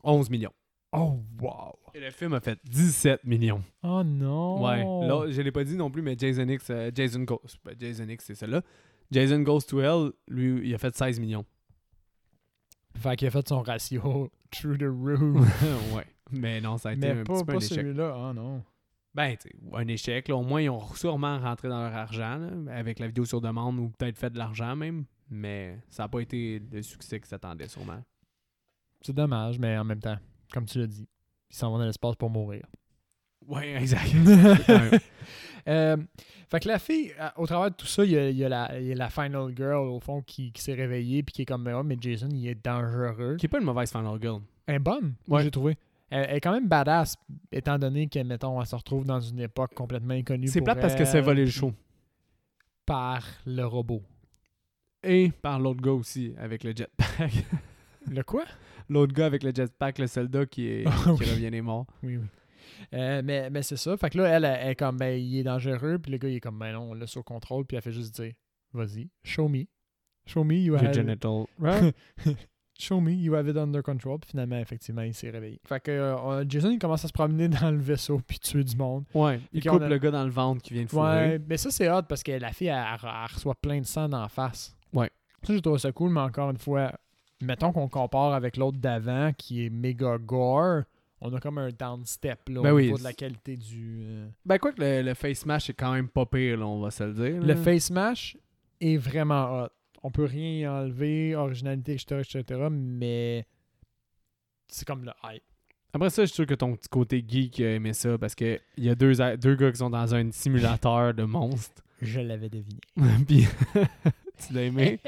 [SPEAKER 1] 11 millions.
[SPEAKER 2] Oh, wow!
[SPEAKER 1] Et le film a fait 17 millions.
[SPEAKER 2] Oh non!
[SPEAKER 1] Ouais. Là, je l'ai pas dit non plus, mais Jason X, euh, Jason Goes, ben, Jason X, c'est celle-là. Jason Goes to Hell, lui, il a fait 16 millions.
[SPEAKER 2] Fait qu'il a fait son ratio through the roof.
[SPEAKER 1] ouais. Mais non, ça a été
[SPEAKER 2] Mais
[SPEAKER 1] un
[SPEAKER 2] pas,
[SPEAKER 1] petit peu
[SPEAKER 2] pas
[SPEAKER 1] un échec.
[SPEAKER 2] celui-là, oh non.
[SPEAKER 1] Ben, tu sais, un échec. Là. Au moins, ils ont sûrement rentré dans leur argent là, avec la vidéo sur demande ou peut-être fait de l'argent même. Mais ça n'a pas été le succès qu'ils s'attendaient sûrement.
[SPEAKER 2] C'est dommage, mais en même temps, comme tu l'as dit, il s'en va dans l'espace pour mourir.
[SPEAKER 1] Ouais, exact.
[SPEAKER 2] Euh, fait que la fille, à- au travers de tout ça, il y a, il y a la, il y a la final girl, au fond, qui, qui s'est réveillée, puis qui est comme, oh, mais Jason, il est dangereux.
[SPEAKER 1] Qui est pas une mauvaise fan girl.
[SPEAKER 2] Elle est bonne, moi, j'ai trouvé. Elle, elle est quand même badass, étant donné que, mettons, elle se retrouve dans une époque complètement inconnue.
[SPEAKER 1] C'est
[SPEAKER 2] pour
[SPEAKER 1] plate parce que c'est
[SPEAKER 2] elle,
[SPEAKER 1] volé le show.
[SPEAKER 2] Par le robot.
[SPEAKER 1] Et par l'autre gars aussi, avec le jetpack.
[SPEAKER 2] Le quoi?
[SPEAKER 1] L'autre gars avec le jetpack, le soldat qui, est,
[SPEAKER 2] Ah oui.
[SPEAKER 1] qui revient des morts.
[SPEAKER 2] Oui, oui. Euh, mais mais c'est ça. Fait que là, elle, elle est comme, ben, il est dangereux, puis le gars, il est comme, ben non, on l'a sous contrôle, puis elle fait juste dire, vas-y, show me. Show me, you
[SPEAKER 1] Your
[SPEAKER 2] have
[SPEAKER 1] genital.
[SPEAKER 2] Show me, you have it under control. Puis finalement, effectivement, il s'est réveillé. Fait que euh, Jason, il commence à se promener dans le vaisseau puis tuer du monde.
[SPEAKER 1] Ouais. Il
[SPEAKER 2] Puis
[SPEAKER 1] coupe
[SPEAKER 2] on a-
[SPEAKER 1] le gars dans le ventre qui vient de fourrer.
[SPEAKER 2] Ouais, mais ça, c'est hot parce que la fille, elle, elle- elle reçoit plein de sang dans la face.
[SPEAKER 1] Ouais.
[SPEAKER 2] Ça, je trouve ça cool, mais encore une fois, mettons qu'on compare avec l'autre d'avant qui est méga gore. On a comme un downstep là,
[SPEAKER 1] Ben
[SPEAKER 2] au
[SPEAKER 1] oui,
[SPEAKER 2] niveau de la
[SPEAKER 1] c'est-
[SPEAKER 2] qualité du. euh,
[SPEAKER 1] Ben, quoi que le, le face smash est quand même pas pire, là, on va se le dire.
[SPEAKER 2] Le
[SPEAKER 1] là.
[SPEAKER 2] face smash est vraiment hot. On peut rien y enlever, originalité, etc., etc., mais c'est comme le hype.
[SPEAKER 1] Après ça, je suis sûr que ton petit côté geek a aimé ça parce que il y a deux, a- deux gars qui sont dans un simulateur de monstres.
[SPEAKER 2] Je l'avais deviné.
[SPEAKER 1] Puis, tu l'as aimé.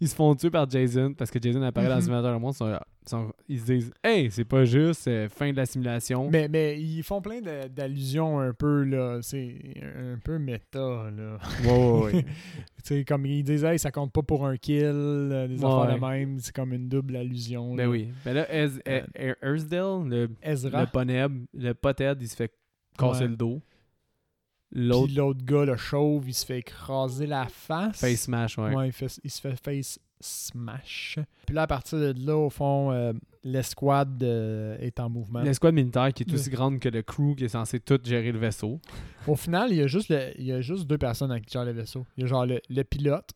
[SPEAKER 1] Ils se font tuer par Jason parce que Jason apparaît dans
[SPEAKER 2] Mhm.
[SPEAKER 1] le simulateur de monstres. Ils sont- ils sont- Ils se disent Hey, c'est pas juste, c'est fin de la simulation.
[SPEAKER 2] Mais, mais ils font plein de- d'allusions un peu, là. C'est un peu méta, là.
[SPEAKER 1] Ouais, ouais, ouais.
[SPEAKER 2] tu sais, comme ils disent, hey, ça compte pas pour un kill, euh, des
[SPEAKER 1] Ouais.
[SPEAKER 2] affaires de même. C'est comme une double allusion.
[SPEAKER 1] Ben
[SPEAKER 2] là.
[SPEAKER 1] oui. Ben là, Ez-
[SPEAKER 2] Euh,
[SPEAKER 1] Er- Ersdale, le,
[SPEAKER 2] Ezra.
[SPEAKER 1] le poneb, le pothead, il se fait casser
[SPEAKER 2] Ouais.
[SPEAKER 1] le dos.
[SPEAKER 2] Puis
[SPEAKER 1] L'autre,
[SPEAKER 2] l'autre gars, le chauve, il se fait écraser la face.
[SPEAKER 1] face smash, ouais.
[SPEAKER 2] Ouais, il, fait- il se fait face smash. Puis là, à partir de là, au fond, euh, l'escouade euh, est en mouvement.
[SPEAKER 1] L'escouade militaire qui est
[SPEAKER 2] Le-
[SPEAKER 1] aussi grande que le crew qui est censé tout gérer le vaisseau.
[SPEAKER 2] Au final, il y a juste, le- il y a juste deux personnes qui gèrent le vaisseau. Il y a genre le, le pilote,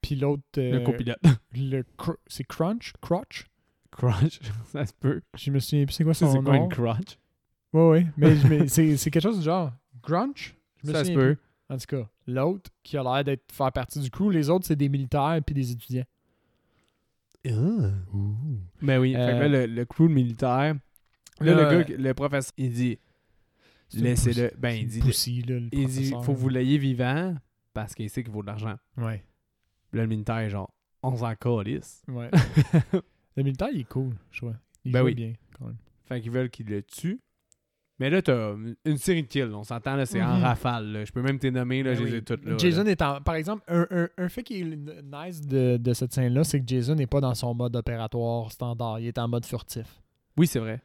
[SPEAKER 2] puis l'autre.
[SPEAKER 1] Le
[SPEAKER 2] euh,
[SPEAKER 1] copilote.
[SPEAKER 2] le cr- c'est Crunch Crotch
[SPEAKER 1] Crunch, ça se peut.
[SPEAKER 2] je me souviens plus c'est quoi
[SPEAKER 1] Ça,
[SPEAKER 2] son
[SPEAKER 1] c'est quoi
[SPEAKER 2] nom
[SPEAKER 1] une crunch?
[SPEAKER 2] ouais ouais mais, je me- c'est c'est quelque chose du genre Crunch Je me
[SPEAKER 1] Ça se
[SPEAKER 2] souviens
[SPEAKER 1] peut.
[SPEAKER 2] plus. en tout cas l'autre qui a l'air d'être faire partie du crew les autres c'est des militaires puis des étudiants Ah,
[SPEAKER 1] Ben oui, fait que là, le,
[SPEAKER 2] Euh,
[SPEAKER 1] le crew de militaire. Là,
[SPEAKER 2] Là, euh,
[SPEAKER 1] le gars, le professeur, il dit
[SPEAKER 2] C'est une
[SPEAKER 1] Laissez-le.
[SPEAKER 2] poussi-
[SPEAKER 1] Ben,
[SPEAKER 2] c'est
[SPEAKER 1] il
[SPEAKER 2] une
[SPEAKER 1] dit
[SPEAKER 2] poussie, là, le
[SPEAKER 1] Il dit
[SPEAKER 2] professeur,
[SPEAKER 1] Faut que
[SPEAKER 2] là.
[SPEAKER 1] vous l'ayez vivant parce qu'il sait qu'il vaut de l'argent.
[SPEAKER 2] ouais
[SPEAKER 1] Là, le militaire est genre On s'en calisse.
[SPEAKER 2] ouais le militaire il est cool je vois il
[SPEAKER 1] Ben
[SPEAKER 2] joue
[SPEAKER 1] oui.
[SPEAKER 2] bien quand même
[SPEAKER 1] Fait qu'ils veulent qu'il le tue. Mais là, t'as une série de kills. On s'entend, là, c'est en
[SPEAKER 2] Mhm.
[SPEAKER 1] rafale. là. Je peux même t'es nommé, là,
[SPEAKER 2] Ben
[SPEAKER 1] je les
[SPEAKER 2] oui.
[SPEAKER 1] ai toutes, là,
[SPEAKER 2] Jason
[SPEAKER 1] là.
[SPEAKER 2] est en par exemple un, un- un fait qui est nice de, de cette scène là c'est que Jason n'est pas dans son mode opératoire standard il est en mode furtif
[SPEAKER 1] Oui, c'est vrai.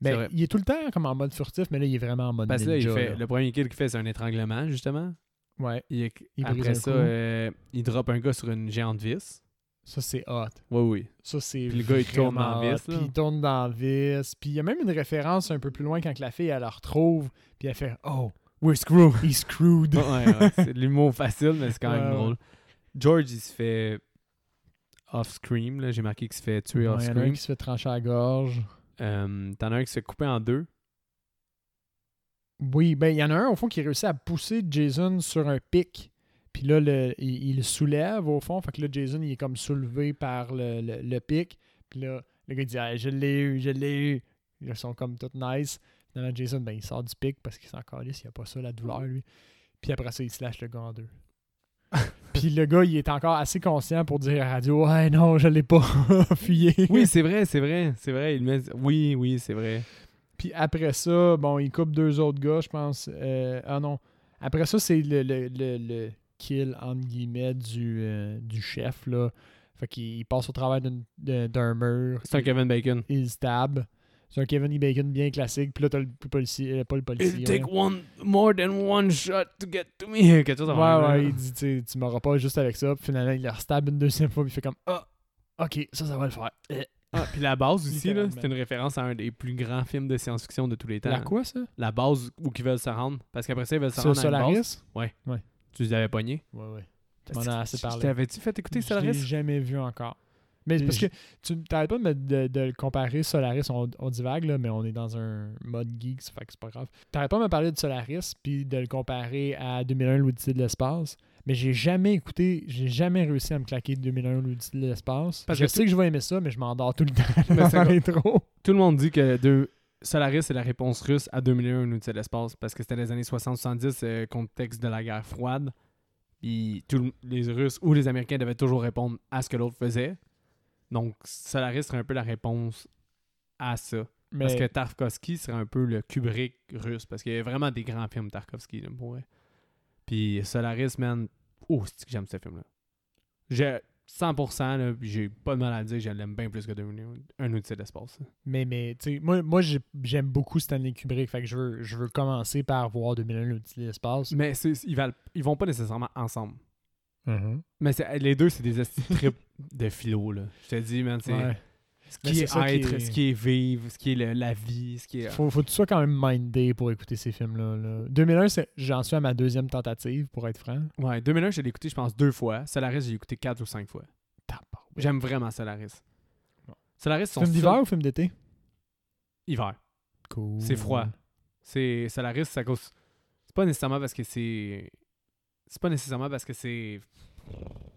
[SPEAKER 1] C'est
[SPEAKER 2] Mais
[SPEAKER 1] vrai.
[SPEAKER 2] il est tout le temps comme en mode furtif, mais là, il est vraiment en mode
[SPEAKER 1] Parce que là,
[SPEAKER 2] ninja.
[SPEAKER 1] il fait,
[SPEAKER 2] là.
[SPEAKER 1] le premier kill qu'il fait, c'est un étranglement, justement.
[SPEAKER 2] Ouais,
[SPEAKER 1] Il,
[SPEAKER 2] Il brise un
[SPEAKER 1] après ça,
[SPEAKER 2] coup.
[SPEAKER 1] euh, il drop un gars sur une géante vis.
[SPEAKER 2] ça, c'est hot.
[SPEAKER 1] Oui, oui.
[SPEAKER 2] Ça, c'est
[SPEAKER 1] Puis le gars, il tourne
[SPEAKER 2] vraiment
[SPEAKER 1] dans la vis,
[SPEAKER 2] hot.
[SPEAKER 1] là.
[SPEAKER 2] Puis il tourne dans la vis. Puis il y a même une référence un peu plus loin quand que la fille, elle la retrouve. Puis elle fait « Oh,
[SPEAKER 1] We're screwed.
[SPEAKER 2] he's screwed.
[SPEAKER 1] ouais, ouais, c'est de l'humour facile, mais c'est quand même
[SPEAKER 2] Ouais, ouais.
[SPEAKER 1] drôle. George, il se fait off-screen. là. J'ai marqué qu'il se fait tuer
[SPEAKER 2] Ouais, Il y en a un
[SPEAKER 1] off-screen.
[SPEAKER 2] qui se fait trancher à la gorge.
[SPEAKER 1] Euh, T'en as un qui se fait couper en deux.
[SPEAKER 2] Oui, ben il y en a un au fond qui réussit à pousser Jason sur un pic. Puis là, le- il, il le soulève au fond. Fait que là, Jason, il est comme soulevé par le, le- le pic. Puis là, le gars dit Ah, Je l'ai eu, je l'ai eu. Ils sont comme tout nice. Finalement, Jason, ben, il sort du pic parce qu'il s'en calisse. Il n'y a pas ça, la douleur, lui. Puis après ça, il slash le gars en deux. Puis le gars, il est encore assez conscient pour dire à la radio Ouais, non, je l'ai pas fuyé.
[SPEAKER 1] Oui, c'est vrai, c'est vrai, c'est vrai. Il met... Oui, oui, c'est vrai.
[SPEAKER 2] Puis après ça, bon, il coupe deux autres gars, je pense. Euh, ah non. Après ça, c'est le, le, le, le kill, entre guillemets, du, euh, du chef, là. Fait qu'il il passe au travers d'une- de- d'un mur.
[SPEAKER 1] C'est un Kevin Bacon.
[SPEAKER 2] Il se tabe. C'est un Kevin E. Bacon bien classique. Puis là, t'as le policier, euh, pas le policier.
[SPEAKER 1] It'll take
[SPEAKER 2] ouais.
[SPEAKER 1] one, more than one shot to get to me. Quelque chose en
[SPEAKER 2] Ouais,
[SPEAKER 1] même, là.
[SPEAKER 2] ouais, il dit, tu sais, tu m'auras pas juste avec ça. Puis finalement, il le stab une deuxième fois. Puis il fait comme, ah, ok, ça, ça va le faire. Euh,
[SPEAKER 1] Ah, puis la base aussi, là,
[SPEAKER 2] Littéralement.
[SPEAKER 1] c'est une référence à un des plus grands films de science-fiction de tous les temps.
[SPEAKER 2] la quoi, ça?
[SPEAKER 1] La base où ils veulent se rendre. Parce qu'après ça, ils veulent se
[SPEAKER 2] Sur
[SPEAKER 1] rendre à une base.
[SPEAKER 2] Solaris?
[SPEAKER 1] Tu les avais pognés.
[SPEAKER 2] Ouais, ouais. Tu m'en as assez
[SPEAKER 1] Tu-
[SPEAKER 2] parlé.
[SPEAKER 1] T'avais-tu fait écouter
[SPEAKER 2] Je l'ai
[SPEAKER 1] Solaris?
[SPEAKER 2] jamais vu encore. Mais c'est parce que
[SPEAKER 1] J'ai-
[SPEAKER 2] tu t'arrêtes pas de, me- de, de le comparer Solaris, on, on divague là, mais on est dans un mode geek, ça fait que c'est pas grave. T'arrêtes pas de me parler de Solaris puis de le comparer à 2001 l'Odyssée de l'espace, mais j'ai jamais écouté, j'ai jamais réussi à me claquer 2001 l'Odyssée de l'espace.
[SPEAKER 1] Parce
[SPEAKER 2] je
[SPEAKER 1] que
[SPEAKER 2] sais que je vais aimer ça, mais je m'endors tout le temps
[SPEAKER 1] Mais
[SPEAKER 2] dans
[SPEAKER 1] c'est comme-
[SPEAKER 2] l'intro.
[SPEAKER 1] Tout le monde dit que deux... Solaris est la réponse russe à 2001 une outil de l'espace parce que c'était les années 60-70, euh, contexte de la guerre froide. Puis tout le- les Russes ou les Américains devaient toujours répondre à ce que l'autre faisait. Donc Solaris serait un peu la réponse à ça.
[SPEAKER 2] Mais
[SPEAKER 1] Parce que Tarkovsky serait un peu le Kubrick russe, parce qu'il y a vraiment des grands films Tarkovsky, là, pour vrai. Puis Solaris, man, oh, c'est que j'aime ce film-là. J'ai 100%, là, puis j'ai pas de mal à le dire, je l'aime bien plus que 2001, un outil d'espace.
[SPEAKER 2] Mais, mais tu sais, moi, moi j'ai- j'aime beaucoup Stanley Kubrick, fait que je veux, je veux commencer par voir 2001 l'Odyssée de l'espace.
[SPEAKER 1] Mais c'est- ils, valent- ils vont pas nécessairement ensemble. Mais c'est- les deux, c'est des esti de trip de philo, là. Je te dis, man, c'est
[SPEAKER 2] Ouais.
[SPEAKER 1] ce
[SPEAKER 2] Mais
[SPEAKER 1] qui
[SPEAKER 2] c'est
[SPEAKER 1] est,
[SPEAKER 2] ça qui
[SPEAKER 1] être,
[SPEAKER 2] est-
[SPEAKER 1] ce qui est vivre, ce qui est le- la vie, ce qui est...
[SPEAKER 2] Faut, faut que tu sois quand même mindé pour écouter ces films-là. là. 2001, c'est- j'en suis à ma deuxième tentative, pour être franc.
[SPEAKER 1] Ouais, 2001, je l'ai écouté, je pense, deux fois. Solaris, j'ai écouté quatre ou cinq fois.
[SPEAKER 2] Tabarouette.
[SPEAKER 1] J'aime vraiment Solaris.
[SPEAKER 2] Bon.
[SPEAKER 1] Solaris, son
[SPEAKER 2] Film
[SPEAKER 1] seul-
[SPEAKER 2] d'hiver ou film d'été?
[SPEAKER 1] Hiver.
[SPEAKER 2] Cool.
[SPEAKER 1] C'est froid. C'est Solaris, c'est à cause. C'est pas nécessairement parce que c'est. C'est pas nécessairement parce que c'est.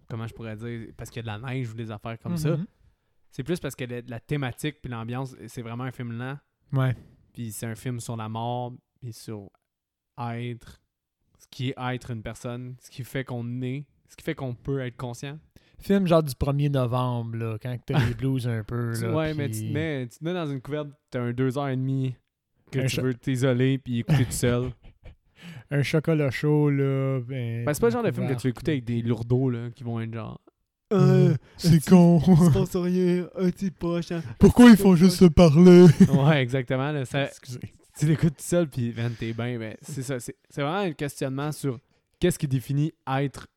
[SPEAKER 1] Comment je pourrais dire Parce qu'il y a de la neige ou des affaires comme ça.
[SPEAKER 2] Mhm.
[SPEAKER 1] C'est plus parce que la, la thématique puis l'ambiance, c'est vraiment un film lent.
[SPEAKER 2] Ouais.
[SPEAKER 1] Puis c'est un film sur la mort, puis sur être. Ce qui est être une personne, ce qui fait qu'on est, ce qui fait qu'on peut être conscient.
[SPEAKER 2] Film genre du 1er novembre, là, quand t'as les blues un peu.
[SPEAKER 1] Tu-
[SPEAKER 2] Là,
[SPEAKER 1] ouais, mais
[SPEAKER 2] puis-
[SPEAKER 1] tu te mets, tu te mets dans une couverte, t'as un deux heures et demie que
[SPEAKER 2] Un
[SPEAKER 1] tu
[SPEAKER 2] chat-
[SPEAKER 1] veux t'isoler puis écouter tout seul.
[SPEAKER 2] Un chocolat chaud, là. ben,
[SPEAKER 1] Ben, c'est pas le genre de film que
[SPEAKER 2] couvert.
[SPEAKER 1] tu veux écouter avec des lourdeaux là, qui vont être genre. Hum.
[SPEAKER 2] Euh, c'est con.
[SPEAKER 1] rien, un petit poche. hein.
[SPEAKER 2] Pourquoi ils font juste se parler?
[SPEAKER 1] Ouais, exactement. là, ça-
[SPEAKER 2] Excusez.
[SPEAKER 1] tu l'écoutes tout seul, puis man, t'es bien. Ben, c'est ça. C'est c'est vraiment un questionnement sur qu'est-ce qui définit être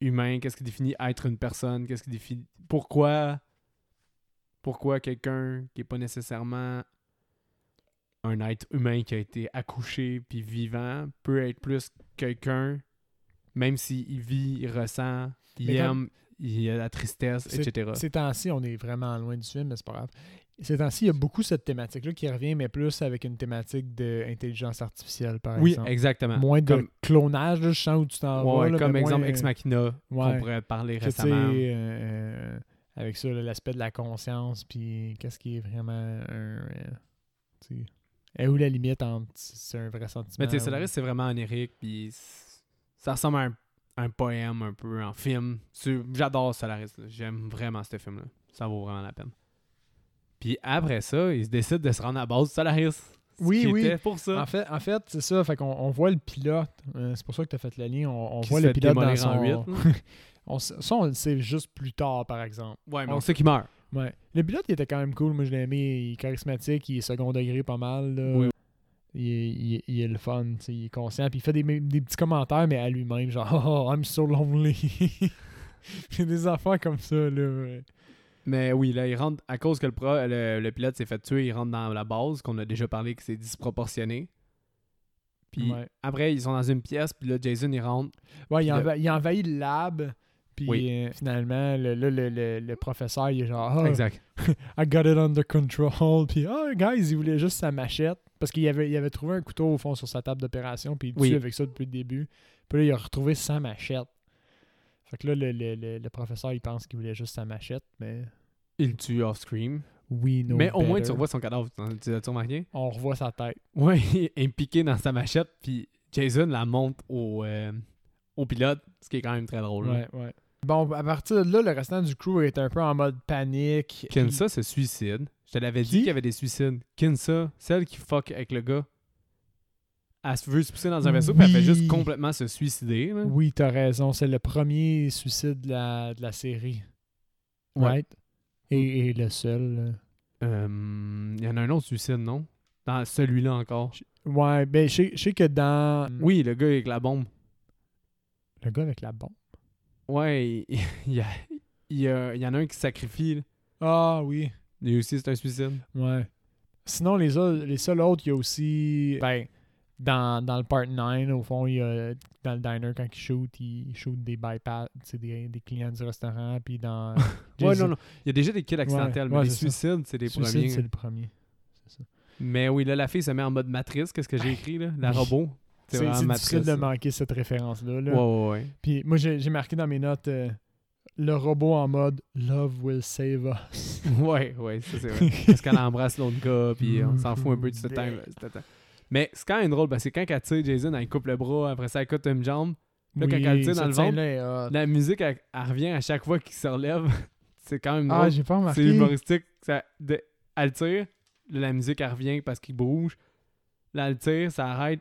[SPEAKER 1] humain, qu'est-ce qui définit être une personne, qu'est-ce qui définit. Pourquoi. Pourquoi quelqu'un qui est pas nécessairement un être humain qui a été accouché puis vivant peut être plus quelqu'un, même s'il vit, il ressent, il
[SPEAKER 2] Mais quand-
[SPEAKER 1] aime, il a la tristesse, etc.
[SPEAKER 2] Ces temps-ci, on est vraiment loin du film, mais c'est pas grave. Ces temps-ci, il y a beaucoup cette thématique-là qui revient, mais plus avec une thématique d'intelligence artificielle, par
[SPEAKER 1] Oui,
[SPEAKER 2] exemple.
[SPEAKER 1] exactement.
[SPEAKER 2] Moins de
[SPEAKER 1] Comme-
[SPEAKER 2] clonage, là, je sens où tu t'en
[SPEAKER 1] Ouais,
[SPEAKER 2] vas.
[SPEAKER 1] ouais,
[SPEAKER 2] là,
[SPEAKER 1] comme
[SPEAKER 2] mais moins,
[SPEAKER 1] exemple
[SPEAKER 2] euh,
[SPEAKER 1] Ex Machina qu'on
[SPEAKER 2] ouais,
[SPEAKER 1] pourrait parler
[SPEAKER 2] que, tu sais,
[SPEAKER 1] récemment.
[SPEAKER 2] euh, avec ça, là, l'aspect de la conscience, puis qu'est-ce qui est vraiment un. euh, tu sais, est où la limite entre si c'est un vrai sentiment?
[SPEAKER 1] Mais tu sais,
[SPEAKER 2] ou-
[SPEAKER 1] Solaris, c'est vraiment onirique, puis c- ça ressemble à un, un poème un peu en film. C'est- J'adore Solaris, là. j'aime vraiment ce film-là. Ça vaut vraiment la peine. Puis après ça, ils décident de se rendre à la base de Solaris. Ce
[SPEAKER 2] Oui,
[SPEAKER 1] qui
[SPEAKER 2] oui.
[SPEAKER 1] était pour ça.
[SPEAKER 2] En fait, en fait c'est ça. Fait qu'on on voit le pilote. euh, c'est pour ça que tu as fait le lien. On, on
[SPEAKER 1] Qui
[SPEAKER 2] voit
[SPEAKER 1] se
[SPEAKER 2] le
[SPEAKER 1] fait
[SPEAKER 2] pilote dans
[SPEAKER 1] démolir en
[SPEAKER 2] son...
[SPEAKER 1] huit, là.
[SPEAKER 2] on s- ça, on le sait juste plus tard, par exemple.
[SPEAKER 1] ouais, mais
[SPEAKER 2] on-
[SPEAKER 1] on sait qu'il meurt.
[SPEAKER 2] Ouais. Le pilote, il était quand même cool. Moi, je l'ai aimé. Il est charismatique. Il est second degré pas mal. là.
[SPEAKER 1] Oui.
[SPEAKER 2] Il, est, il est- il est le fun. tu sais, Il est conscient. Puis il fait des, des petits commentaires, mais à lui-même. Genre, oh, I'm so lonely. J'ai des affaires comme ça. là.
[SPEAKER 1] Mais oui, là, il rentre, à cause que le, pro- le, le pilote s'est fait tuer, il rentre dans la base, qu'on a déjà parlé que c'est disproportionné. Puis
[SPEAKER 2] Ouais.
[SPEAKER 1] après, ils sont dans une pièce, puis là, Jason, il rentre.
[SPEAKER 2] Ouais, il,
[SPEAKER 1] Puis le-
[SPEAKER 2] enva- il envahit le lab. Puis
[SPEAKER 1] Oui.
[SPEAKER 2] euh, finalement, le, là, le, le- le professeur, il est genre, Ah,
[SPEAKER 1] Exact.
[SPEAKER 2] I got it under control. Puis, oh, guys, il voulait juste sa machette. Parce qu'il avait, il avait trouvé un couteau au fond sur sa table d'opération. Puis il tue
[SPEAKER 1] Oui.
[SPEAKER 2] avec ça depuis le début. Puis là, il a retrouvé sa machette. Fait que là, le, le- le- le professeur, il pense qu'il voulait juste sa machette. Mais
[SPEAKER 1] Il le tue off-screen.
[SPEAKER 2] oui, non.
[SPEAKER 1] mais au moins, tu revois son cadavre. hein, Tu l'as-tu remarqué?
[SPEAKER 2] On revoit sa tête.
[SPEAKER 1] Ouais, il est piqué dans sa machette, puis Jason la monte au, euh, au pilote, ce qui est quand même très drôle. Oh, là.
[SPEAKER 2] Ouais, ouais. Bon, à partir de là, le restant du crew est un peu en mode panique.
[SPEAKER 1] Kinsa se suicide. Je te l'avais
[SPEAKER 2] Qui?
[SPEAKER 1] dit qu'il y avait des suicides. Kinsa, celle qui fuck avec le gars, elle se veut se pousser dans un vaisseau, puis elle fait
[SPEAKER 2] Oui.
[SPEAKER 1] juste complètement se suicider. là.
[SPEAKER 2] Oui, t'as raison. C'est le premier suicide de la, de la série.
[SPEAKER 1] Ouais.
[SPEAKER 2] Right? Et, et le seul. là.
[SPEAKER 1] Euh, Il y en a un autre suicide, non? Dans celui-là encore.
[SPEAKER 2] Ouais, ben, je sais- je sais que dans.
[SPEAKER 1] Oui, le gars avec la bombe.
[SPEAKER 2] Le gars avec la bombe.
[SPEAKER 1] Ouais, il il y, a- il y a- il y en a un qui se sacrifie. là.
[SPEAKER 2] Ah oui.
[SPEAKER 1] Lui aussi, c'est un suicide.
[SPEAKER 2] Ouais. Sinon, les, autres- les seuls autres, il y a aussi. Ben, dans, dans le part 9, au fond, il y a. Dans le diner, quand il shoot, il shoot des bypass, tu sais, des, des clients du restaurant, puis dans.
[SPEAKER 1] Ouais, non, non. Il y a déjà des kills accidentels, mais
[SPEAKER 2] ouais,
[SPEAKER 1] les
[SPEAKER 2] c'est ça.
[SPEAKER 1] suicides, c'est les
[SPEAKER 2] Suicide,
[SPEAKER 1] premiers.
[SPEAKER 2] c'est le premier. C'est ça.
[SPEAKER 1] Mais oui, là, la fille se met en mode matrice. Qu'est-ce que j'ai écrit, là? La
[SPEAKER 2] Oui.
[SPEAKER 1] robot.
[SPEAKER 2] C'est
[SPEAKER 1] vraiment
[SPEAKER 2] c'est difficile
[SPEAKER 1] matrice.
[SPEAKER 2] de manquer cette référence-là. là.
[SPEAKER 1] Ouais, ouais, ouais.
[SPEAKER 2] Puis moi, j'ai j'ai marqué dans mes notes euh, le robot en mode Love will save us.
[SPEAKER 1] Ouais, ouais, ça c'est vrai. Parce qu'elle embrasse l'autre gars, puis on s'en fout un peu de ce
[SPEAKER 2] Yeah.
[SPEAKER 1] temps. là, ce temps. Mais c'est quand même drôle, parce que quand elle tire Jason, elle coupe le bras, après ça, elle coupe une jambe. Là, quand elle le tire dans le ventre,
[SPEAKER 2] ventre.
[SPEAKER 1] La musique, elle, elle revient à chaque fois qu'il se relève. c'est quand même
[SPEAKER 2] Ah,
[SPEAKER 1] drôle.
[SPEAKER 2] j'ai
[SPEAKER 1] c'est
[SPEAKER 2] pas remarqué.
[SPEAKER 1] humoristique. Ça, de- elle tire, là, la musique, elle revient parce qu'il bouge. Là, elle tire, ça arrête,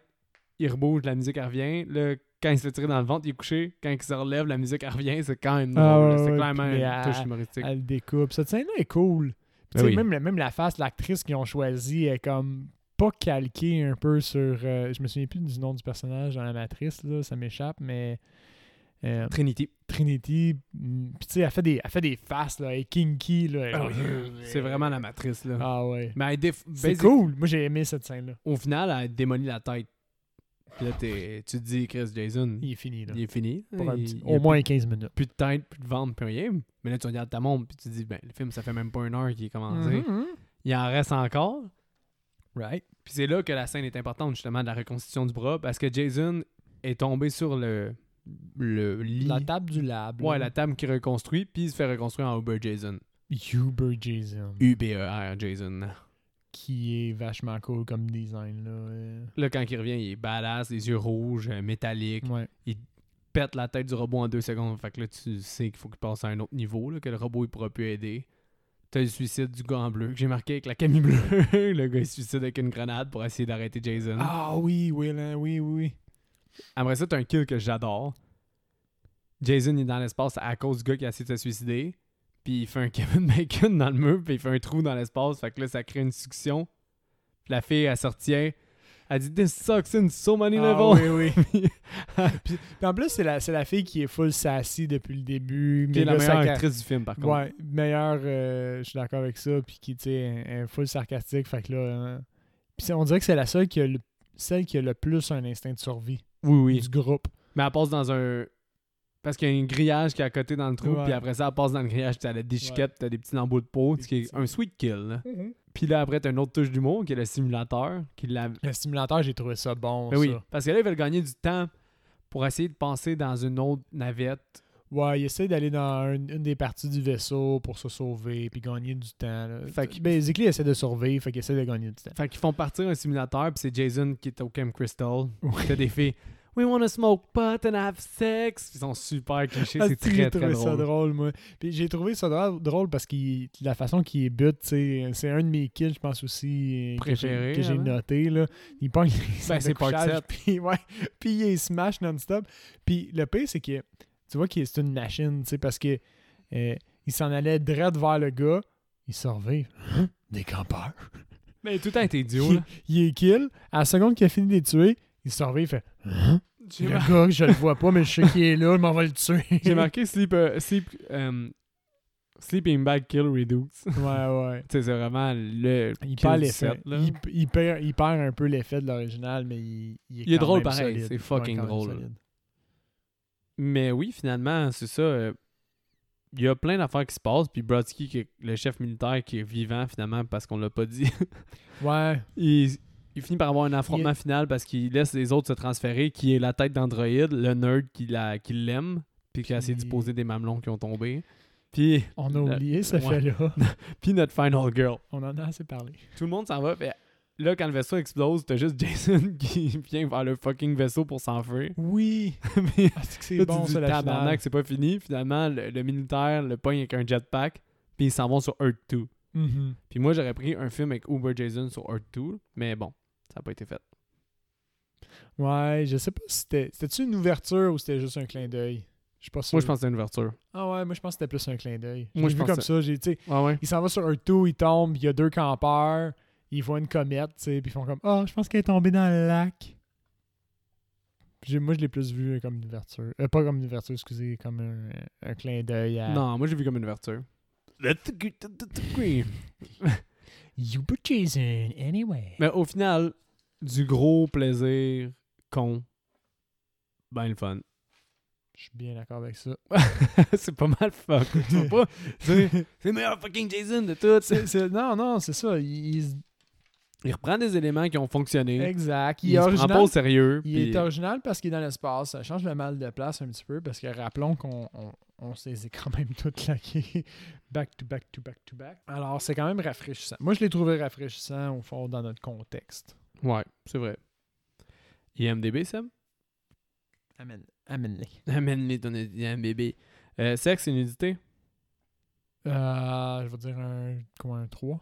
[SPEAKER 1] il rebouge, la musique, elle revient. Là, quand il se fait tirer dans le ventre, il est couché. Quand il se relève, la musique, elle revient. C'est quand même drôle.
[SPEAKER 2] Ah,
[SPEAKER 1] là.
[SPEAKER 2] ouais,
[SPEAKER 1] c'est
[SPEAKER 2] ouais,
[SPEAKER 1] clairement
[SPEAKER 2] puis
[SPEAKER 1] une
[SPEAKER 2] elle-
[SPEAKER 1] touche humoristique.
[SPEAKER 2] Elle le découpe. Cette scène-là est cool. Puis,
[SPEAKER 1] Ben
[SPEAKER 2] tu sais,
[SPEAKER 1] oui.
[SPEAKER 2] même, la- même la face de l'actrice qu'ils ont choisie est comme pas calquée un peu sur. euh, je me souviens plus du nom du personnage dans la matrice, là, ça m'échappe, mais. euh,
[SPEAKER 1] Trinity.
[SPEAKER 2] Trinity, mm, puis tu sais, elle fait des, elle fait des faces, là, elle est kinky, là.
[SPEAKER 1] Ah
[SPEAKER 2] elle-
[SPEAKER 1] C'est vraiment la matrice, là.
[SPEAKER 2] Ah ouais.
[SPEAKER 1] Mais elle déf-
[SPEAKER 2] C'est
[SPEAKER 1] basic-
[SPEAKER 2] cool. Moi, j'ai aimé cette scène-là.
[SPEAKER 1] Au final, elle démolit la tête. Puis là, t'es- tu te dis, Chris Jason, il,
[SPEAKER 2] Il est fini, là.
[SPEAKER 1] est fini.
[SPEAKER 2] Pour un
[SPEAKER 1] Il-
[SPEAKER 2] petit-
[SPEAKER 1] il a
[SPEAKER 2] au moins 15 minutes.
[SPEAKER 1] plus de tête, plus de vente, plus rien. Mais là, tu regardes ta montre puis tu te dis, ben, le film, ça fait même pas une heure qu'il est commencé.
[SPEAKER 2] Mhm. Mm-hmm.
[SPEAKER 1] Il en reste encore.
[SPEAKER 2] Right.
[SPEAKER 1] Puis c'est là que la scène est importante, justement, de la reconstitution du bras, parce que Jason est tombé sur le, le lit.
[SPEAKER 2] La table du lab.
[SPEAKER 1] Ouais, la table qui reconstruit, puis il se fait reconstruire en Uber Jason.
[SPEAKER 2] Uber Jason.
[SPEAKER 1] U-B-E-R Jason.
[SPEAKER 2] qui est vachement cool comme design, là. euh.
[SPEAKER 1] Là, quand il revient, il est badass, les yeux rouges, euh, métalliques,
[SPEAKER 2] Ouais.
[SPEAKER 1] pète la tête du robot en deux secondes. Fait que là, tu sais qu'il faut qu'il passe à un autre niveau, là, que le robot, il pourra plus aider. T'as le suicide du gars en bleu que j'ai marqué avec la camille bleue. le gars, il se suicide avec une grenade pour essayer d'arrêter Jason.
[SPEAKER 2] Ah oui, oui, là, oui, oui.
[SPEAKER 1] Après ça, t'as un kill que j'adore. Jason, il est dans l'espace à cause du gars qui a essayé de se suicider. Puis il fait un Kevin Bacon dans le mur, puis il fait un trou dans l'espace. Fait que là, ça crée une succion. Puis la fille, elle se retient. Elle dit « This sucks in so many
[SPEAKER 2] Ah,
[SPEAKER 1] levels!
[SPEAKER 2] oui, oui. puis, puis en plus, c'est la, c'est la fille qui est full sassy depuis le début.
[SPEAKER 1] Qui est
[SPEAKER 2] mais
[SPEAKER 1] la
[SPEAKER 2] là, ça
[SPEAKER 1] meilleure
[SPEAKER 2] ca-
[SPEAKER 1] actrice du film, par contre.
[SPEAKER 2] Ouais, meilleure, euh, je suis d'accord avec ça. Puis qui, tu sais, est- est full sarcastique. Fait que là. euh, Puis c'est- on dirait que c'est la seule qui a le, celle qui a le plus un instinct de survie
[SPEAKER 1] Oui, oui.
[SPEAKER 2] du groupe.
[SPEAKER 1] Mais elle passe dans un. Parce qu'il y a un grillage qui est à côté dans le trou,
[SPEAKER 2] Ouais.
[SPEAKER 1] puis après ça, elle passe dans le grillage, puis t'as la déchiquette, t'as des petits lambeaux de peau, ce qui est un sweet kill. là.
[SPEAKER 2] Mm-hmm.
[SPEAKER 1] Puis là, après, t'as une autre touche d'humour qui est le simulateur, qui l'a.
[SPEAKER 2] Le simulateur, j'ai trouvé ça bon.
[SPEAKER 1] Mais Ben oui,
[SPEAKER 2] ça.
[SPEAKER 1] parce que là, ils veulent gagner du temps pour essayer de passer dans une autre navette.
[SPEAKER 2] Ouais, il essaie d'aller dans un- une des parties du vaisseau pour se sauver puis gagner du temps. Là.
[SPEAKER 1] Fait que-
[SPEAKER 2] basically, il essaie de survivre, fait qu'il essaie de gagner du temps.
[SPEAKER 1] Fait qu'ils font partir un simulateur, puis c'est Jason qui est au Camp Crystal.
[SPEAKER 2] Oui.
[SPEAKER 1] T'as des filles. We wanna smoke pot and have sex. Ils sont super clichés, c'est
[SPEAKER 2] Asti, j'ai
[SPEAKER 1] très très
[SPEAKER 2] trouvé ça
[SPEAKER 1] drôle.
[SPEAKER 2] drôle, moi. Puis j'ai trouvé ça drôle, drôle parce que la façon qu'il bute, tu sais, c'est un de mes kills, je pense aussi, euh, que j'ai-
[SPEAKER 1] Préféré,
[SPEAKER 2] que j'ai
[SPEAKER 1] hein? Ben,
[SPEAKER 2] noté. Là. Il pogne les sacs de
[SPEAKER 1] c'est Park
[SPEAKER 2] couchage,
[SPEAKER 1] Set.
[SPEAKER 2] Puis, ouais, puis il les smash non-stop. Puis le pire, c'est que tu vois que c'est une machine, tu sais, parce que euh, il s'en allait direct vers le gars. Ils survivent. Des campeurs.
[SPEAKER 1] Mais tout le temps été idiot,
[SPEAKER 2] Il,
[SPEAKER 1] là.
[SPEAKER 2] il est kill. À la seconde qu'il a fini de les tuer, il survit. Il fait
[SPEAKER 1] J'ai
[SPEAKER 2] Le
[SPEAKER 1] mar-
[SPEAKER 2] gars, je le vois pas, mais je sais qu'il est là, je m'en vais le tuer.
[SPEAKER 1] j'ai marqué sleep, euh, sleep, euh, Sleeping Bag Kill Reduce. Tu
[SPEAKER 2] ouais, ouais.
[SPEAKER 1] sais, c'est vraiment le.
[SPEAKER 2] Il
[SPEAKER 1] Kill
[SPEAKER 2] perd l'effet.
[SPEAKER 1] set, là.
[SPEAKER 2] Il, il perd, il perd un peu l'effet de l'original, mais il, il est
[SPEAKER 1] Il est
[SPEAKER 2] quand
[SPEAKER 1] drôle
[SPEAKER 2] même
[SPEAKER 1] pareil,
[SPEAKER 2] solide.
[SPEAKER 1] c'est fucking
[SPEAKER 2] quand même
[SPEAKER 1] drôle, là.
[SPEAKER 2] solide.
[SPEAKER 1] Mais oui, finalement, c'est ça. euh, Il y a plein d'affaires qui se passent. Puis Brodsky, qui est le chef militaire qui est vivant, finalement, parce qu'on l'a pas dit,
[SPEAKER 2] Ouais.
[SPEAKER 1] il, il finit par avoir un affrontement final parce qu'il laisse les autres se transférer, qui est la tête d'Android, le nerd qui la- qui l'aime, puis qui a essayé de
[SPEAKER 2] Puis-
[SPEAKER 1] poser des mamelons qui ont tombé. Puis,
[SPEAKER 2] On a
[SPEAKER 1] Le-
[SPEAKER 2] oublié ce
[SPEAKER 1] ouais.
[SPEAKER 2] fait-là.
[SPEAKER 1] puis notre final girl.
[SPEAKER 2] On en a assez parlé.
[SPEAKER 1] Tout le monde s'en va. Puis là, quand le vaisseau explose, t'as juste Jason qui vient vers le fucking vaisseau pour s'enfuir.
[SPEAKER 2] Oui.
[SPEAKER 1] Puis-
[SPEAKER 2] Ah, c'est que
[SPEAKER 1] Là,
[SPEAKER 2] c'est
[SPEAKER 1] tu
[SPEAKER 2] bon,
[SPEAKER 1] dis,
[SPEAKER 2] ça, la finale.
[SPEAKER 1] tabarnak, c'est pas fini. Finalement, le, le militaire le pogne avec un jetpack, puis ils s'en vont sur Earth 2.
[SPEAKER 2] Mhm.
[SPEAKER 1] Puis moi, j'aurais pris un film avec Uber Jason sur Earth 2, mais bon, ça n'a pas été fait.
[SPEAKER 2] Ouais, je sais pas si c'était. C'était-tu une ouverture ou c'était juste un clin d'œil? Je suis pas sûr.
[SPEAKER 1] Moi, je pense que c'est une ouverture.
[SPEAKER 2] Ah ouais, moi je pense que c'était plus un clin d'œil.
[SPEAKER 1] Moi,
[SPEAKER 2] Moi, je
[SPEAKER 1] je
[SPEAKER 2] vu
[SPEAKER 1] pense
[SPEAKER 2] comme ça, j'ai tu sais,
[SPEAKER 1] Ah ouais?
[SPEAKER 2] il s'en va sur un tout, il tombe, il y a deux campeurs, ils voient une comète, tu sais, puis ils font comme "Ah, je pense qu'elle est tombée dans le lac." Puis j'ai- moi je l'ai plus vu comme une ouverture, Euh, pas comme une ouverture, excusez, comme un, un clin d'œil à
[SPEAKER 1] Euh, Non, moi, j'ai vu comme une ouverture.
[SPEAKER 2] You put Jason anyway.
[SPEAKER 1] mais au final, du gros plaisir con, ben le fun.
[SPEAKER 2] Je suis bien d'accord avec ça.
[SPEAKER 1] c'est pas mal fuck. tu vois pas? C'est c'est le meilleur fucking Jason de tout.
[SPEAKER 2] C'est- c'est- non non, c'est ça, il, il-
[SPEAKER 1] Il reprend des éléments qui ont fonctionné.
[SPEAKER 2] exact, il,
[SPEAKER 1] Il,
[SPEAKER 2] est
[SPEAKER 1] se prend pas
[SPEAKER 2] original.
[SPEAKER 1] au sérieux.
[SPEAKER 2] Il
[SPEAKER 1] puis- euh,
[SPEAKER 2] est original parce qu'il est dans l'espace. Ça change le mal de place un petit peu parce que rappelons qu'on on, on se les est quand même toutes claquées back to back to back to back. Alors c'est quand même rafraîchissant. Moi je l'ai trouvé rafraîchissant au fond dans notre contexte.
[SPEAKER 1] Ouais, c'est vrai. IMDB, Sam?
[SPEAKER 2] Amen. Amen.
[SPEAKER 1] Amène-les ton IMDB. Euh, sexe et nudité?
[SPEAKER 2] Euh, je vais dire un, quoi, un 3.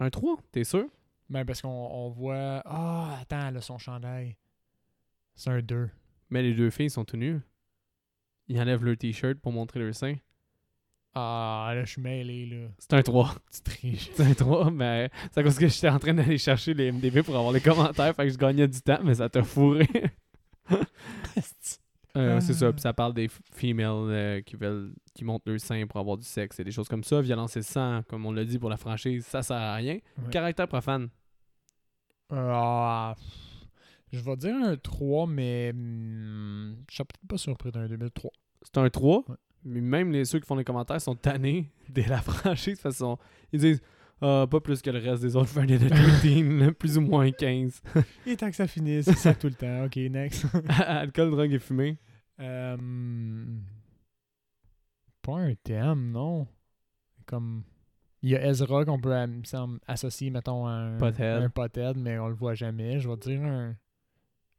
[SPEAKER 1] Un 3, t'es sûr?
[SPEAKER 2] Ben parce qu'on on voit. Ah, attends, là, son chandail. C'est un 2.
[SPEAKER 1] Mais les deux filles sont tout nues. Ils enlèvent leur t-shirt pour montrer leur sein.
[SPEAKER 2] Ah, là, je suis mêlé, là.
[SPEAKER 1] C'est un 3.
[SPEAKER 2] Tu triches.
[SPEAKER 1] C'est un 3, mais c'est à cause que j'étais en train d'aller chercher les MDB pour avoir les commentaires, fait que je gagnais du temps, mais ça t'a fourré. Euh, C'est ça, puis ça parle des f- females euh, qui veulent, qui montent leur sein pour avoir du sexe et des choses comme ça. Violence et sang, comme on l'a dit pour la franchise, ça sert à rien.
[SPEAKER 2] Ouais.
[SPEAKER 1] Caractère profane.
[SPEAKER 2] Ah, pff, je vais dire un 3, mais hmm, je serais peut-être pas surpris d'un 2003.
[SPEAKER 1] c'est un 3.
[SPEAKER 2] Ouais.
[SPEAKER 1] Mais même les, ceux qui font les commentaires sont tannés de la franchise. Parce qu'ils sont- ils disent Ah, pas plus que le reste des autres Friday the 13, là, plus ou moins 15.
[SPEAKER 2] Et tant que ça finisse, c'est ça tout le temps. OK, next.
[SPEAKER 1] Alcool, drogue et fumée.
[SPEAKER 2] Euh, hmm, pas un thème, non. Comme... Il y a Ezra qu'on peut, euh, il me semble, associer, mettons, à un
[SPEAKER 1] Pothead.
[SPEAKER 2] un pothead, mais on le voit jamais. Je vais dire un...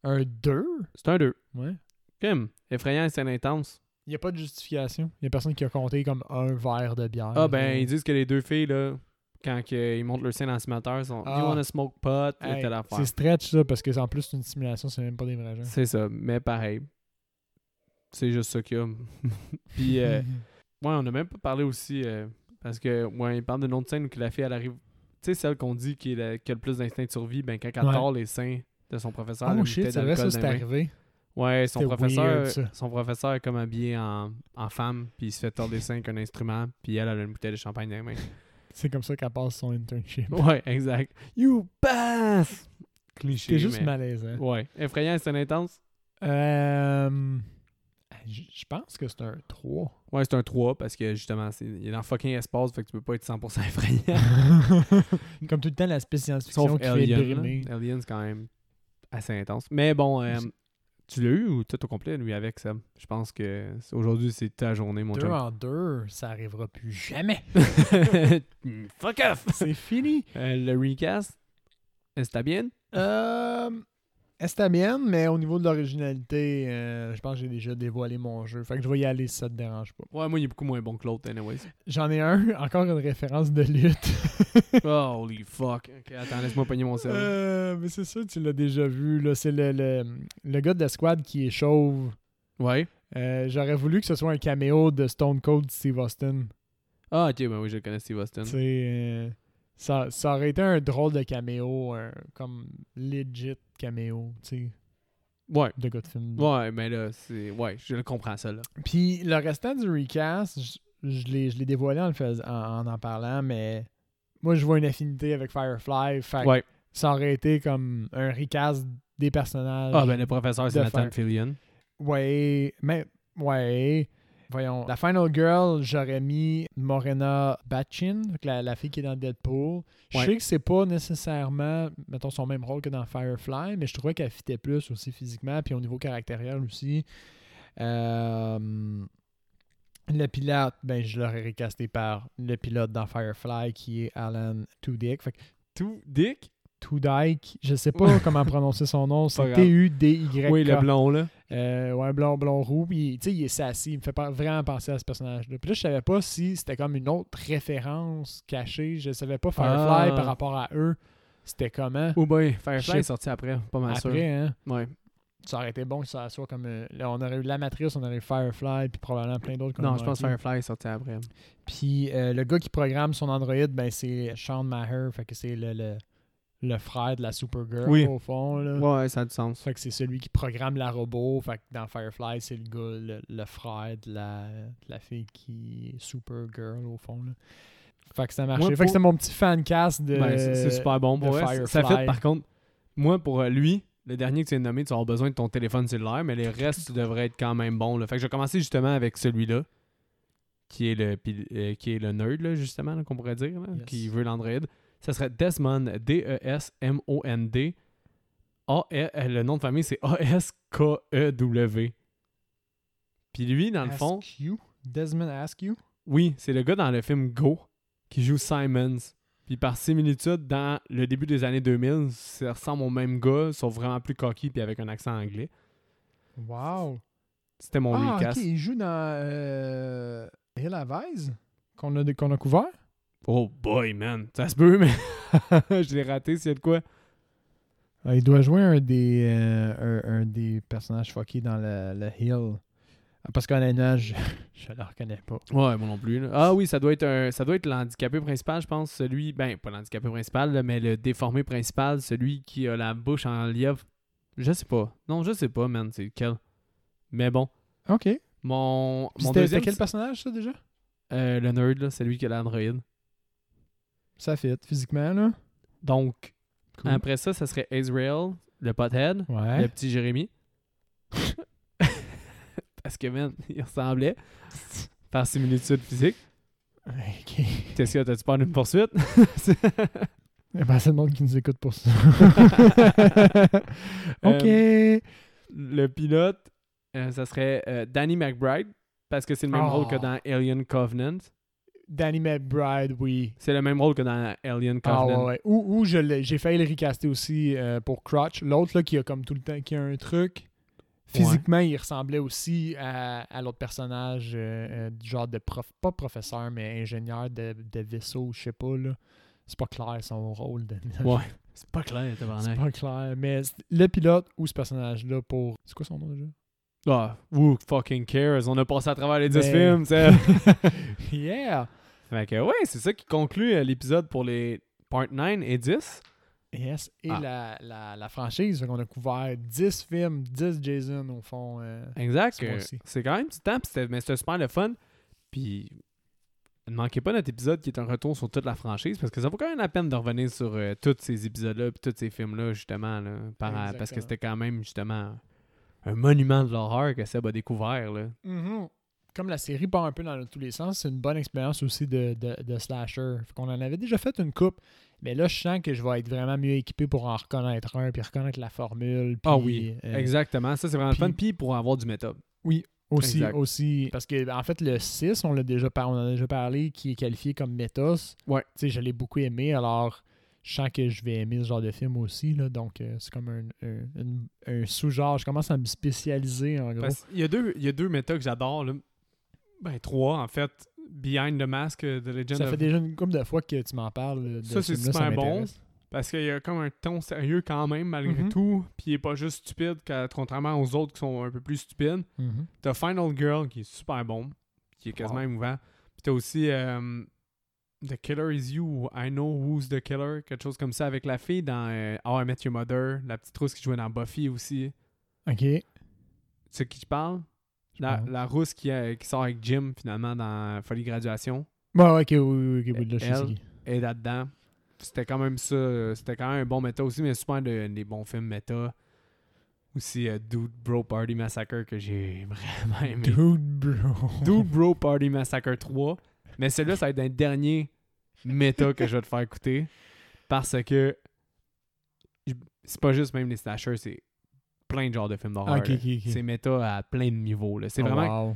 [SPEAKER 2] Un 2?
[SPEAKER 1] C'est un 2.
[SPEAKER 2] Ouais.
[SPEAKER 1] Crime. Effrayant et scène intense.
[SPEAKER 2] Il n'y a pas de justification. Il n'y a personne qui a compté comme un verre de bière.
[SPEAKER 1] Ah, ben,
[SPEAKER 2] Euh,
[SPEAKER 1] ils disent que les deux filles, là, quand que ils montent leur scène en cimateur, ils sont
[SPEAKER 2] Ah.
[SPEAKER 1] You wanna smoke pot et
[SPEAKER 2] Euh, hey,
[SPEAKER 1] telle affaire.
[SPEAKER 2] c'est stretch, ça, parce que en plus, c'est une simulation, c'est même pas des vrais gens.
[SPEAKER 1] C'est ça, mais pareil. C'est juste ça qu'il y a. Puis, euh, Ouais, on n'a même pas parlé aussi. euh, parce que, ouais, il parle d'une autre scène où que la fille, elle arrive. Tu sais, celle qu'on dit qui, est la- qui a le plus d'instinct de survie, ben, quand elle
[SPEAKER 2] Ouais.
[SPEAKER 1] tord les seins de son professeur, elle a
[SPEAKER 2] oh
[SPEAKER 1] une
[SPEAKER 2] shit,
[SPEAKER 1] bouteille
[SPEAKER 2] c'est vrai, ça,
[SPEAKER 1] d'alcool ben
[SPEAKER 2] c'est
[SPEAKER 1] dans les mains.
[SPEAKER 2] arrivé.
[SPEAKER 1] Ouais, son
[SPEAKER 2] C'était
[SPEAKER 1] professeur,
[SPEAKER 2] weird, ça.
[SPEAKER 1] son professeur est comme habillé en, en femme, puis il se fait tordre les seins avec un instrument, puis elle, elle a une bouteille de champagne dans les mains.
[SPEAKER 2] C'est comme ça qu'elle passe son internship.
[SPEAKER 1] ouais, exact. You pass! Cliché.
[SPEAKER 2] C'était juste
[SPEAKER 1] mais-
[SPEAKER 2] malaisant.
[SPEAKER 1] Ouais, effrayant, c'est intense.
[SPEAKER 2] Euh, je je pense que c'est un 3.
[SPEAKER 1] Ouais, c'est un 3 parce que justement, c'est- il est dans fucking espace, fait que tu peux pas être 100% effrayant.
[SPEAKER 2] comme tout le temps, l'aspect science-fiction
[SPEAKER 1] Sauf
[SPEAKER 2] qui fait
[SPEAKER 1] Alien.
[SPEAKER 2] brimer.
[SPEAKER 1] là. Alien, c'est quand même assez intense. Mais bon, euh, tu l'as eu ou tout au complet, lui, avec ça? Je pense que c'est- aujourd'hui, c'est ta journée, mon
[SPEAKER 2] Deux
[SPEAKER 1] chum.
[SPEAKER 2] en deux, ça arrivera plus jamais.
[SPEAKER 1] Mm, Fuck off!
[SPEAKER 2] c'est fini.
[SPEAKER 1] Euh, le recast, c'était bien?
[SPEAKER 2] Euh, C'était bien, mais au niveau de l'originalité, euh, je pense que j'ai déjà dévoilé mon jeu. Fait que je vais y aller si ça te dérange pas.
[SPEAKER 1] Ouais, moi, il est beaucoup moins bon que l'autre, anyways.
[SPEAKER 2] J'en ai un, encore une référence de lutte.
[SPEAKER 1] Holy fuck. Ok, attends, laisse-moi pogner Ah, mon cerveau.
[SPEAKER 2] Euh, mais c'est sûr, tu l'as déjà vu. là. C'est le, le, le gars de la squad qui est chauve.
[SPEAKER 1] Ouais.
[SPEAKER 2] Euh, J'aurais voulu que ce soit un caméo de Stone Cold Steve Austin.
[SPEAKER 1] Ah, ok, ben oui, je connais Steve Austin.
[SPEAKER 2] Tu sais, euh, ça, ça aurait été un drôle de caméo, un- comme legit caméo, tu sais,
[SPEAKER 1] Ouais.
[SPEAKER 2] de gars de film.
[SPEAKER 1] Ouais, mais là, c'est. Ouais, je le comprends ça, là.
[SPEAKER 2] Puis le restant du recast, je, je l'ai je l'ai dévoilé en, le fais- en, en en parlant, mais moi, je vois une affinité avec Firefly. Fait que
[SPEAKER 1] Ouais.
[SPEAKER 2] ça aurait été comme un recast des personnages.
[SPEAKER 1] Ah, ben le professeur, c'est
[SPEAKER 2] de
[SPEAKER 1] Nathan
[SPEAKER 2] faire.
[SPEAKER 1] Fillion.
[SPEAKER 2] Ouais, mais ouais. Voyons, la Final Girl, j'aurais mis Morena Batchin, donc la, la fille qui est dans Deadpool. Je
[SPEAKER 1] Ouais.
[SPEAKER 2] sais que c'est pas nécessairement, mettons, son même rôle que dans Firefly, mais je trouvais qu'elle fitait plus aussi physiquement, puis au niveau caractériel aussi. Euh, le pilote, ben, je l'aurais recasté par le pilote dans Firefly qui est Alan Tudyk. Fait que
[SPEAKER 1] Tout Dick?
[SPEAKER 2] Tudyk, je sais pas comment prononcer son nom,
[SPEAKER 1] Pas
[SPEAKER 2] c'est
[SPEAKER 1] grave.
[SPEAKER 2] T-U-D-Y.
[SPEAKER 1] Oui, le blond, là.
[SPEAKER 2] Euh, ouais, blond, blond, roux. Puis, il- tu sais, il est sassy. Il me fait pas- vraiment penser à ce personnage-là. Puis là, je savais pas si c'était comme une autre référence cachée. Je savais pas Firefly
[SPEAKER 1] Ah.
[SPEAKER 2] par rapport à eux. C'était comment?
[SPEAKER 1] Ou ben, Firefly
[SPEAKER 2] Je-
[SPEAKER 1] est sorti après, pas mal sûr.
[SPEAKER 2] Après, hein?
[SPEAKER 1] Ouais.
[SPEAKER 2] Ça aurait été bon que ça soit comme... euh, là, on aurait eu La Matrice, on aurait eu Firefly, puis probablement plein d'autres. qu'on
[SPEAKER 1] Non,
[SPEAKER 2] a
[SPEAKER 1] je pense
[SPEAKER 2] manqué.
[SPEAKER 1] Firefly est sorti après.
[SPEAKER 2] Puis euh, le gars qui programme son androïde, ben c'est Sean Maher. Fait que c'est le, le, le frère de la Supergirl,
[SPEAKER 1] Oui.
[SPEAKER 2] au fond. Là.
[SPEAKER 1] Ouais, ça a du sens.
[SPEAKER 2] Fait que c'est celui qui programme la robot. Fait que dans Firefly, c'est le gars, le, le frère de la, de la fille qui est Supergirl au fond. Là. Fait que ça a marché.
[SPEAKER 1] Moi,
[SPEAKER 2] fait
[SPEAKER 1] pour-
[SPEAKER 2] que c'était mon petit fancast de.
[SPEAKER 1] Ben, c'est c'est super bon pour
[SPEAKER 2] de
[SPEAKER 1] vrai. Ça- Ça fait
[SPEAKER 2] Firefly.
[SPEAKER 1] par contre, moi pour euh, lui, le dernier que tu as nommé, tu vas avoir besoin de ton téléphone cellulaire, mais les restes devraient être quand même bons. là. Fait que je vais commencer justement avec celui-là, qui est le pil- euh, qui est le nerd, là, justement, là, qu'on pourrait dire, là,
[SPEAKER 2] Yes.
[SPEAKER 1] qui veut l'Android. Ça serait Desmond, E D-E-S-M-O-N-D. A -E euh, le nom de famille, c'est A-S-K-E-W. E Puis lui, dans le fond,
[SPEAKER 2] Askew? Desmond Askew.
[SPEAKER 1] oui, c'est le gars dans le film Go qui joue Simons. Puis par similitude, dans le début des années 2000, ça ressemble au même gars, sauf vraiment plus cocky puis avec un accent anglais.
[SPEAKER 2] Wow.
[SPEAKER 1] C'était mon
[SPEAKER 2] ah, ok,
[SPEAKER 1] recast.
[SPEAKER 2] il joue dans euh, Hill Avise qu'on a, qu'on a couvert.
[SPEAKER 1] Oh boy, man. Ça se peut, mais je l'ai raté s'il y a de quoi.
[SPEAKER 2] Ah, Il doit jouer un des, euh, un, un des personnages fuckés dans le, le Hill. Ah, Parce qu'honnêtement, je, je le reconnais pas.
[SPEAKER 1] Ouais, moi non plus. là. Ah oui, ça doit être un, ça doit être l'handicapé principal, je pense. Celui, ben, pas l'handicapé principal, là, mais le déformé principal, celui qui a la bouche en lièvre. Je sais pas. Non, je sais pas, man, c'est lequel. Mais bon,
[SPEAKER 2] Ok.
[SPEAKER 1] mon,
[SPEAKER 2] Puis
[SPEAKER 1] mon
[SPEAKER 2] C'était
[SPEAKER 1] deuxième,
[SPEAKER 2] c'était quel personnage, ça, déjà?
[SPEAKER 1] euh, le nerd, là, celui qui a l'android.
[SPEAKER 2] Ça fit, physiquement, là.
[SPEAKER 1] Donc,
[SPEAKER 2] Cool.
[SPEAKER 1] après ça, ça serait Israel, le pothead, le
[SPEAKER 2] Ouais.
[SPEAKER 1] petit Jérémy. Parce que, man, il ressemblait par similitude physique.
[SPEAKER 2] OK.
[SPEAKER 1] Qu'est-ce que t'as-tu peur d'une poursuite?
[SPEAKER 2] Il y a pas assez de monde qui nous écoute pour ça. OK.
[SPEAKER 1] Euh, le pilote, euh, ça serait euh, Danny McBride, parce que c'est le même
[SPEAKER 2] Oh.
[SPEAKER 1] rôle que dans Alien Covenant.
[SPEAKER 2] Danny McBride, oui.
[SPEAKER 1] C'est le même rôle que dans Alien
[SPEAKER 2] Ah ouais,
[SPEAKER 1] Covenant.
[SPEAKER 2] ouais. Ou, ou je l'ai- j'ai failli le recaster aussi euh, pour Crotch. L'autre, là, qui a comme tout le temps, qui a un truc. Physiquement, il ressemblait aussi à, à l'autre personnage, euh, euh, du genre de prof, pas professeur, mais ingénieur de, de vaisseau, je sais pas, là. C'est pas clair son rôle de,
[SPEAKER 1] Ouais. C'est pas clair,
[SPEAKER 2] C'est
[SPEAKER 1] tabarnak.
[SPEAKER 2] pas clair, mais c- le pilote ou ce personnage-là pour. C'est quoi son nom déjà
[SPEAKER 1] Ah, who fucking cares? On a passé à travers les 10
[SPEAKER 2] Mais-
[SPEAKER 1] films, tu sais.
[SPEAKER 2] Yeah
[SPEAKER 1] Fait que ouais, c'est ça qui conclut euh, l'épisode pour les Part 9 et 10.
[SPEAKER 2] Yes, et
[SPEAKER 1] Ah.
[SPEAKER 2] la, la, la franchise, on a couvert 10 films, 10 Jason au fond. euh.
[SPEAKER 1] Exact.
[SPEAKER 2] C'est moi
[SPEAKER 1] euh,
[SPEAKER 2] aussi.
[SPEAKER 1] C'est quand même du temps, pis c'était- mais c'était super le fun. Puis, ne manquez pas notre épisode qui est un retour sur toute la franchise, parce que ça vaut quand même la peine de revenir sur euh, tous ces épisodes-là, puis tous ces films-là, justement, là, par- euh,
[SPEAKER 2] Exactement.
[SPEAKER 1] parce que c'était quand même, justement, un monument de l'horreur que Seb a découvert. Là.
[SPEAKER 2] Mhm. Comme la série part un peu dans tous les sens, c'est une bonne expérience aussi de, de, de slasher. Fait qu'on en avait déjà fait une coupe, mais là, je sens que je vais être vraiment mieux équipé pour en reconnaître un, puis reconnaître la formule.
[SPEAKER 1] Ah
[SPEAKER 2] puis,
[SPEAKER 1] oui,
[SPEAKER 2] euh,
[SPEAKER 1] Exactement, ça c'est vraiment le fun,
[SPEAKER 2] puis-
[SPEAKER 1] puis pour avoir du méthode.
[SPEAKER 2] Aussi,
[SPEAKER 1] Exact.
[SPEAKER 2] aussi. Parce que en fait, le 6, on l'a déjà par- on en a déjà parlé, qui est qualifié comme Métos.
[SPEAKER 1] Ouais.
[SPEAKER 2] Tu sais, je l'ai beaucoup aimé, alors je sens que je vais aimer ce genre de film aussi. Là, donc euh, c'est comme un, un- une- un sous-genre. Je commence à me spécialiser en gros.
[SPEAKER 1] Parce- Il y a deux, il y a deux méta que j'adore, là. ben trois en fait, Behind the Mask, euh, The Legend
[SPEAKER 2] Ça
[SPEAKER 1] of
[SPEAKER 2] fait déjà une couple de fois que tu m'en parles. euh, De
[SPEAKER 1] Ça,
[SPEAKER 2] ce
[SPEAKER 1] c'est
[SPEAKER 2] film-là, ça
[SPEAKER 1] super bon.
[SPEAKER 2] m'intéresse.
[SPEAKER 1] Parce qu'il y a comme un ton sérieux quand même, malgré
[SPEAKER 2] Mhm.
[SPEAKER 1] tout. Puis il est pas juste stupide, qu'à- contrairement aux autres qui sont un peu plus stupides.
[SPEAKER 2] Mhm.
[SPEAKER 1] T'as Final Girl qui est super bon, qui est quasiment
[SPEAKER 2] Wow.
[SPEAKER 1] émouvant. Puis T'as aussi euh, The Killer Is You, I Know Who's the Killer, quelque chose comme ça, avec la fille dans euh, How I Met Your Mother, la petite rousse qui jouait dans Buffy aussi.
[SPEAKER 2] Ok.
[SPEAKER 1] Tu sais qui je parle? La,
[SPEAKER 2] pense.
[SPEAKER 1] la rousse qui, euh, qui sort avec Jim finalement dans Folie Graduation
[SPEAKER 2] Ouais, ouais, ok, oui, oui, ok, oui, là, je sais c'est
[SPEAKER 1] Elle.
[SPEAKER 2] qui.
[SPEAKER 1] est là-dedans. C'était quand même ça. euh, C'était quand même un bon méta aussi, mais super de- des bons films méta. Aussi euh, Dude Bro Party Massacre que j'ai vraiment aimé.
[SPEAKER 2] Dude, bro.
[SPEAKER 1] Dude Bro Party Massacre 3. Mais celui-là, ça va être un dernier méta que je vais te faire écouter. Parce que je- c'est pas juste même les slashers, c'est plein de genres de films d'horreur.
[SPEAKER 2] Ah, ok,
[SPEAKER 1] là.
[SPEAKER 2] ok, ok.
[SPEAKER 1] C'est méta à plein de niveaux. là. C'est
[SPEAKER 2] Oh,
[SPEAKER 1] vraiment,
[SPEAKER 2] wow.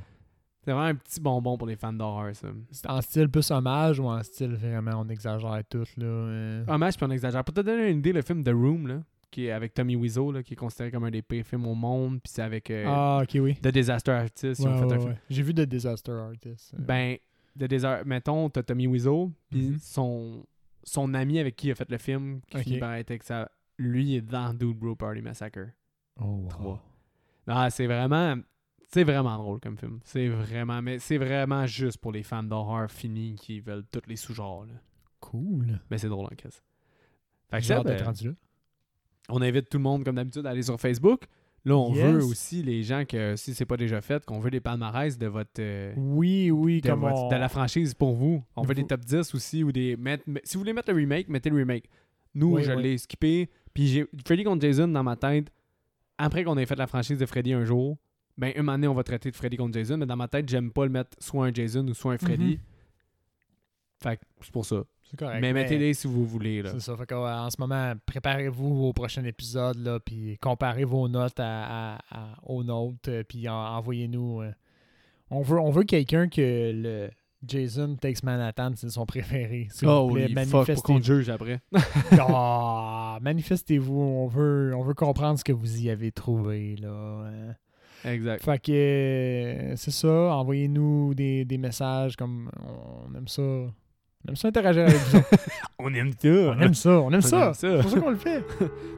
[SPEAKER 1] c'est vraiment un petit bonbon pour les fans d'horreur, ça.
[SPEAKER 2] C'est en style plus hommage ou en style vraiment on exagère tout, là. euh?
[SPEAKER 1] Hommage, puis on exagère. Pour te donner une idée, le film The Room, là, qui est avec Tommy Wiseau, là, qui est considéré comme un des pires films au monde, puis c'est avec euh,
[SPEAKER 2] Ah, ok, oui.
[SPEAKER 1] The Disaster Artist. ils ont
[SPEAKER 2] Ouais,
[SPEAKER 1] fait un
[SPEAKER 2] ouais,
[SPEAKER 1] film.
[SPEAKER 2] ouais. J'ai vu The Disaster Artist. euh.
[SPEAKER 1] Ben, de désert. Mettons, t'as Tommy Wiseau, puis
[SPEAKER 2] Mhm.
[SPEAKER 1] son, son ami avec qui il a fait le film, qui
[SPEAKER 2] Ok.
[SPEAKER 1] finit par être avec ça. Lui est dans Dude Bro Party Massacre.
[SPEAKER 2] Oh, wow.
[SPEAKER 1] trois. Ah, c'est vraiment. C'est vraiment drôle comme film. C'est vraiment. Mais c'est vraiment juste pour les fans d'horreur finis qui veulent tous les sous-genres. là.
[SPEAKER 2] Cool.
[SPEAKER 1] Mais c'est drôle en caisse. Fait que ben,
[SPEAKER 2] J'ai
[SPEAKER 1] Seb,
[SPEAKER 2] hâte d'être rendu là.
[SPEAKER 1] on invite tout le monde, comme d'habitude, à aller sur Facebook. Là, on
[SPEAKER 2] Yes.
[SPEAKER 1] veut aussi les gens que, si c'est pas déjà fait, qu'on veut les palmarès de votre. euh,
[SPEAKER 2] Oui, oui,
[SPEAKER 1] de,
[SPEAKER 2] comme
[SPEAKER 1] votre-
[SPEAKER 2] on...
[SPEAKER 1] de la franchise pour vous. On fait
[SPEAKER 2] Vous-
[SPEAKER 1] des top 10 aussi ou des mettre- mais- si vous voulez mettre le remake, mettez le remake. Nous,
[SPEAKER 2] Oui,
[SPEAKER 1] je
[SPEAKER 2] oui.
[SPEAKER 1] l'ai skippé, puis j'ai Freddy contre Jason dans ma tête après qu'on ait fait la franchise de Freddy un jour. Ben une année on va traiter de Freddy contre Jason, mais dans ma tête, j'aime pas le mettre soit un Jason ou soit un Freddy.
[SPEAKER 2] Mhm. Mm-hmm.
[SPEAKER 1] Fait que c'est pour ça.
[SPEAKER 2] C'est correct.
[SPEAKER 1] mais mettez-les si vous voulez là.
[SPEAKER 2] C'est ça. Fait que, ouais, en ce moment, préparez-vous au prochain épisode, là, puis comparez vos notes à, à- à- aux notes, euh, puis en- envoyez-nous. euh. on veut, on veut quelqu'un que le Jason Takes Manhattan, c'est son préféré. S'il vous plaît,
[SPEAKER 1] Holy Oh, fuck, pour qu'on
[SPEAKER 2] manifestez-vous.
[SPEAKER 1] te juge après.
[SPEAKER 2] Ah, manifestez-vous. On veut, on veut comprendre ce que vous y avez trouvé, là. hein.
[SPEAKER 1] exact.
[SPEAKER 2] Fait que euh, c'est ça, envoyez-nous des, des messages comme on aime ça. On aime ça interagir avec vous. autres.
[SPEAKER 1] On aime ça.
[SPEAKER 2] on aime ça, on aime
[SPEAKER 1] On
[SPEAKER 2] ça.
[SPEAKER 1] aime ça.
[SPEAKER 2] C'est pour ça qu'on le fait.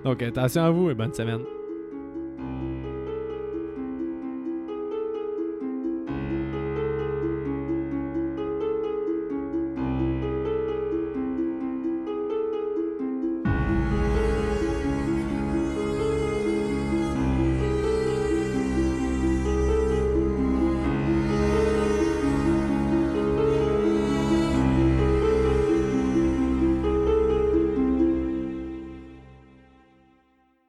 [SPEAKER 1] Donc attention à vous et bonne semaine.